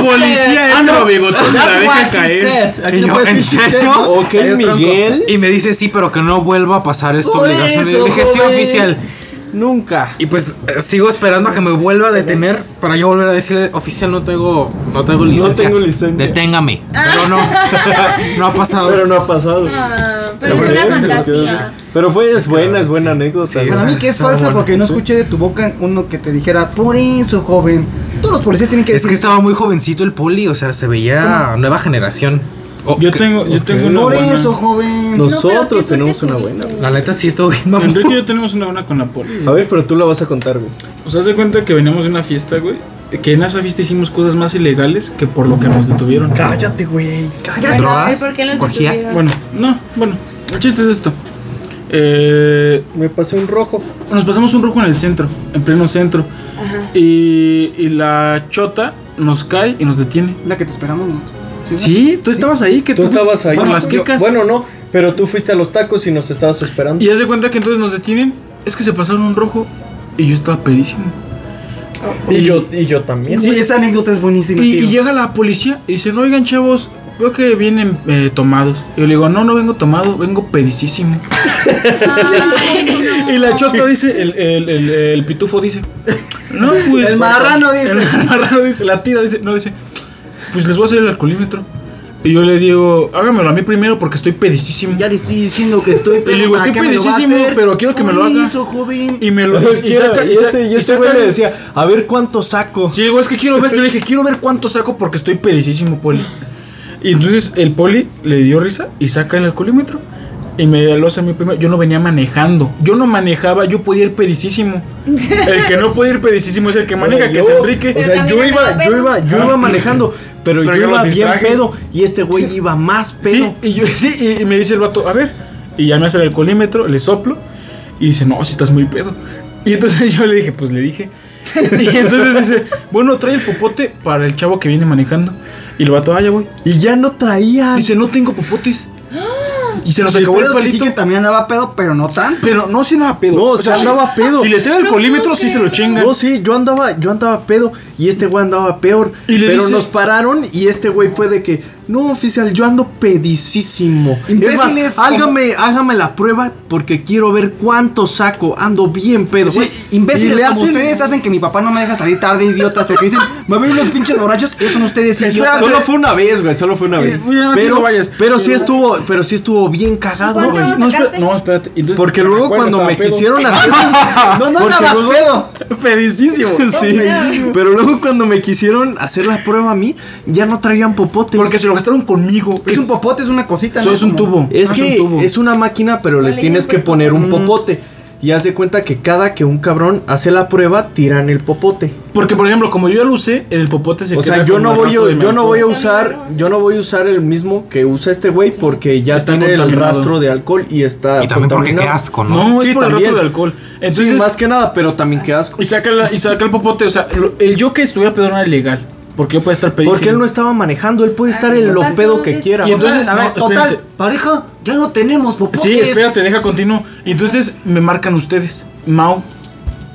Speaker 5: Policía
Speaker 2: Ah, no, bigotón, la deja caer.
Speaker 5: Aquí
Speaker 4: Y
Speaker 5: no
Speaker 4: yo,
Speaker 5: puedes
Speaker 4: ¿en
Speaker 5: decir
Speaker 4: serio?
Speaker 5: set. Ok, Miguel.
Speaker 4: Y me dice, sí, pero que no vuelva a pasar esta obligación. Y le dije, sí,
Speaker 5: joven.
Speaker 4: oficial.
Speaker 5: Nunca.
Speaker 4: Y pues eh, sigo esperando a que me vuelva a detener para yo volver a decirle, oficial, no tengo, no tengo licencia.
Speaker 5: tengo licencia.
Speaker 4: Deténgame.
Speaker 7: Ah.
Speaker 4: Pero no, no ha pasado.
Speaker 5: Pero no ha pasado.
Speaker 7: Ah, Pero fue una fantasía.
Speaker 5: Pero fue, es buena, es buena anécdota.
Speaker 4: Sí.
Speaker 1: Para mí que es falsa porque no escuché de tu boca uno que te dijera, por eso, joven. Todos los policías tienen que
Speaker 4: Es que
Speaker 1: decir,
Speaker 4: estaba muy jovencito el poli, o sea, se veía nueva generación. O-
Speaker 2: Yo
Speaker 4: que-
Speaker 2: tengo, yo tengo una
Speaker 1: por
Speaker 2: buena.
Speaker 1: eso, joven.
Speaker 5: Nosotros
Speaker 7: qué
Speaker 5: tenemos una
Speaker 7: suerte
Speaker 5: buena.
Speaker 4: La neta sí estuvo bien, mamón.
Speaker 2: Enrique y yo tenemos una buena con la poli.
Speaker 5: A ver, pero tú la vas a contar, güey.
Speaker 2: O sea, haz de cuenta que veníamos de una fiesta, güey. Que en esa fiesta hicimos cosas más ilegales que por lo que nos detuvieron.
Speaker 1: Cállate, güey. Cállate.
Speaker 4: Drogas,
Speaker 7: ¿por qué los
Speaker 4: orgías.
Speaker 2: Bueno, no, bueno. El chiste es esto. Eh,
Speaker 5: Me pasé un rojo.
Speaker 2: nos pasamos un rojo en el centro, en pleno centro. Y, y la chota nos cae y nos detiene.
Speaker 1: La que te esperamos. ¿no?
Speaker 2: Sí, tú estabas ahí, que
Speaker 5: Tú estabas ahí.
Speaker 2: Por las
Speaker 5: Yo-
Speaker 2: quecas.
Speaker 5: Bueno, no, pero tú fuiste a los tacos y nos estabas esperando.
Speaker 2: Y haz de cuenta que entonces nos detienen. Es que se pasaron un rojo y yo estaba pedísimo.
Speaker 5: Y yo, y yo también.
Speaker 1: Güey, esa anécdota es buenísima.
Speaker 2: Y,
Speaker 1: tío.
Speaker 2: y llega la policía y dicen, oigan chavos, veo que vienen eh, tomados. Y yo le digo, no, no vengo tomado, vengo pedicísimo. y la chota dice, el, el- el- el pitufo dice, no, pues...
Speaker 1: El marrano dice.
Speaker 2: El marrano dice, la tía dice, no, dice, pues les voy a hacer el alcoholímetro. Y yo le digo, hágamelo a mí primero porque estoy pedicísimo.
Speaker 1: Ya le estoy diciendo que estoy
Speaker 2: Y le digo,
Speaker 1: ¿para
Speaker 2: estoy
Speaker 1: qué me lo va a
Speaker 2: pedicísimo,
Speaker 1: hacer?
Speaker 2: pero quiero que me lo
Speaker 1: Por
Speaker 2: haga.
Speaker 1: eso, joven.
Speaker 2: Y me lo y saca-
Speaker 5: y
Speaker 2: y sa-
Speaker 5: este, y
Speaker 2: y
Speaker 5: este
Speaker 2: saca-
Speaker 5: güey le decía, a ver cuánto saco.
Speaker 2: Sí, digo, es que quiero ver, yo le dije, quiero ver cuánto saco porque estoy pedicísimo, poli. Y entonces el poli le dio risa y saca el alcoholímetro. Y me lo hace a mí primero. Yo no venía manejando. Yo no manejaba, yo podía ir pedicísimo. El que no puede ir pedicísimo es el que maneja, que es Enrique.
Speaker 5: O sea, yo
Speaker 7: también
Speaker 5: iba,
Speaker 7: andaba
Speaker 5: yo
Speaker 7: pedo.
Speaker 5: iba, yo
Speaker 2: Ah.
Speaker 5: iba manejando, pero,
Speaker 2: Pero yo
Speaker 5: yo iba
Speaker 2: los
Speaker 5: bien
Speaker 2: distraje.
Speaker 5: pedo y este güey iba más pedo.
Speaker 2: Sí, y yo, sí, y me dice el vato, a ver. Y ya me hace el alcoholímetro, le soplo. Y dice, no, si estás muy pedo. Y entonces yo le dije, pues le dije. Y entonces dice, bueno, trae el popote para el chavo que viene manejando. Y el vato, ah, ya voy.
Speaker 5: Y ya no traía.
Speaker 2: Dice, no tengo popotes. Y se nos
Speaker 1: El
Speaker 2: acabó el
Speaker 1: pedo es que
Speaker 2: palito.
Speaker 1: Quique también andaba pedo, pero no tanto.
Speaker 2: Pero no, si andaba pedo.
Speaker 5: No, o sea, andaba pedo.
Speaker 2: Si le sale el colímetro, sí se lo chingan.
Speaker 5: No, sí, yo andaba, yo andaba pedo y este güey andaba peor.
Speaker 2: Y le
Speaker 5: pero
Speaker 2: dice-
Speaker 5: nos pararon y este güey fue de que, no, oficial, yo ando pedicísimo. Es más,
Speaker 1: Imbéciles,
Speaker 5: hágame, hágame la prueba porque quiero ver cuánto saco. Ando bien pedo.
Speaker 1: Güey,
Speaker 5: güey.
Speaker 1: imbéciles
Speaker 5: Y le
Speaker 1: como
Speaker 5: hacen-
Speaker 1: ustedes hacen que mi papá no me deja salir tarde, idiotas, porque dicen, va a haber unos pinches borrachos, eso son ustedes idiotas.
Speaker 5: Solo fue una vez, güey, solo fue una vez.
Speaker 2: Uy, ya no
Speaker 5: pero,
Speaker 2: te vayas.
Speaker 5: pero sí estuvo, pero sí estuvo bien cagado,
Speaker 7: ¿Cuánto?
Speaker 5: güey.
Speaker 2: No, no, espera- no, espérate. Y entonces-
Speaker 5: Porque luego
Speaker 2: Bueno,
Speaker 5: cuando
Speaker 2: estaba
Speaker 5: me
Speaker 2: pedo.
Speaker 5: quisieron hacer
Speaker 1: No, no
Speaker 5: Porque
Speaker 1: andabas
Speaker 5: luego-
Speaker 1: pedo.
Speaker 5: pedicísimo, sí. Pero luego cuando me quisieron hacer la prueba a mí, ya no traían popotes.
Speaker 2: Porque se lo gastaron conmigo.
Speaker 1: Es un popote, es una cosita.
Speaker 2: Eso es un tubo. Mm.
Speaker 5: es
Speaker 2: Ah,
Speaker 5: que
Speaker 2: un tubo.
Speaker 5: es una máquina, pero le tienes que poner un popote. Y haz de cuenta que cada que un cabrón hace la prueba, tiran el popote.
Speaker 2: Porque, por ejemplo, como yo ya lo usé, el popote se
Speaker 5: O sea,
Speaker 2: queda
Speaker 5: yo
Speaker 2: como
Speaker 5: no
Speaker 2: el
Speaker 5: voy
Speaker 2: rastro
Speaker 5: yo,
Speaker 2: de mi
Speaker 5: yo no voy a
Speaker 2: alcohol.
Speaker 5: usar yo no voy a usar el mismo que usa este güey porque ya
Speaker 2: Está
Speaker 5: tiene el
Speaker 2: contaminado.
Speaker 5: rastro de alcohol y está
Speaker 4: Y también porque qué
Speaker 5: contaminado.
Speaker 4: asco, ¿no?
Speaker 2: No,
Speaker 5: Sí,
Speaker 2: es por el
Speaker 5: también.
Speaker 2: rastro de alcohol.
Speaker 5: Sí,
Speaker 2: Entonces,
Speaker 5: más que nada, pero también qué asco.
Speaker 2: y, saca la- y saca el popote. O sea, lo- el yo que estuviera pedo no era legal. Porque yo puedo estar pedísimo.
Speaker 5: Porque él no estaba manejando, él
Speaker 7: Ah,
Speaker 5: puede estar en lo
Speaker 8: pasó
Speaker 5: pedo que
Speaker 8: de-
Speaker 5: quiera.
Speaker 2: Y entonces,
Speaker 1: a
Speaker 2: no,
Speaker 1: ver, total,
Speaker 2: espérense.
Speaker 1: pareja, ya no tenemos popotes.
Speaker 2: Sí, espérate, deja continuo. Y entonces me marcan ustedes, Mau.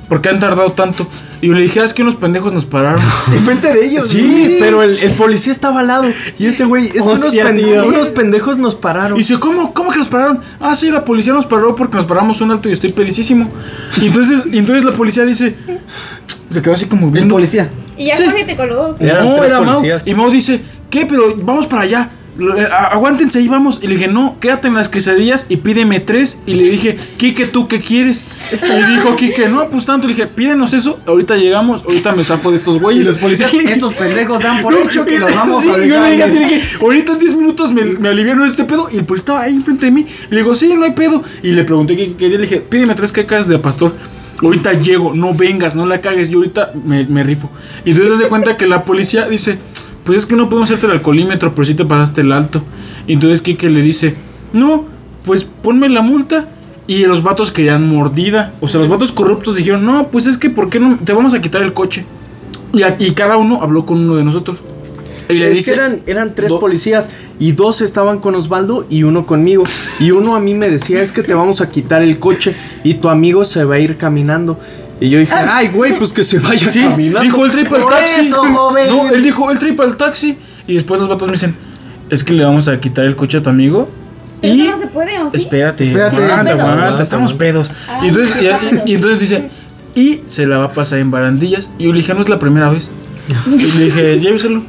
Speaker 2: ¿Por qué han tardado tanto? Y yo le dije, "Ah, es que unos pendejos nos pararon.
Speaker 1: Enfrente de ellos.
Speaker 5: Sí, pero el, el policía estaba al lado. Y este güey, es que
Speaker 2: Oh,
Speaker 5: unos,
Speaker 1: Hostia,
Speaker 5: pende-
Speaker 1: Oh, tío.
Speaker 5: unos pendejos nos pararon.
Speaker 2: Y dice, ¿cómo? ¿Cómo que nos pararon? Ah, sí, la policía nos paró porque nos paramos un alto y estoy pedicísimo. Y entonces, y entonces la policía dice, se quedó así como
Speaker 1: El
Speaker 2: viendo.
Speaker 1: policía.
Speaker 7: Y ya
Speaker 2: Sí.
Speaker 7: Jorge te colgó.
Speaker 5: Eran
Speaker 2: no,
Speaker 5: tres
Speaker 2: era Mau.
Speaker 5: policías.
Speaker 2: Y Mau dice, ¿qué? Pero vamos para allá. Lo- eh, a- Aguántense y vamos. Y le dije, no, quédate en las quesadillas y pídeme tres. Y le dije, Quique, ¿tú qué quieres? Y dijo Quique, no, pues tanto. Le dije, pídenos eso, ahorita llegamos, ahorita me zafo de estos güeyes.
Speaker 1: Estos pendejos dan por hecho que los vamos
Speaker 2: Sí,
Speaker 1: a
Speaker 2: yo
Speaker 1: dejar.
Speaker 2: le dije así, le dije, ahorita en 10 minutos me, me aliviano de este pedo. Y pues estaba ahí enfrente de mí. Le digo, sí, no hay pedo. Y le pregunté qué quería. Le dije, pídeme tres cacas de pastor. Ahorita llego, no vengas, no la cagues. Yo ahorita me, me rifo. Y entonces se cuenta que la policía dice, pues es que no podemos hacerte el alcoholímetro, pero sí te pasaste el alto. Y entonces Kike le dice, no, pues ponme la multa. Y los vatos querían mordida. O sea, los vatos corruptos dijeron, no, pues es que, ¿por qué no? Te vamos a quitar el coche. Y, a- y cada uno habló con uno de nosotros. Y le
Speaker 5: Es que
Speaker 2: dice,
Speaker 5: eran, eran tres
Speaker 2: Do-
Speaker 5: policías y dos estaban con Osvaldo y uno conmigo. Y uno a mí me decía, es que te vamos a quitar el coche y tu amigo se va a ir caminando. Y yo dije,
Speaker 7: Ah.
Speaker 5: ay, güey, pues que se vaya
Speaker 2: Sí,
Speaker 5: caminando.
Speaker 2: dijo el triple al
Speaker 1: Por
Speaker 2: taxi.
Speaker 1: eso, joven.
Speaker 2: No, él dijo el triple al taxi. Y después los vatos me dicen, es que le vamos a quitar el coche a tu amigo.
Speaker 7: Pero
Speaker 2: y
Speaker 7: eso no se puede, ¿o sí? Ah,
Speaker 2: Espérate,
Speaker 1: Espérate.
Speaker 2: aguanta,
Speaker 7: Estamos
Speaker 2: aguanta,
Speaker 4: pedos.
Speaker 2: estamos pedos. y, entonces, y- y- y entonces dice, y se la va a pasar en barandillas. Y yo le dije, no es la primera vez. Y le dije, lléveselo.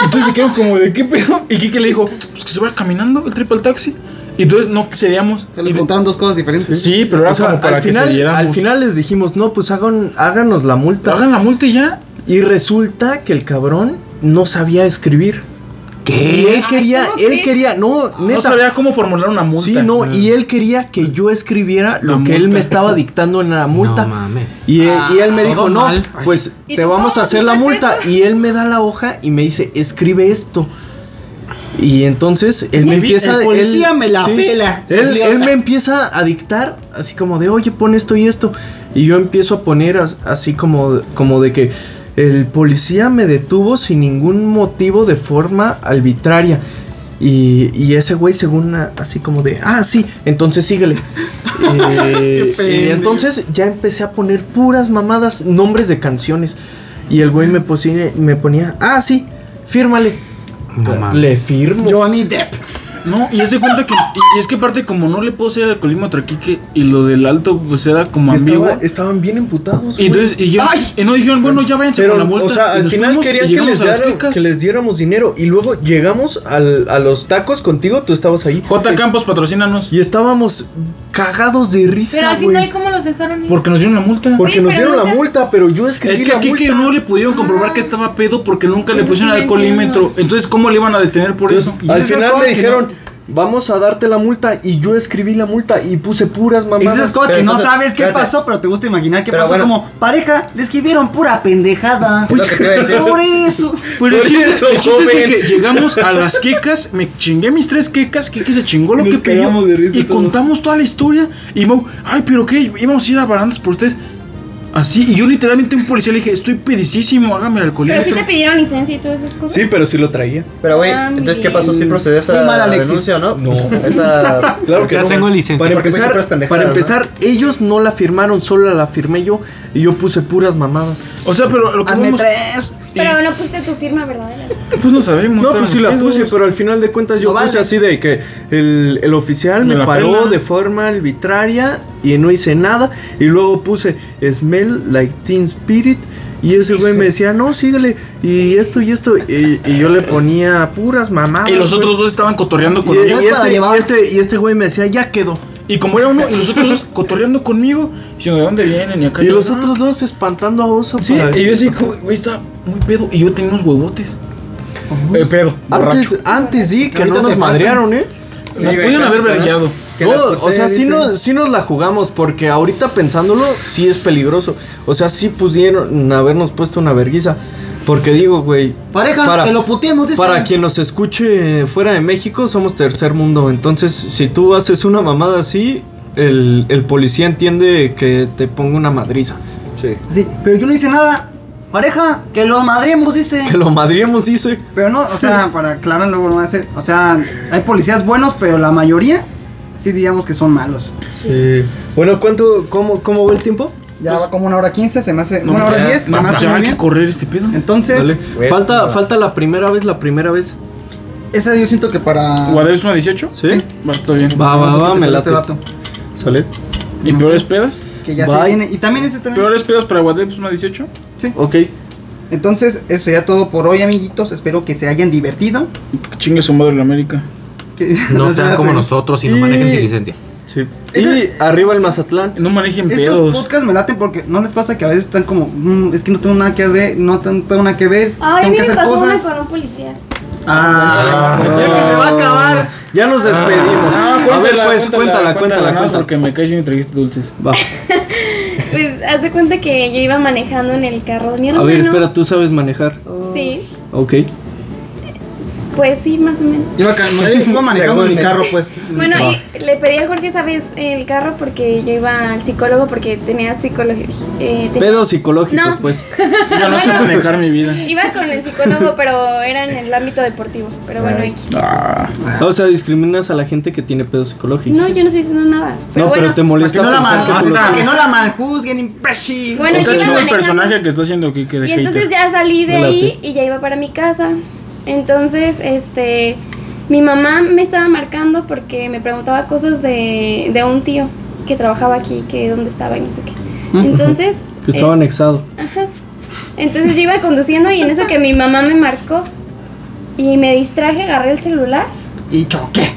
Speaker 2: Entonces se quedaron como de qué pedo. Y Kike le dijo, pues que se va caminando el triple al taxi. Y entonces no cedíamos.
Speaker 1: Se les
Speaker 2: Y-
Speaker 1: contaron dos cosas diferentes.
Speaker 2: Sí, pero era
Speaker 5: O sea,
Speaker 2: como para
Speaker 5: al,
Speaker 2: que se
Speaker 5: final,
Speaker 2: diéramos.
Speaker 5: al final les dijimos, no, pues hagan, háganos la multa.
Speaker 2: hagan la multa y ya.
Speaker 5: Y resulta que el cabrón no sabía escribir. Y él quería,
Speaker 7: ¿cómo
Speaker 5: él
Speaker 7: crees?
Speaker 5: quería, no, neta.
Speaker 2: No sabía cómo formular una multa. Ah.
Speaker 5: Sí, no, y él quería que yo escribiera lo que él
Speaker 2: multa. Ah,
Speaker 5: me estaba dictando en la multa.
Speaker 4: No mames.
Speaker 5: Y él, y él me dijo,
Speaker 4: todo
Speaker 5: no,
Speaker 4: mal.
Speaker 5: pues
Speaker 7: ¿Y
Speaker 5: te
Speaker 7: tú
Speaker 5: vamos
Speaker 7: cómo?
Speaker 5: a hacer la
Speaker 7: ¿Tú
Speaker 5: multa. Y él me da la hoja y me dice, escribe esto. Y entonces él me
Speaker 1: El
Speaker 5: empieza él-
Speaker 1: policía me la pela,
Speaker 5: Él,
Speaker 1: idiota.
Speaker 5: él me empieza a dictar así como de, oye, pon esto y esto. Y yo empiezo a poner as- así como, como de que el policía me detuvo sin ningún motivo de forma arbitraria. Y, y ese güey según a- así como de, ah, sí, entonces síguele. Eh, y
Speaker 1: pendejo.
Speaker 5: entonces ya empecé a poner puras mamadas, nombres de canciones. Y el güey me, posi- me ponía, ah, sí, fírmale.
Speaker 4: No mames.
Speaker 5: Le firmo.
Speaker 1: Johnny Depp.
Speaker 2: No, y hace cuenta que. Y, y es que aparte, como no le puedo hacer el alcoholismo a Traquique y lo del alto, pues era como amigo.
Speaker 5: Estaba- estaban bien emputados.
Speaker 2: Y entonces, y yo. Y no dijeron, bueno, ya váyanse
Speaker 5: Pero,
Speaker 2: con la multa.
Speaker 5: o sea,
Speaker 2: Y
Speaker 5: al
Speaker 2: nos
Speaker 5: final
Speaker 2: fuimos y
Speaker 5: querían que
Speaker 2: llegamos
Speaker 5: les,
Speaker 2: a las
Speaker 5: dieran-
Speaker 2: quecas.
Speaker 5: que les diéramos dinero. Y luego llegamos al- a los tacos contigo, tú estabas ahí.
Speaker 2: J. Campos, patrocínanos.
Speaker 5: Y estábamos cagados de
Speaker 8: Pero
Speaker 5: risa,
Speaker 8: al final,
Speaker 5: güey.
Speaker 8: ¿cómo los dejaron ir?
Speaker 2: Porque nos dieron la multa.
Speaker 5: Porque
Speaker 7: Sí,
Speaker 5: nos
Speaker 7: pero
Speaker 5: dieron la
Speaker 7: nunca-
Speaker 5: multa, pero yo escribí
Speaker 2: Es que
Speaker 5: la
Speaker 2: a Kike
Speaker 5: multa.
Speaker 2: no le pudieron comprobar que estaba pedo porque nunca le
Speaker 8: Ah. sí,
Speaker 2: pusieron
Speaker 8: sí, lo
Speaker 2: alcoholímetro.
Speaker 8: entiendo.
Speaker 2: Entonces, ¿cómo le iban a detener por eso?
Speaker 5: Al
Speaker 1: esas
Speaker 5: final
Speaker 1: cosas
Speaker 5: me
Speaker 1: que
Speaker 5: dijeron, vamos a darte la multa. Y yo escribí la multa y puse puras
Speaker 1: Y
Speaker 5: mamadas.
Speaker 1: esas cosas
Speaker 9: pero
Speaker 1: que no
Speaker 9: entonces,
Speaker 1: sabes qué
Speaker 9: espérate.
Speaker 1: pasó, pero te gusta imaginar qué
Speaker 9: Pero
Speaker 1: pasó.
Speaker 9: bueno.
Speaker 1: Como pareja, le escribieron pura pendejada.
Speaker 9: Es lo que te iba a decir.
Speaker 1: Por eso.
Speaker 2: Pero el
Speaker 9: Por
Speaker 2: chiste,
Speaker 9: eso,
Speaker 2: el chiste es de
Speaker 9: joven.
Speaker 2: que llegamos a las quecas, me chingué mis tres quecas, Kike se chingó lo
Speaker 5: Nos
Speaker 2: que pidió
Speaker 5: cagamos de risa
Speaker 2: y
Speaker 5: todos.
Speaker 2: contamos toda la historia y Mau, ay, pero qué, íbamos a ir a barandas por ustedes. Así, y yo literalmente a un policía le dije, estoy pedicísimo, hágame el
Speaker 7: Pero sí
Speaker 2: alcoholímetro.
Speaker 7: te pidieron licencia y todas esas cosas.
Speaker 5: Sí, pero sí lo traía.
Speaker 9: Pero güey,
Speaker 7: Ah,
Speaker 9: entonces ¿qué
Speaker 7: mira.
Speaker 9: pasó si procedió esa
Speaker 1: Muy mal, Alexis.
Speaker 9: denuncia o no? No. Esa
Speaker 5: Claro que
Speaker 4: Ya
Speaker 5: no.
Speaker 4: tengo licencia.
Speaker 5: Para
Speaker 9: Sí, porque
Speaker 5: empezar,
Speaker 9: puedes puras pendejadas,
Speaker 5: para empezar ellos no la firmaron, solo la firmé yo. Y yo puse puras mamadas.
Speaker 2: O sea, pero lo que
Speaker 1: Hazme
Speaker 2: vamos-
Speaker 1: tres.
Speaker 7: Pero no pusiste tu firma verdadera.
Speaker 2: pues no sabemos.
Speaker 5: No, pues sí la
Speaker 2: estábamos
Speaker 5: puse,
Speaker 2: pedos.
Speaker 5: pero al final de cuentas yo
Speaker 1: No
Speaker 5: puse
Speaker 1: vale.
Speaker 5: así de que el, el oficial
Speaker 2: Me
Speaker 5: me,
Speaker 2: la
Speaker 5: paró
Speaker 2: pela.
Speaker 5: de forma arbitraria y no hice nada. Y luego puse Smell Like Teen Spirit. Y ese güey me decía, no, síguele. Y esto y esto. Y, y yo le ponía puras mamadas.
Speaker 2: Y los
Speaker 5: güey.
Speaker 2: otros dos estaban cotorreando
Speaker 5: Y,
Speaker 2: conmigo.
Speaker 5: y
Speaker 1: pues, para
Speaker 5: este,
Speaker 1: llevar.
Speaker 5: y, este, y este güey me decía, ya quedó.
Speaker 2: Y como era uno, y los otros dos cotorreando conmigo, diciendo, ¿de dónde vienen? Y acá
Speaker 5: Y
Speaker 2: yo,
Speaker 5: los
Speaker 2: "Ah,
Speaker 5: otros dos espantando a oso.
Speaker 2: Sí,
Speaker 5: para-
Speaker 2: y yo así, como, güey, está muy pedo. Y yo tenía unos huevotes. Eh, pedo. borracho.
Speaker 5: Antes, antes sí, que
Speaker 1: ahorita te
Speaker 5: no nos
Speaker 1: faltan.
Speaker 5: madrearon, ¿eh?
Speaker 2: Nos
Speaker 9: güey,
Speaker 2: pudieron
Speaker 9: casi,
Speaker 2: haber
Speaker 9: ¿verdad?
Speaker 2: vergueado.
Speaker 9: Que
Speaker 5: No,
Speaker 9: las
Speaker 5: o
Speaker 9: putees,
Speaker 5: sea, sí
Speaker 9: dicen.
Speaker 5: nos, sí nos la jugamos, porque ahorita pensándolo, sí es peligroso. O sea, sí pudieron habernos puesto una verguiza. Porque digo, güey.
Speaker 1: Pareja, que lo eh. puteemos, dice.
Speaker 5: Para quien nos escuche fuera de México, somos tercer mundo. Entonces, si tú haces una mamada así, el, el policía entiende que te ponga una madriza.
Speaker 9: Sí.
Speaker 1: Sí, pero yo no hice nada. Pareja, que lo madremos, dice.
Speaker 5: Que lo madriemos, dice.
Speaker 1: Pero no, o sea, para aclarar luego no va a ser. O sea, hay policías buenos, pero la mayoría sí digamos que son malos.
Speaker 11: Sí. Bueno, ¿cuánto, cómo, cómo va el tiempo?
Speaker 1: Ya va como una hora quince, se me hace. una hora
Speaker 9: ya,
Speaker 1: diez, se me
Speaker 2: Más
Speaker 1: hace
Speaker 2: ya
Speaker 1: muy
Speaker 2: hay
Speaker 1: bien.
Speaker 2: que correr este pedo.
Speaker 1: Entonces,
Speaker 5: Dale.
Speaker 9: Güey,
Speaker 5: Falta,
Speaker 9: Pues, no.
Speaker 5: falta la primera vez, la primera vez.
Speaker 1: esa yo siento que para.
Speaker 2: ¿Guadalajara es una 18?
Speaker 5: ¿Sí?
Speaker 2: Va, está bien.
Speaker 5: Va, va,
Speaker 1: nosotros
Speaker 5: va,
Speaker 1: que
Speaker 5: me
Speaker 1: sale este
Speaker 5: late.
Speaker 1: vato,
Speaker 5: ¿Sale?
Speaker 2: ¿Y peores pedas?
Speaker 1: que ya se
Speaker 5: Bye.
Speaker 1: viene. Y también ese también.
Speaker 2: ¿Peores pedas para Guadalajara es una 18?
Speaker 5: Ok.
Speaker 1: Entonces, eso sería todo por hoy, amiguitos. Espero que se hayan divertido.
Speaker 2: Que Chingue su madre la América.
Speaker 1: Que-
Speaker 4: No sean como
Speaker 1: laten.
Speaker 4: nosotros y no
Speaker 5: Y-
Speaker 4: manejen sin licencia.
Speaker 5: Sí.
Speaker 1: Ese-
Speaker 5: Y arriba el Mazatlán.
Speaker 2: No manejen
Speaker 1: Esos
Speaker 2: pedos.
Speaker 1: podcasts me laten porque no les pasa que a veces están como, "Mm, es que no tengo nada que ver, no ten- tengo nada que ver,
Speaker 6: Ay, a
Speaker 1: tengo
Speaker 6: mí
Speaker 1: que
Speaker 6: me
Speaker 1: hacer
Speaker 6: pasó una
Speaker 1: cosas.
Speaker 6: con un policía.
Speaker 1: Ah, ya que se va a acabar.
Speaker 5: Ya nos despedimos.
Speaker 2: Ah,
Speaker 5: a ver, pues, Ah. cuéntala, cuéntala, cuéntala.
Speaker 2: no, Porque me caes y me trajiste dulces.
Speaker 5: Va.
Speaker 6: Pues haz de cuenta que yo iba manejando en el carro de mi
Speaker 5: A
Speaker 6: hermano.
Speaker 5: ver, espera, tú sabes manejar.
Speaker 6: Sí,
Speaker 5: Ok.
Speaker 6: pues sí, más o menos.
Speaker 1: Iba, ca- iba manejando mi carro,
Speaker 9: e-,
Speaker 1: pues.
Speaker 6: Bueno, y le pedí a Jorge esa vez el carro porque yo iba al psicólogo porque tenía psicología. eh, te-
Speaker 5: Pedos psicológicos,
Speaker 6: No.
Speaker 5: pues.
Speaker 2: Yo no sé manejar mi vida.
Speaker 6: Iba con el psicólogo, pero era en el ámbito deportivo. Pero bueno,
Speaker 9: Ay.
Speaker 6: X.
Speaker 5: O sea, discriminas a la gente que tiene pedos psicológicos.
Speaker 6: No, yo no estoy diciendo nada. Pero
Speaker 5: No,
Speaker 6: bueno,
Speaker 1: Para
Speaker 5: pero te
Speaker 1: que
Speaker 5: molesta
Speaker 1: no la
Speaker 5: pensar
Speaker 1: mal,
Speaker 5: que tú lo
Speaker 1: para que
Speaker 5: tienes.
Speaker 1: no la maljuzguen, impreshi.
Speaker 6: Bueno,
Speaker 2: Está
Speaker 6: yo iba
Speaker 2: chido el
Speaker 6: manejando.
Speaker 2: personaje que está haciendo aquí que de
Speaker 6: Y entonces
Speaker 2: hater.
Speaker 6: ya salí de
Speaker 5: Me late.
Speaker 6: ahí y ya iba para mi casa. Entonces, este, mi mamá me estaba marcando porque me preguntaba cosas de, de un tío que trabajaba aquí, que dónde estaba y no sé qué. Entonces,
Speaker 5: Que estaba
Speaker 6: es-
Speaker 5: anexado.
Speaker 6: entonces yo iba conduciendo y en eso que mi mamá me marcó y me distraje, agarré el celular
Speaker 1: Y choqué.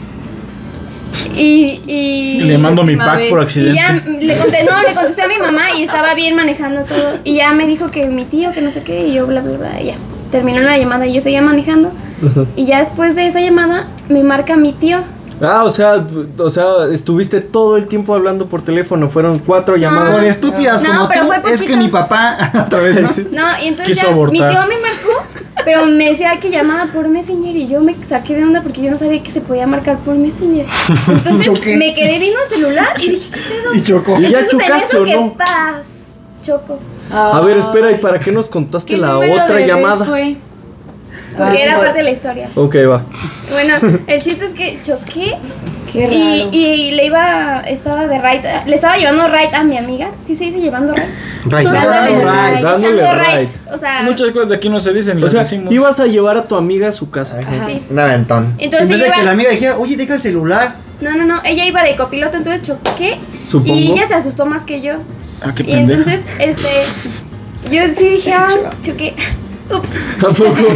Speaker 6: y... y
Speaker 2: Le mando mi
Speaker 7: última
Speaker 2: pack por
Speaker 7: vez.
Speaker 6: y
Speaker 2: accidente.
Speaker 6: ya le conté, no, le contesté a mi mamá y estaba bien manejando todo. Y ya me dijo que mi tío, que no sé qué, y yo bla, bla, bla, y ya. Terminó la llamada y yo seguía manejando. Y ya después de esa llamada me marca mi tío.
Speaker 5: Ah, o sea, tú- o sea, estuviste todo el tiempo hablando por teléfono. Fueron cuatro llamadas.
Speaker 1: Por estúpidas
Speaker 6: No,
Speaker 1: como
Speaker 6: pero
Speaker 1: tú,
Speaker 6: fue
Speaker 1: es que
Speaker 6: poquito.
Speaker 1: mi papá otra vez ¿no?
Speaker 6: No, y entonces
Speaker 2: Quiso
Speaker 6: ya
Speaker 2: abortar.
Speaker 6: mi tío me marcó, pero me decía que llamaba por Messenger y yo me saqué de onda porque yo no sabía que se podía marcar por Messenger.
Speaker 1: ¿Yo
Speaker 6: Entonces
Speaker 1: qué?
Speaker 6: me quedé viendo el celular y dije, ¿qué pedo?
Speaker 1: y chocó.
Speaker 5: ¿Y ya
Speaker 6: entonces
Speaker 5: chocaste
Speaker 6: en
Speaker 5: o
Speaker 6: eso
Speaker 5: no?
Speaker 6: que paz, choco.
Speaker 5: A ver, espera, ¿y para qué nos contaste
Speaker 7: ¿Qué
Speaker 5: la
Speaker 7: número de
Speaker 5: otra
Speaker 7: bebés
Speaker 5: llamada?
Speaker 7: fue?
Speaker 6: Porque era parte de la historia.
Speaker 5: Ok, va.
Speaker 6: Bueno, el chiste es que choqué
Speaker 7: Qué raro.
Speaker 6: y, y le iba, estaba de right, le estaba llevando right a mi amiga. Sí se dice llevando right.
Speaker 4: Right.
Speaker 6: Dándole
Speaker 5: right, dándole
Speaker 6: echando
Speaker 5: right.
Speaker 6: O sea,
Speaker 2: Muchas cosas de aquí no se dicen,
Speaker 5: O
Speaker 2: las
Speaker 5: sea,
Speaker 2: decimos.
Speaker 5: ibas a llevar a tu amiga a su casa.
Speaker 6: sí.
Speaker 9: Un aventón.
Speaker 1: En
Speaker 6: Entonces
Speaker 1: vez de
Speaker 6: iba,
Speaker 1: que la amiga dijera, oye, deja el celular.
Speaker 6: no, no, no, ella iba de copiloto, entonces choqué
Speaker 5: Supongo.
Speaker 6: y ella se asustó más que yo.
Speaker 2: Ah, qué
Speaker 6: Y
Speaker 2: pendeja.
Speaker 6: entonces, este, yo sí dije, ah, choqué. Ups.
Speaker 5: ¿A poco?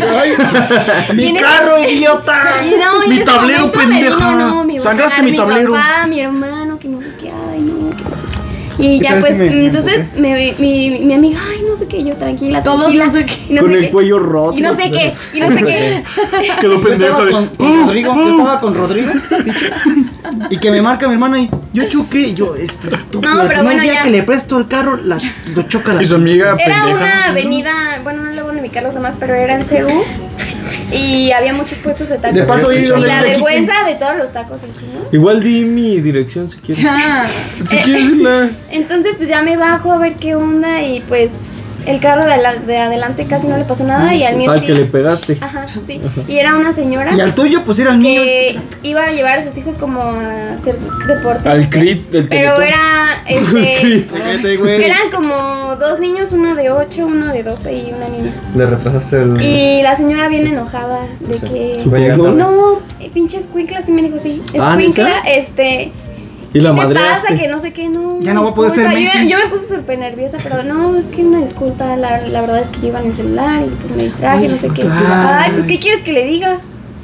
Speaker 6: Y en ese-
Speaker 1: idiota!
Speaker 6: Y no, y en
Speaker 1: ¡Mi
Speaker 6: ese
Speaker 1: tablero,
Speaker 6: momento me vino,
Speaker 1: pendeja!
Speaker 6: no, mi
Speaker 1: ¡Sangraste
Speaker 6: boxer,
Speaker 1: mi tablero!
Speaker 6: papá, mi hermano, que no sé qué, ay, no, que no sé qué. Y
Speaker 1: Esa
Speaker 6: ya
Speaker 1: vez
Speaker 6: pues,
Speaker 1: sí me- me
Speaker 6: entonces me- mi, mi amiga, ay, no sé qué, yo tranquila,
Speaker 7: Todos
Speaker 6: tranquila,
Speaker 7: no sé qué.
Speaker 6: y no
Speaker 5: Con
Speaker 6: sé
Speaker 5: el
Speaker 6: qué,
Speaker 5: cuello roto.
Speaker 6: Y no sé qué, y no sé qué.
Speaker 5: Quedó "Uh,
Speaker 1: Yo estaba con, con Rodrigo, yo estaba con Rodrigo dicho, y que me marca mi hermana y yo choqué y yo este estúpido.
Speaker 6: No,
Speaker 1: el
Speaker 6: pero
Speaker 1: primer
Speaker 6: bueno,
Speaker 1: día
Speaker 6: ya.
Speaker 1: que le presto el carro la lo choca la
Speaker 2: Y su amiga
Speaker 6: Era
Speaker 2: pendeja.
Speaker 6: una avenida, bueno, no le voy a ubicar los demás, pero era en CU y había muchos puestos de tacos.
Speaker 1: De paso,
Speaker 6: y
Speaker 1: ahí donde
Speaker 6: la
Speaker 1: vive
Speaker 6: vergüenza de todos los tacos así, ¿no?
Speaker 5: Igual di mi dirección si quieres.
Speaker 7: Ya.
Speaker 6: Eh,
Speaker 2: Si quieres la...
Speaker 6: Entonces pues ya me bajo a ver qué onda y pues el carro de, ala- de adelante casi no le pasó nada y al mío
Speaker 5: Al
Speaker 6: sí.
Speaker 5: que le pegaste.
Speaker 6: Ajá, sí. Y era una señora
Speaker 1: Y al tuyo pues era el mío.
Speaker 6: que iba a llevar a sus hijos como a hacer deporte.
Speaker 2: Al
Speaker 6: no sé.
Speaker 2: crit del
Speaker 6: Pero
Speaker 2: Teletón.
Speaker 6: era este, eran como dos niños, uno de 8, uno de 12 y una niña.
Speaker 9: Le retrasaste el.
Speaker 6: Y la señora bien enojada de que
Speaker 9: Voy a llegar tarde.
Speaker 6: no, eh, pinche escuincla, sí me dijo sí.
Speaker 5: Ah, ¿neta?
Speaker 6: Escuincla, este,
Speaker 5: Y la
Speaker 6: ¿qué pasa?
Speaker 5: madreaste.
Speaker 6: Que no sé qué, no.
Speaker 1: Ya no voy a poder ser
Speaker 6: disculpa. Yo-
Speaker 1: Messi.
Speaker 6: Yo, me puse súper nerviosa, pero no, es que una disculpa, la, la verdad es que yo iba en el celular y pues me distraje,
Speaker 1: Ay,
Speaker 6: no sé qué.
Speaker 1: ay.
Speaker 6: Ay, pues ¿qué quieres que le diga?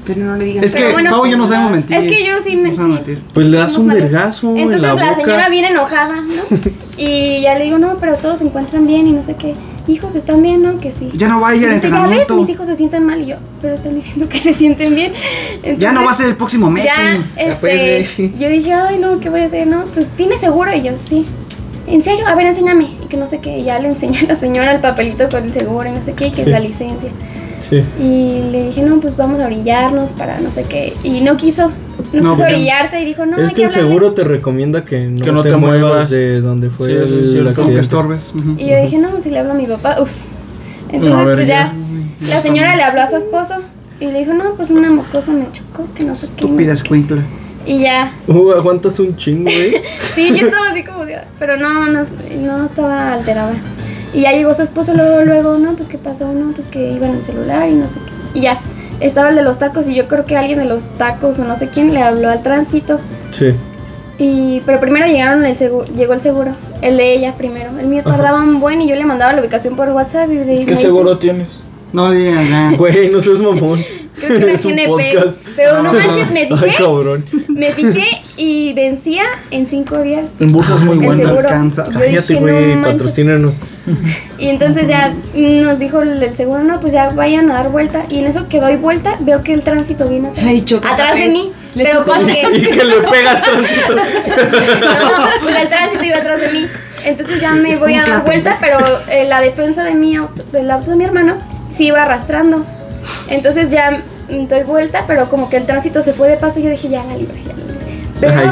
Speaker 7: Pero no le digas.
Speaker 1: Es que
Speaker 6: Pero bueno,
Speaker 1: Pau y yo no sabemos mentir.
Speaker 6: es que yo sí me-
Speaker 1: No sabemos
Speaker 6: sí.
Speaker 1: mentir.
Speaker 5: Pues le das un
Speaker 6: Unos males.
Speaker 5: vergazo en
Speaker 6: Entonces
Speaker 5: la
Speaker 6: la,
Speaker 5: boca.
Speaker 6: señora bien enojada, ¿no? Y ya le digo, no, pero todos se encuentran bien y no sé qué. hijos están bien, ¿no? Que sí.
Speaker 1: Ya no va a ir al
Speaker 6: Dice, ya ves,
Speaker 1: entrenamiento.
Speaker 6: mis hijos se sienten mal y yo, pero están diciendo que se sienten bien. Entonces,
Speaker 1: Ya no va a ser el próximo mes. eh".
Speaker 6: Ya,
Speaker 1: sí.
Speaker 6: este,
Speaker 12: puedes ver.
Speaker 6: yo dije, ay, no, ¿qué voy a hacer? No, pues tiene seguro. Y yo, sí. ¿En serio? A ver, enséñame. Y que no sé qué. y ya le enseñé a la señora el papelito con el seguro y no sé qué, y que es la licencia.
Speaker 5: Sí.
Speaker 6: Y le dije, no, pues vamos a brillarnos para no sé qué. Y no quiso.
Speaker 1: No,
Speaker 6: No, quiso
Speaker 1: porque-
Speaker 6: brillarse y dijo, no,
Speaker 5: es
Speaker 6: hay
Speaker 5: que el
Speaker 6: hablarle".
Speaker 5: seguro te recomienda que no,
Speaker 2: Que no
Speaker 5: te,
Speaker 2: te
Speaker 5: muevas,
Speaker 2: muevas.
Speaker 5: de donde fue
Speaker 2: Sí,
Speaker 5: el,
Speaker 2: eso es cierto.
Speaker 5: accidente.
Speaker 1: Como que estorbes. ujú.
Speaker 6: Y yo dije, no, si le hablo a mi papá, uff. Entonces,
Speaker 2: No, a ver,
Speaker 6: pues ya,
Speaker 1: ya.
Speaker 6: la señora le habló a su esposo y le dijo, no, pues una mocosa me chocó, que no sé qué.
Speaker 1: Estúpida escuincla.
Speaker 6: Y ya,
Speaker 5: Uh, aguantas un chingo, güey.
Speaker 6: sí, yo estaba así como, de, "Ah", pero no, no, no estaba alterada. Y ya llegó su esposo luego, luego, no, pues qué pasó, no, pues que iba en el celular y no sé qué. Y ya, estaba el de los tacos y yo creo que alguien de los tacos o no sé quién le habló al tránsito.
Speaker 5: Sí.
Speaker 6: Y, pero primero llegaron el seguro, llegó el seguro, el de ella primero. El mío tardaba un buen y yo le mandaba la ubicación por WhatsApp y de ahí me
Speaker 2: ¿Qué
Speaker 6: dice-
Speaker 2: seguro tienes?
Speaker 1: No digas nada.
Speaker 5: Güey, no seas mamón.
Speaker 6: Creo que era
Speaker 5: Es un
Speaker 6: GNP,
Speaker 5: podcast. Ah,
Speaker 6: Pero no manches, me
Speaker 5: Ay,
Speaker 6: fijé,
Speaker 5: cabrón.
Speaker 6: me fijé y vencía en cinco días.
Speaker 2: En bolsas muy
Speaker 6: El
Speaker 1: Bueno,
Speaker 2: buenas.
Speaker 6: seguro.
Speaker 1: alcanza.
Speaker 6: Yo
Speaker 5: Cállate,
Speaker 6: dije,
Speaker 5: güey,
Speaker 6: "No manches". pues,
Speaker 5: patrocínanos.
Speaker 6: Y entonces ya nos dijo el el seguro, no, pues ya vayan a dar vuelta. Y en eso que doy vuelta, veo que el tránsito viene atrás,
Speaker 7: Ay, chocó
Speaker 6: atrás
Speaker 7: otra
Speaker 6: de
Speaker 7: vez.
Speaker 6: mí.
Speaker 7: Le
Speaker 6: pero
Speaker 7: chocó.
Speaker 5: Y
Speaker 6: porque
Speaker 5: que le pega al tránsito.
Speaker 6: no, pues el tránsito iba atrás de mí. Entonces ya me
Speaker 1: Es
Speaker 6: voy a
Speaker 1: como
Speaker 6: dar
Speaker 1: que
Speaker 6: vuelta, pero eh, la defensa de mi auto, del auto de mi hermano se iba arrastrando. Entonces ya mm, doy vuelta, pero como que el tránsito se fue de paso, yo dije, ya la libre, ya la libré". Pero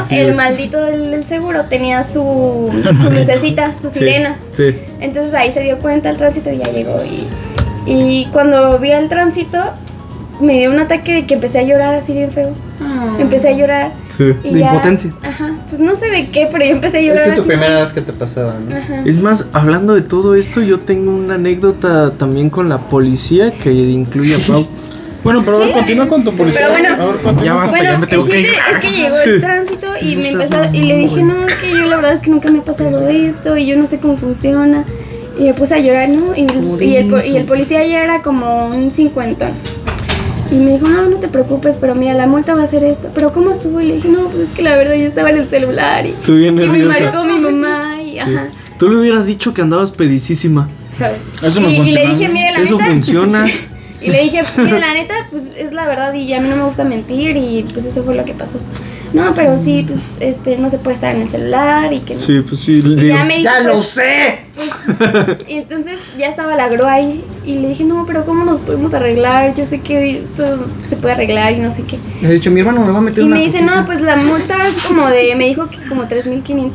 Speaker 5: Ay, sí,
Speaker 6: el
Speaker 5: güey.
Speaker 6: maldito del, del seguro tenía su, su lucecita, su
Speaker 5: Sí,
Speaker 6: sirena.
Speaker 5: Sí.
Speaker 6: Entonces ahí se dio cuenta el tránsito y ya llegó. Y, y cuando vi el tránsito, me dio un ataque de que empecé a llorar así bien feo.
Speaker 12: Ah.
Speaker 6: Empecé a llorar.
Speaker 5: Sí.
Speaker 6: y
Speaker 1: De
Speaker 6: ya-
Speaker 1: impotencia.
Speaker 6: Ajá, pues no sé de qué, pero yo empecé a
Speaker 12: Es
Speaker 6: llorar
Speaker 12: que es tu
Speaker 6: así.
Speaker 12: primera vez que te pasaba, ¿no?
Speaker 6: Ajá.
Speaker 5: Es más, hablando de todo esto, yo tengo una anécdota también con la policía que incluye a Pau.
Speaker 2: Bueno, pero a ver, continúa con tu policía.
Speaker 6: Pero bueno.
Speaker 2: A ver, continúa.
Speaker 4: Ya basta,
Speaker 6: Bueno,
Speaker 4: ya me
Speaker 6: el
Speaker 4: tengo que
Speaker 6: chiste
Speaker 4: ir. Pues
Speaker 6: es que llegó el tránsito y me empezó y le dije, no, es que yo la verdad es que nunca me ha pasado esto y yo no sé cómo funciona. Y me puse a llorar, ¿no? Y, el- y el, po- y el policía ya era como un cincuentón. Y me dijo, no, no te preocupes, pero mira, la multa va a ser esto. Pero ¿cómo estuvo? Y le dije, no, pues es que la verdad yo estaba en el celular y,
Speaker 5: Tú bien
Speaker 6: y me
Speaker 5: nerviosa.
Speaker 6: marcó mi mamá y ajá.
Speaker 5: Tú le hubieras dicho que andabas pedicísima.
Speaker 6: ¿sabes?
Speaker 2: Eso no
Speaker 6: y, y le
Speaker 2: funciona,
Speaker 6: dije,
Speaker 2: ¿no?
Speaker 6: mire, la
Speaker 5: Eso
Speaker 6: neta,
Speaker 5: funciona.
Speaker 6: Y le dije, mira, la neta, pues es la verdad y a mí no me gusta mentir y pues eso fue lo que pasó. No, pero sí, pues este, no se puede estar en el celular y que no.
Speaker 5: Sí, pues sí.
Speaker 6: Y
Speaker 5: digo,
Speaker 6: ya me dijo,
Speaker 1: ¡Ya lo
Speaker 6: pues,
Speaker 1: sé!
Speaker 6: y entonces ya estaba la grúa ahí y le dije, no, pero ¿cómo nos podemos arreglar? Yo sé que esto se puede arreglar y no sé qué.
Speaker 1: Le he dicho, mi hermano me va a meter
Speaker 6: Y
Speaker 1: una
Speaker 6: me dice,
Speaker 1: putiza.
Speaker 6: no, pues la multa es como de, me dijo que como 3.500.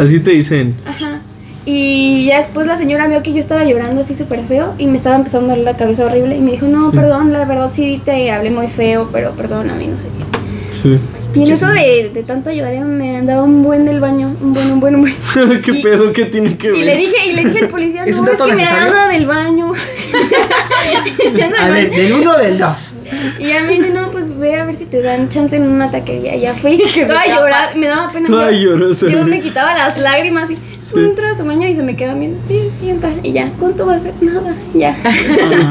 Speaker 5: Así te dicen.
Speaker 6: Ajá. Y ya después la señora vio que yo estaba llorando así súper feo y me estaba empezando a doler la cabeza horrible y me dijo, no, perdón, la verdad sí te hablé muy feo, pero perdóname, no sé qué.
Speaker 5: Sí.
Speaker 6: Y en eso de, de tanto ayudar me andaba un buen del baño, un buen, un buen, un buen.
Speaker 5: ¿Qué pedo? ¿Qué tiene que ver?
Speaker 6: Y le dije, y le dije al policía, no,
Speaker 1: ¿Es
Speaker 6: es,
Speaker 1: un dato
Speaker 6: que me
Speaker 1: necesario?
Speaker 6: anda del baño. Me anda
Speaker 1: A
Speaker 6: del
Speaker 1: ver,
Speaker 6: baño.
Speaker 1: del uno o del dos.
Speaker 6: y ya me dice, no, pues ve a ver si te dan chance en una taquería. Y ya fui, toda llorada, me daba pena.
Speaker 5: Toda
Speaker 6: yo-
Speaker 5: llorosa,
Speaker 6: Yo
Speaker 5: güey.
Speaker 6: me quitaba las lágrimas y entro a su baño y se me quedan viendo, sí, sí, entra. Y ya, ¿cuánto va a ser? Nada, ya.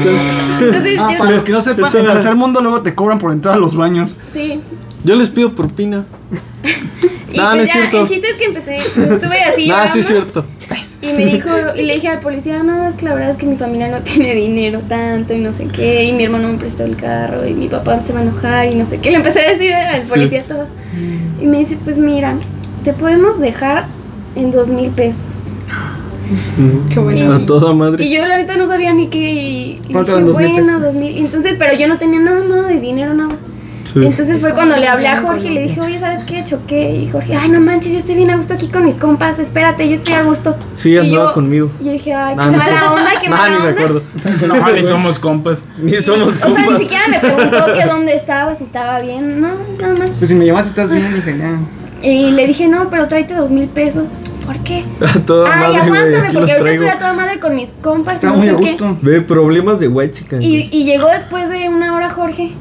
Speaker 6: Entonces,
Speaker 1: Ah,
Speaker 6: yo-
Speaker 1: para los que no sepan, en tercer mundo luego te cobran por entrar a los baños.
Speaker 6: sí.
Speaker 5: Yo les pido propina.
Speaker 6: Y
Speaker 5: No, no
Speaker 6: pues
Speaker 5: es
Speaker 6: ya,
Speaker 5: cierto.
Speaker 6: el chiste es que empecé, estuve así
Speaker 5: Ah, sí, es
Speaker 6: llorando.
Speaker 5: cierto.
Speaker 6: Y me dijo, y le dije al policía, no, es que la verdad es que mi familia no tiene dinero tanto y no sé qué, y mi hermano me prestó el carro y mi papá se va a enojar y no sé qué. Le empecé a decir al
Speaker 5: Sí.
Speaker 6: policía todo. Y me dice, pues mira, te podemos dejar en dos mil pesos.
Speaker 7: Qué bueno.
Speaker 5: A toda madre.
Speaker 6: Y yo la neta no sabía ni qué. Y y
Speaker 1: ¿Cuánto
Speaker 6: dije,
Speaker 1: eran dos mil
Speaker 6: bueno,
Speaker 1: pesos?
Speaker 6: dos mil. Entonces, pero yo no tenía nada, nada de dinero, nada.
Speaker 5: Sí.
Speaker 6: Entonces fue cuando le hablé a Jorge y le dije, oye, ¿sabes qué? Choqué. Y Jorge, ay, no manches, yo estoy bien a gusto aquí con mis compas, espérate, yo estoy a gusto.
Speaker 5: Sí,
Speaker 6: Y
Speaker 5: andaba
Speaker 6: yo-
Speaker 5: conmigo.
Speaker 6: Y yo dije, ay,
Speaker 5: No,
Speaker 6: qué
Speaker 5: no sé.
Speaker 6: mala onda, qué
Speaker 5: No,
Speaker 6: mala
Speaker 5: ni me
Speaker 6: onda.
Speaker 5: acuerdo.
Speaker 2: No, ni somos compas.
Speaker 5: Ni somos
Speaker 6: O sea, ni
Speaker 5: compas.
Speaker 6: siquiera me preguntó que dónde estaba, si estaba bien, no, nada más.
Speaker 1: Pues si me llamas estás bien, dije, ya.
Speaker 6: Y le dije, no, pero tráete dos mil pesos. ¿Por qué?
Speaker 5: A toda
Speaker 6: Ay,
Speaker 5: madre, güey.
Speaker 6: aguántame,
Speaker 5: Aquí
Speaker 6: porque
Speaker 5: los
Speaker 6: ahorita
Speaker 5: traigo.
Speaker 6: estoy a toda madre con mis compas y
Speaker 1: Está
Speaker 6: no
Speaker 1: muy
Speaker 6: sé
Speaker 1: a
Speaker 6: qué.
Speaker 1: gusto.
Speaker 5: Ve, problemas de white chicken.
Speaker 6: Y, y llegó después de una hora Jorge.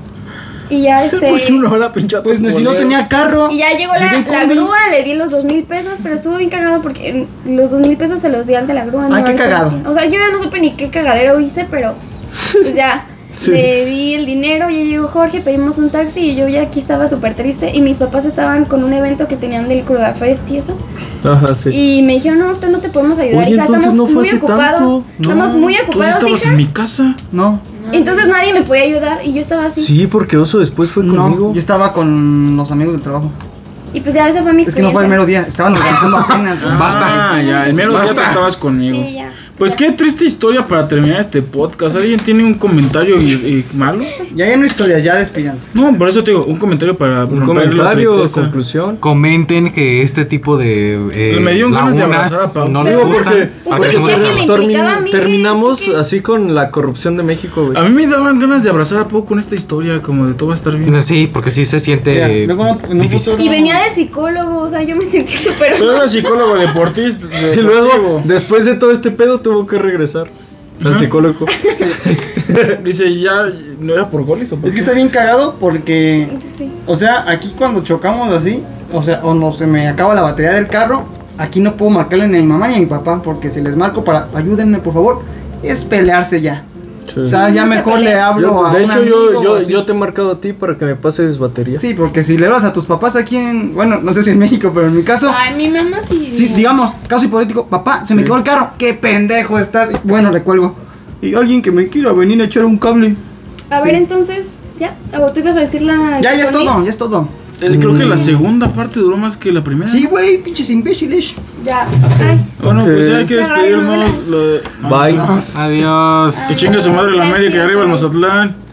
Speaker 6: Y ya este.
Speaker 5: Pues una hora pinchada.
Speaker 1: Pues si no tenía carro.
Speaker 6: Y ya llegó la,
Speaker 1: Llegué en
Speaker 6: la
Speaker 1: combi.
Speaker 6: grúa, le di los dos mil pesos, pero estuvo bien cagado porque eh, los dos mil pesos se los di al de la grúa. no
Speaker 1: Ay, qué
Speaker 6: al
Speaker 1: cagado.
Speaker 6: policía. O sea, yo ya no supe ni qué cagadero hice, pero pues ya. Le di el dinero, ya llegó Jorge, pedimos un taxi y yo ya aquí estaba súper triste. Y mis papás estaban con un evento que tenían del Crudafest y eso.
Speaker 5: Ajá, sí.
Speaker 8: Y me dijeron, no, ahorita no te podemos ayudar,
Speaker 5: Oye,
Speaker 8: hija,
Speaker 5: entonces
Speaker 8: estamos
Speaker 5: no fue
Speaker 8: muy
Speaker 5: hace
Speaker 8: ocupados.
Speaker 5: tanto.
Speaker 8: Estamos muy
Speaker 2: Tú sí
Speaker 8: ocupados,
Speaker 2: estabas
Speaker 8: hija.
Speaker 2: en mi casa.
Speaker 1: No,
Speaker 8: Entonces nadie me podía ayudar y yo estaba así.
Speaker 5: Sí, porque Oso después fue
Speaker 1: no,
Speaker 5: conmigo.
Speaker 1: yo estaba con los amigos del trabajo.
Speaker 8: Y pues ya esa fue mi
Speaker 1: Es que no
Speaker 8: experiencia.
Speaker 1: fue el mero día, estaban organizando apenas. güey.
Speaker 2: Ah, ya, el mero día te estabas conmigo.
Speaker 8: Sí, ya.
Speaker 2: Pues qué triste historia para terminar este podcast. ¿Alguien tiene un comentario y- y malo?
Speaker 1: Ya ya no hay historias, ya despídanse.
Speaker 2: No, por eso te digo, un comentario para
Speaker 5: Un
Speaker 2: romper la
Speaker 5: comentario,
Speaker 2: tristeza.
Speaker 5: conclusión.
Speaker 4: Comenten que este tipo de. eh,
Speaker 2: Pues Me dio ganas de
Speaker 4: lagunas
Speaker 2: abrazar a Pau.
Speaker 4: No les
Speaker 2: Digo,
Speaker 4: gustan.
Speaker 2: porque-
Speaker 8: porque
Speaker 4: Ataquemos
Speaker 8: es
Speaker 4: a
Speaker 8: que
Speaker 4: la-
Speaker 8: me-
Speaker 5: Termin-
Speaker 8: implicaba a mí que-
Speaker 5: terminamos
Speaker 8: que-
Speaker 5: así con la corrupción de México, güey.
Speaker 2: A mí me daban ganas de abrazar a Pau con esta historia, como de todo va a estar bien.
Speaker 4: Sí, porque sí se siente
Speaker 1: Ya,
Speaker 4: eh,
Speaker 1: luego no- en un
Speaker 4: difícil.
Speaker 8: Y venía del psicólogo, o sea, yo me sentí súper
Speaker 2: Pero era psicólogo deportista.
Speaker 5: Y luego, después de todo este pedo, tuvo que regresar al psicólogo.
Speaker 2: dice, ya, ¿no era por goles o por
Speaker 1: Es que
Speaker 2: qué?
Speaker 1: está bien cagado porque,
Speaker 8: Sí.
Speaker 1: o sea, aquí cuando chocamos así, o sea, o no se me acaba la batería del carro, aquí no puedo marcarle ni a mi mamá ni a mi papá porque si les marco para, ayúdenme por favor, es pelearse ya. O sea, ya
Speaker 8: Mucha
Speaker 1: mejor
Speaker 8: pelea.
Speaker 1: le hablo
Speaker 5: Yo-
Speaker 1: a
Speaker 5: de
Speaker 1: un
Speaker 5: hecho, yo,
Speaker 1: amigo o
Speaker 5: yo,
Speaker 1: así.
Speaker 5: yo te he marcado a ti para que me pases batería.
Speaker 1: Sí, porque si le hablas a tus papás aquí en, bueno, no sé si en México, pero en mi caso,
Speaker 8: Ay, mi mamá sí.
Speaker 1: sí, digamos, caso hipotético, papá, se me quedó el carro, qué pendejo estás. Bueno, le cuelgo. Y alguien que me quiera venir a echar un cable.
Speaker 8: A ver, entonces, ya. O tú ibas a decir la.
Speaker 1: Ya, ya es
Speaker 8: con mí.
Speaker 1: todo, ya es todo.
Speaker 2: Eh, Creo que la segunda parte duró más que la primera.
Speaker 1: Sí, güey, pinches imbéciles.
Speaker 8: Ya. Ay.
Speaker 2: Bueno, pues ya hay que
Speaker 8: Ok.
Speaker 2: despedirnos. la-
Speaker 5: Bye.
Speaker 4: Adiós.
Speaker 2: Pues, Que chingue su madre la media que arriba el Mazatlán.